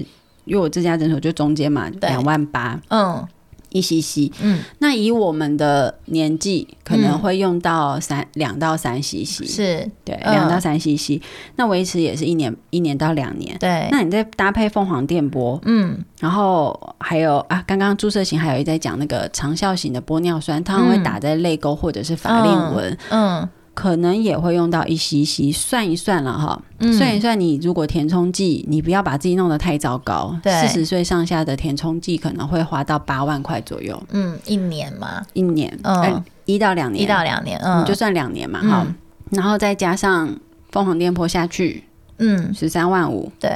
[SPEAKER 1] 因为我这家诊所就中间嘛，
[SPEAKER 2] 对
[SPEAKER 1] 两万八
[SPEAKER 2] 嗯
[SPEAKER 1] 一 cc。
[SPEAKER 2] 嗯
[SPEAKER 1] 那以我们的年纪，可
[SPEAKER 2] 嗯
[SPEAKER 1] 能会用到三两、到三 cc，
[SPEAKER 2] 是，
[SPEAKER 1] 对，
[SPEAKER 2] 嗯
[SPEAKER 1] 两到三 cc。那维持也是一年一年到两年。
[SPEAKER 2] 对，
[SPEAKER 1] 那你再搭配凤凰电波，
[SPEAKER 2] 嗯
[SPEAKER 1] 然后还有啊，刚刚注射型还有一在讲那个长效型的玻尿酸，它会打在泪沟或者是法令纹，
[SPEAKER 2] 嗯
[SPEAKER 1] 可能也会用到一 cc。算一算了哈，
[SPEAKER 2] 嗯，
[SPEAKER 1] 算一算你如果填充剂，你不要把自己弄得太糟糕。
[SPEAKER 2] 对
[SPEAKER 1] 四十岁上下的填充剂可能会花到八万块左右，
[SPEAKER 2] 嗯一年嘛，
[SPEAKER 1] 一年，
[SPEAKER 2] 嗯
[SPEAKER 1] 呃一到两年，
[SPEAKER 2] 一到两年，嗯，
[SPEAKER 1] 你就算两年嘛哈、
[SPEAKER 2] 嗯
[SPEAKER 1] 然后再加上凤凰电波下去
[SPEAKER 2] 嗯
[SPEAKER 1] 十三万五，
[SPEAKER 2] 对，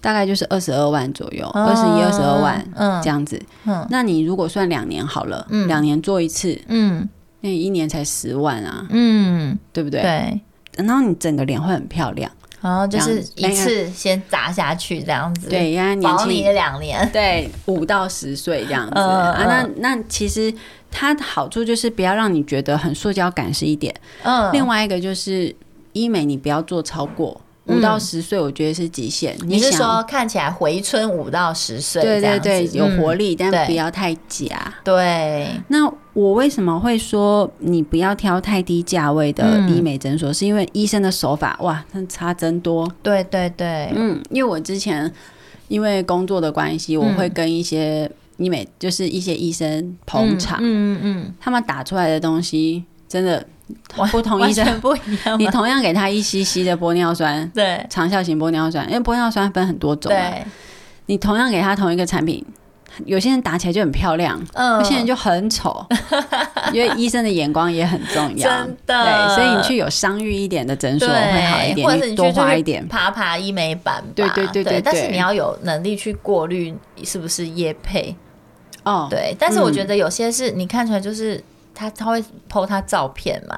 [SPEAKER 1] 大概就是二十二万左右，
[SPEAKER 2] 哦
[SPEAKER 1] 二十一、二十二万
[SPEAKER 2] 嗯
[SPEAKER 1] 这样子。
[SPEAKER 2] 嗯
[SPEAKER 1] 那你如果算两年好了，
[SPEAKER 2] 嗯
[SPEAKER 1] 两年做一次，
[SPEAKER 2] 嗯
[SPEAKER 1] 那你一年才十万啊，
[SPEAKER 2] 嗯，
[SPEAKER 1] 对不对？
[SPEAKER 2] 对。
[SPEAKER 1] 然后你整个脸会很漂亮，
[SPEAKER 2] 然后就是
[SPEAKER 1] 两
[SPEAKER 2] 一次先砸下去这样子，，
[SPEAKER 1] 对，因为年
[SPEAKER 2] 保你
[SPEAKER 1] 轻，
[SPEAKER 2] 两年，
[SPEAKER 1] 对，五到十岁这样子、
[SPEAKER 2] 嗯
[SPEAKER 1] 啊。那
[SPEAKER 2] 嗯
[SPEAKER 1] 那其实它的好处就是不要让你觉得很塑胶感是一点，
[SPEAKER 2] 嗯，
[SPEAKER 1] 另外一个就是医美你不要做超过
[SPEAKER 2] 嗯
[SPEAKER 1] 五到十岁，我觉得是极限。
[SPEAKER 2] 你是
[SPEAKER 1] 想
[SPEAKER 2] 说看起来回春五到十岁
[SPEAKER 1] 对
[SPEAKER 2] 这样
[SPEAKER 1] 对对，
[SPEAKER 2] 子，
[SPEAKER 1] 有活
[SPEAKER 2] 力，
[SPEAKER 1] 力，
[SPEAKER 2] 对
[SPEAKER 1] 但不要太假。
[SPEAKER 2] 对，
[SPEAKER 1] 那我为什么会说你不要挑太低价位的
[SPEAKER 2] 嗯
[SPEAKER 1] 医美诊所？是因为医生的手法哇，那差真多。
[SPEAKER 2] 对对对，
[SPEAKER 1] 嗯，因为我之前因为工作的关
[SPEAKER 2] 嗯
[SPEAKER 1] 系，我会跟一些医美，就是一些医生捧场，
[SPEAKER 2] 嗯嗯
[SPEAKER 1] 他们打出来的东西真的
[SPEAKER 2] 完
[SPEAKER 1] 不
[SPEAKER 2] 嗯，
[SPEAKER 1] 同
[SPEAKER 2] 完
[SPEAKER 1] 医生，
[SPEAKER 2] 全不一样
[SPEAKER 1] 你
[SPEAKER 2] 嘛，
[SPEAKER 1] 同样给他一 cc 的玻尿酸， (laughs)
[SPEAKER 2] 对
[SPEAKER 1] 长效型玻尿酸，因为玻尿酸分很多种、啊，
[SPEAKER 2] 对，
[SPEAKER 1] 你同样给它同一个产品，有些人打起来就很漂亮，
[SPEAKER 2] 嗯，
[SPEAKER 1] 有些人就很
[SPEAKER 2] (laughs)
[SPEAKER 1] 丑，因为医生的眼光也很重要。
[SPEAKER 2] 真的，
[SPEAKER 1] 对，所以你去有商誉一点的诊所会好一
[SPEAKER 2] 对，或者
[SPEAKER 1] 点，
[SPEAKER 2] 你去
[SPEAKER 1] 多
[SPEAKER 2] 就
[SPEAKER 1] 花
[SPEAKER 2] 是
[SPEAKER 1] 一点。
[SPEAKER 2] 爬爬医美版吧，
[SPEAKER 1] 对对对对
[SPEAKER 2] 但是
[SPEAKER 1] 对
[SPEAKER 2] 你要有能力去过滤是不是业配，
[SPEAKER 1] 哦，
[SPEAKER 2] 对，但是我
[SPEAKER 1] 嗯
[SPEAKER 2] 觉得有些是你看出来就是他他会 PO 他照片嘛。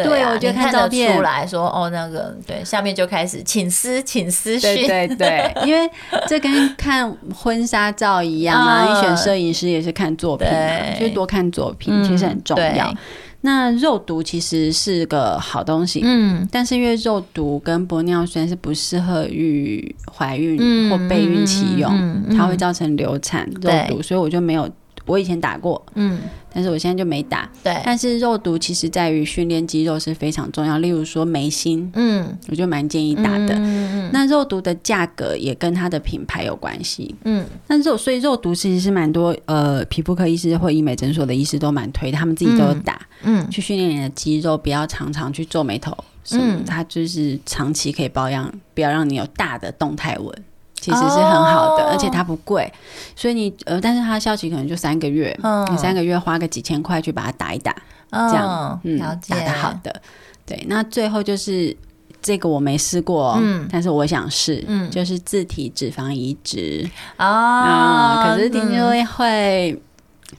[SPEAKER 1] 对
[SPEAKER 2] 啊、
[SPEAKER 1] 我觉得
[SPEAKER 2] 你
[SPEAKER 1] 看
[SPEAKER 2] 看
[SPEAKER 1] 照片
[SPEAKER 2] 得出来说哦，那个对，下面就开始请私请私讯，
[SPEAKER 1] 对对
[SPEAKER 2] (laughs)
[SPEAKER 1] 对，因为这跟看婚纱照一样啊，
[SPEAKER 2] 嗯
[SPEAKER 1] 你选摄影师也是看作品啊，
[SPEAKER 2] 对
[SPEAKER 1] 就是多看作品，
[SPEAKER 2] 嗯
[SPEAKER 1] 其实很重要
[SPEAKER 2] 对。
[SPEAKER 1] 那肉毒其实是个好东西，
[SPEAKER 2] 嗯
[SPEAKER 1] 但是因为肉毒跟玻尿酸是不适合于怀孕
[SPEAKER 2] 嗯
[SPEAKER 1] 或备孕期用，
[SPEAKER 2] 嗯嗯嗯嗯
[SPEAKER 1] 它会造成流产肉
[SPEAKER 2] 对
[SPEAKER 1] 毒，所以我就没有。我以前打过，
[SPEAKER 2] 嗯，
[SPEAKER 1] 但是我现在就没打。
[SPEAKER 2] 对，
[SPEAKER 1] 但是肉毒其实在于训练肌肉是非常重要，例如说眉心，
[SPEAKER 2] 嗯，
[SPEAKER 1] 我就蛮建议打的。
[SPEAKER 2] 嗯嗯
[SPEAKER 1] 那肉毒的价格也跟它的品牌有关系。
[SPEAKER 2] 嗯
[SPEAKER 1] 那肉所以肉毒其实是蛮多呃皮肤科医师或医美诊所的医师都蛮推的，他们自己都有打。
[SPEAKER 2] 嗯
[SPEAKER 1] 去训练你的肌肉，不要常常去皱眉头。
[SPEAKER 2] 嗯
[SPEAKER 1] 嗯，它就是长期可以保养，不要让你有大的动态纹，其实是很好的，
[SPEAKER 2] 哦
[SPEAKER 1] 而且它不贵，所以你呃，但是它的效期可能就三个月，
[SPEAKER 2] 嗯
[SPEAKER 1] 你三个月花个几千块去把它打一打，
[SPEAKER 2] 嗯，
[SPEAKER 1] 这样嗯，
[SPEAKER 2] 了解，
[SPEAKER 1] 打得好的。对，那最后就是这个我没试过、哦，
[SPEAKER 2] 嗯
[SPEAKER 1] 但是我想试，
[SPEAKER 2] 嗯
[SPEAKER 1] 就是自体脂肪移植
[SPEAKER 2] 哦啊、
[SPEAKER 1] 啊、可是听
[SPEAKER 2] 嗯
[SPEAKER 1] 说会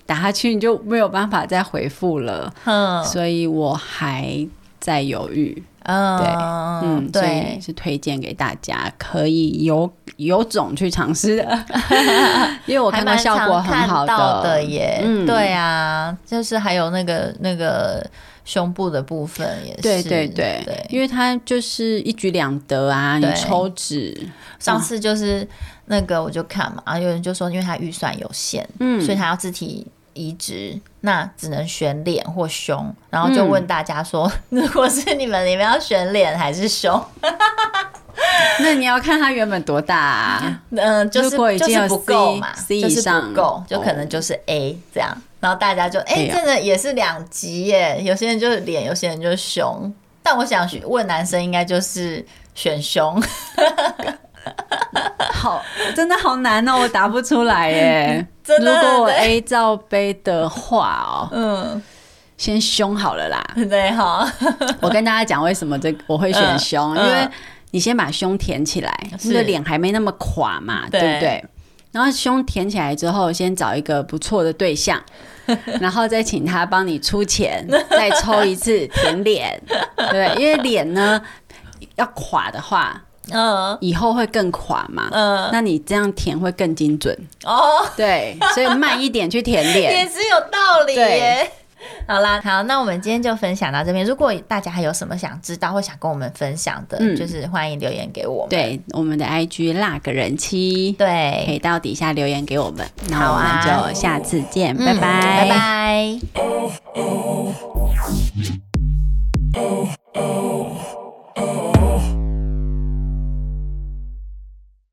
[SPEAKER 1] 打下去，你就没有办法再回复了。
[SPEAKER 2] 嗯
[SPEAKER 1] 所以我还再犹豫。对
[SPEAKER 2] 嗯
[SPEAKER 1] 嗯，所以
[SPEAKER 2] 对，
[SPEAKER 1] 是推荐给大家，可以有有种去尝试的，
[SPEAKER 2] (laughs)
[SPEAKER 1] 因为我看到效果很好
[SPEAKER 2] 还蛮常看到的耶，
[SPEAKER 1] 嗯
[SPEAKER 2] 对啊，就是还有那个那个胸部的部分也是，
[SPEAKER 1] 对对对
[SPEAKER 2] 对，，
[SPEAKER 1] 因为它就是一举两得啊，你
[SPEAKER 2] 对
[SPEAKER 1] 抽脂，
[SPEAKER 2] 上次就是那个我就看嘛，啊，有人就说，因为他预算有限，
[SPEAKER 1] 嗯
[SPEAKER 2] 所以他要自体移植，那只能选脸或胸，然后就
[SPEAKER 1] 嗯
[SPEAKER 2] 问大家说， (laughs) 如果是你们，你们要选脸还是胸？
[SPEAKER 1] (laughs) 那你要看它原本多大、
[SPEAKER 2] (laughs)
[SPEAKER 1] 啊，
[SPEAKER 2] 嗯，就是
[SPEAKER 1] 如果已经
[SPEAKER 2] 就是
[SPEAKER 1] 有
[SPEAKER 2] 不够嘛
[SPEAKER 1] C- C
[SPEAKER 2] 就
[SPEAKER 1] 以
[SPEAKER 2] 是
[SPEAKER 1] 上
[SPEAKER 2] 不够，就可
[SPEAKER 1] 哦
[SPEAKER 2] 能就是 A 这样。然后大家就哎、
[SPEAKER 1] 哎呀
[SPEAKER 2] 真的也是两极耶，有些人就是脸，有些人就是胸。但我想问男生应该就是选胸，
[SPEAKER 1] 好，真的好难哦，我答不出来耶。
[SPEAKER 2] (laughs) 真的
[SPEAKER 1] 如果我
[SPEAKER 2] 对
[SPEAKER 1] A 罩杯的话哦，
[SPEAKER 2] 嗯，
[SPEAKER 1] 先胸好了啦。
[SPEAKER 2] (laughs) 对哈，
[SPEAKER 1] 我跟大家讲为什么这个我会选胸，
[SPEAKER 2] 嗯
[SPEAKER 1] 因为你先把胸填起来，
[SPEAKER 2] 是
[SPEAKER 1] 你的脸还没那么垮嘛，
[SPEAKER 2] 对
[SPEAKER 1] 对不对？然后胸填起来之后，先找一个不错的对
[SPEAKER 2] (laughs)
[SPEAKER 1] 象，然后再请他帮你出钱，再抽一次填脸，对，因为脸呢要垮的话，
[SPEAKER 2] 嗯
[SPEAKER 1] 以后会更垮嘛。
[SPEAKER 2] 嗯，
[SPEAKER 1] 那你这样填会更精准，
[SPEAKER 2] 哦，
[SPEAKER 1] 对，所以慢一点去填脸
[SPEAKER 2] (laughs) 也。是有道理
[SPEAKER 1] 对
[SPEAKER 2] 耶。好啦，好，那我们今天就分享到这边。如果大家还有什么想知道或想跟我们分享的，
[SPEAKER 1] 嗯
[SPEAKER 2] 就是欢迎留言给我们。
[SPEAKER 1] 对，我们的 IG 辣个人妻，
[SPEAKER 2] 对
[SPEAKER 1] 可以到底下留言给我们。那
[SPEAKER 2] 好
[SPEAKER 1] 我
[SPEAKER 2] 啊
[SPEAKER 1] 们就下次见，
[SPEAKER 2] 嗯
[SPEAKER 1] 拜
[SPEAKER 2] 拜拜。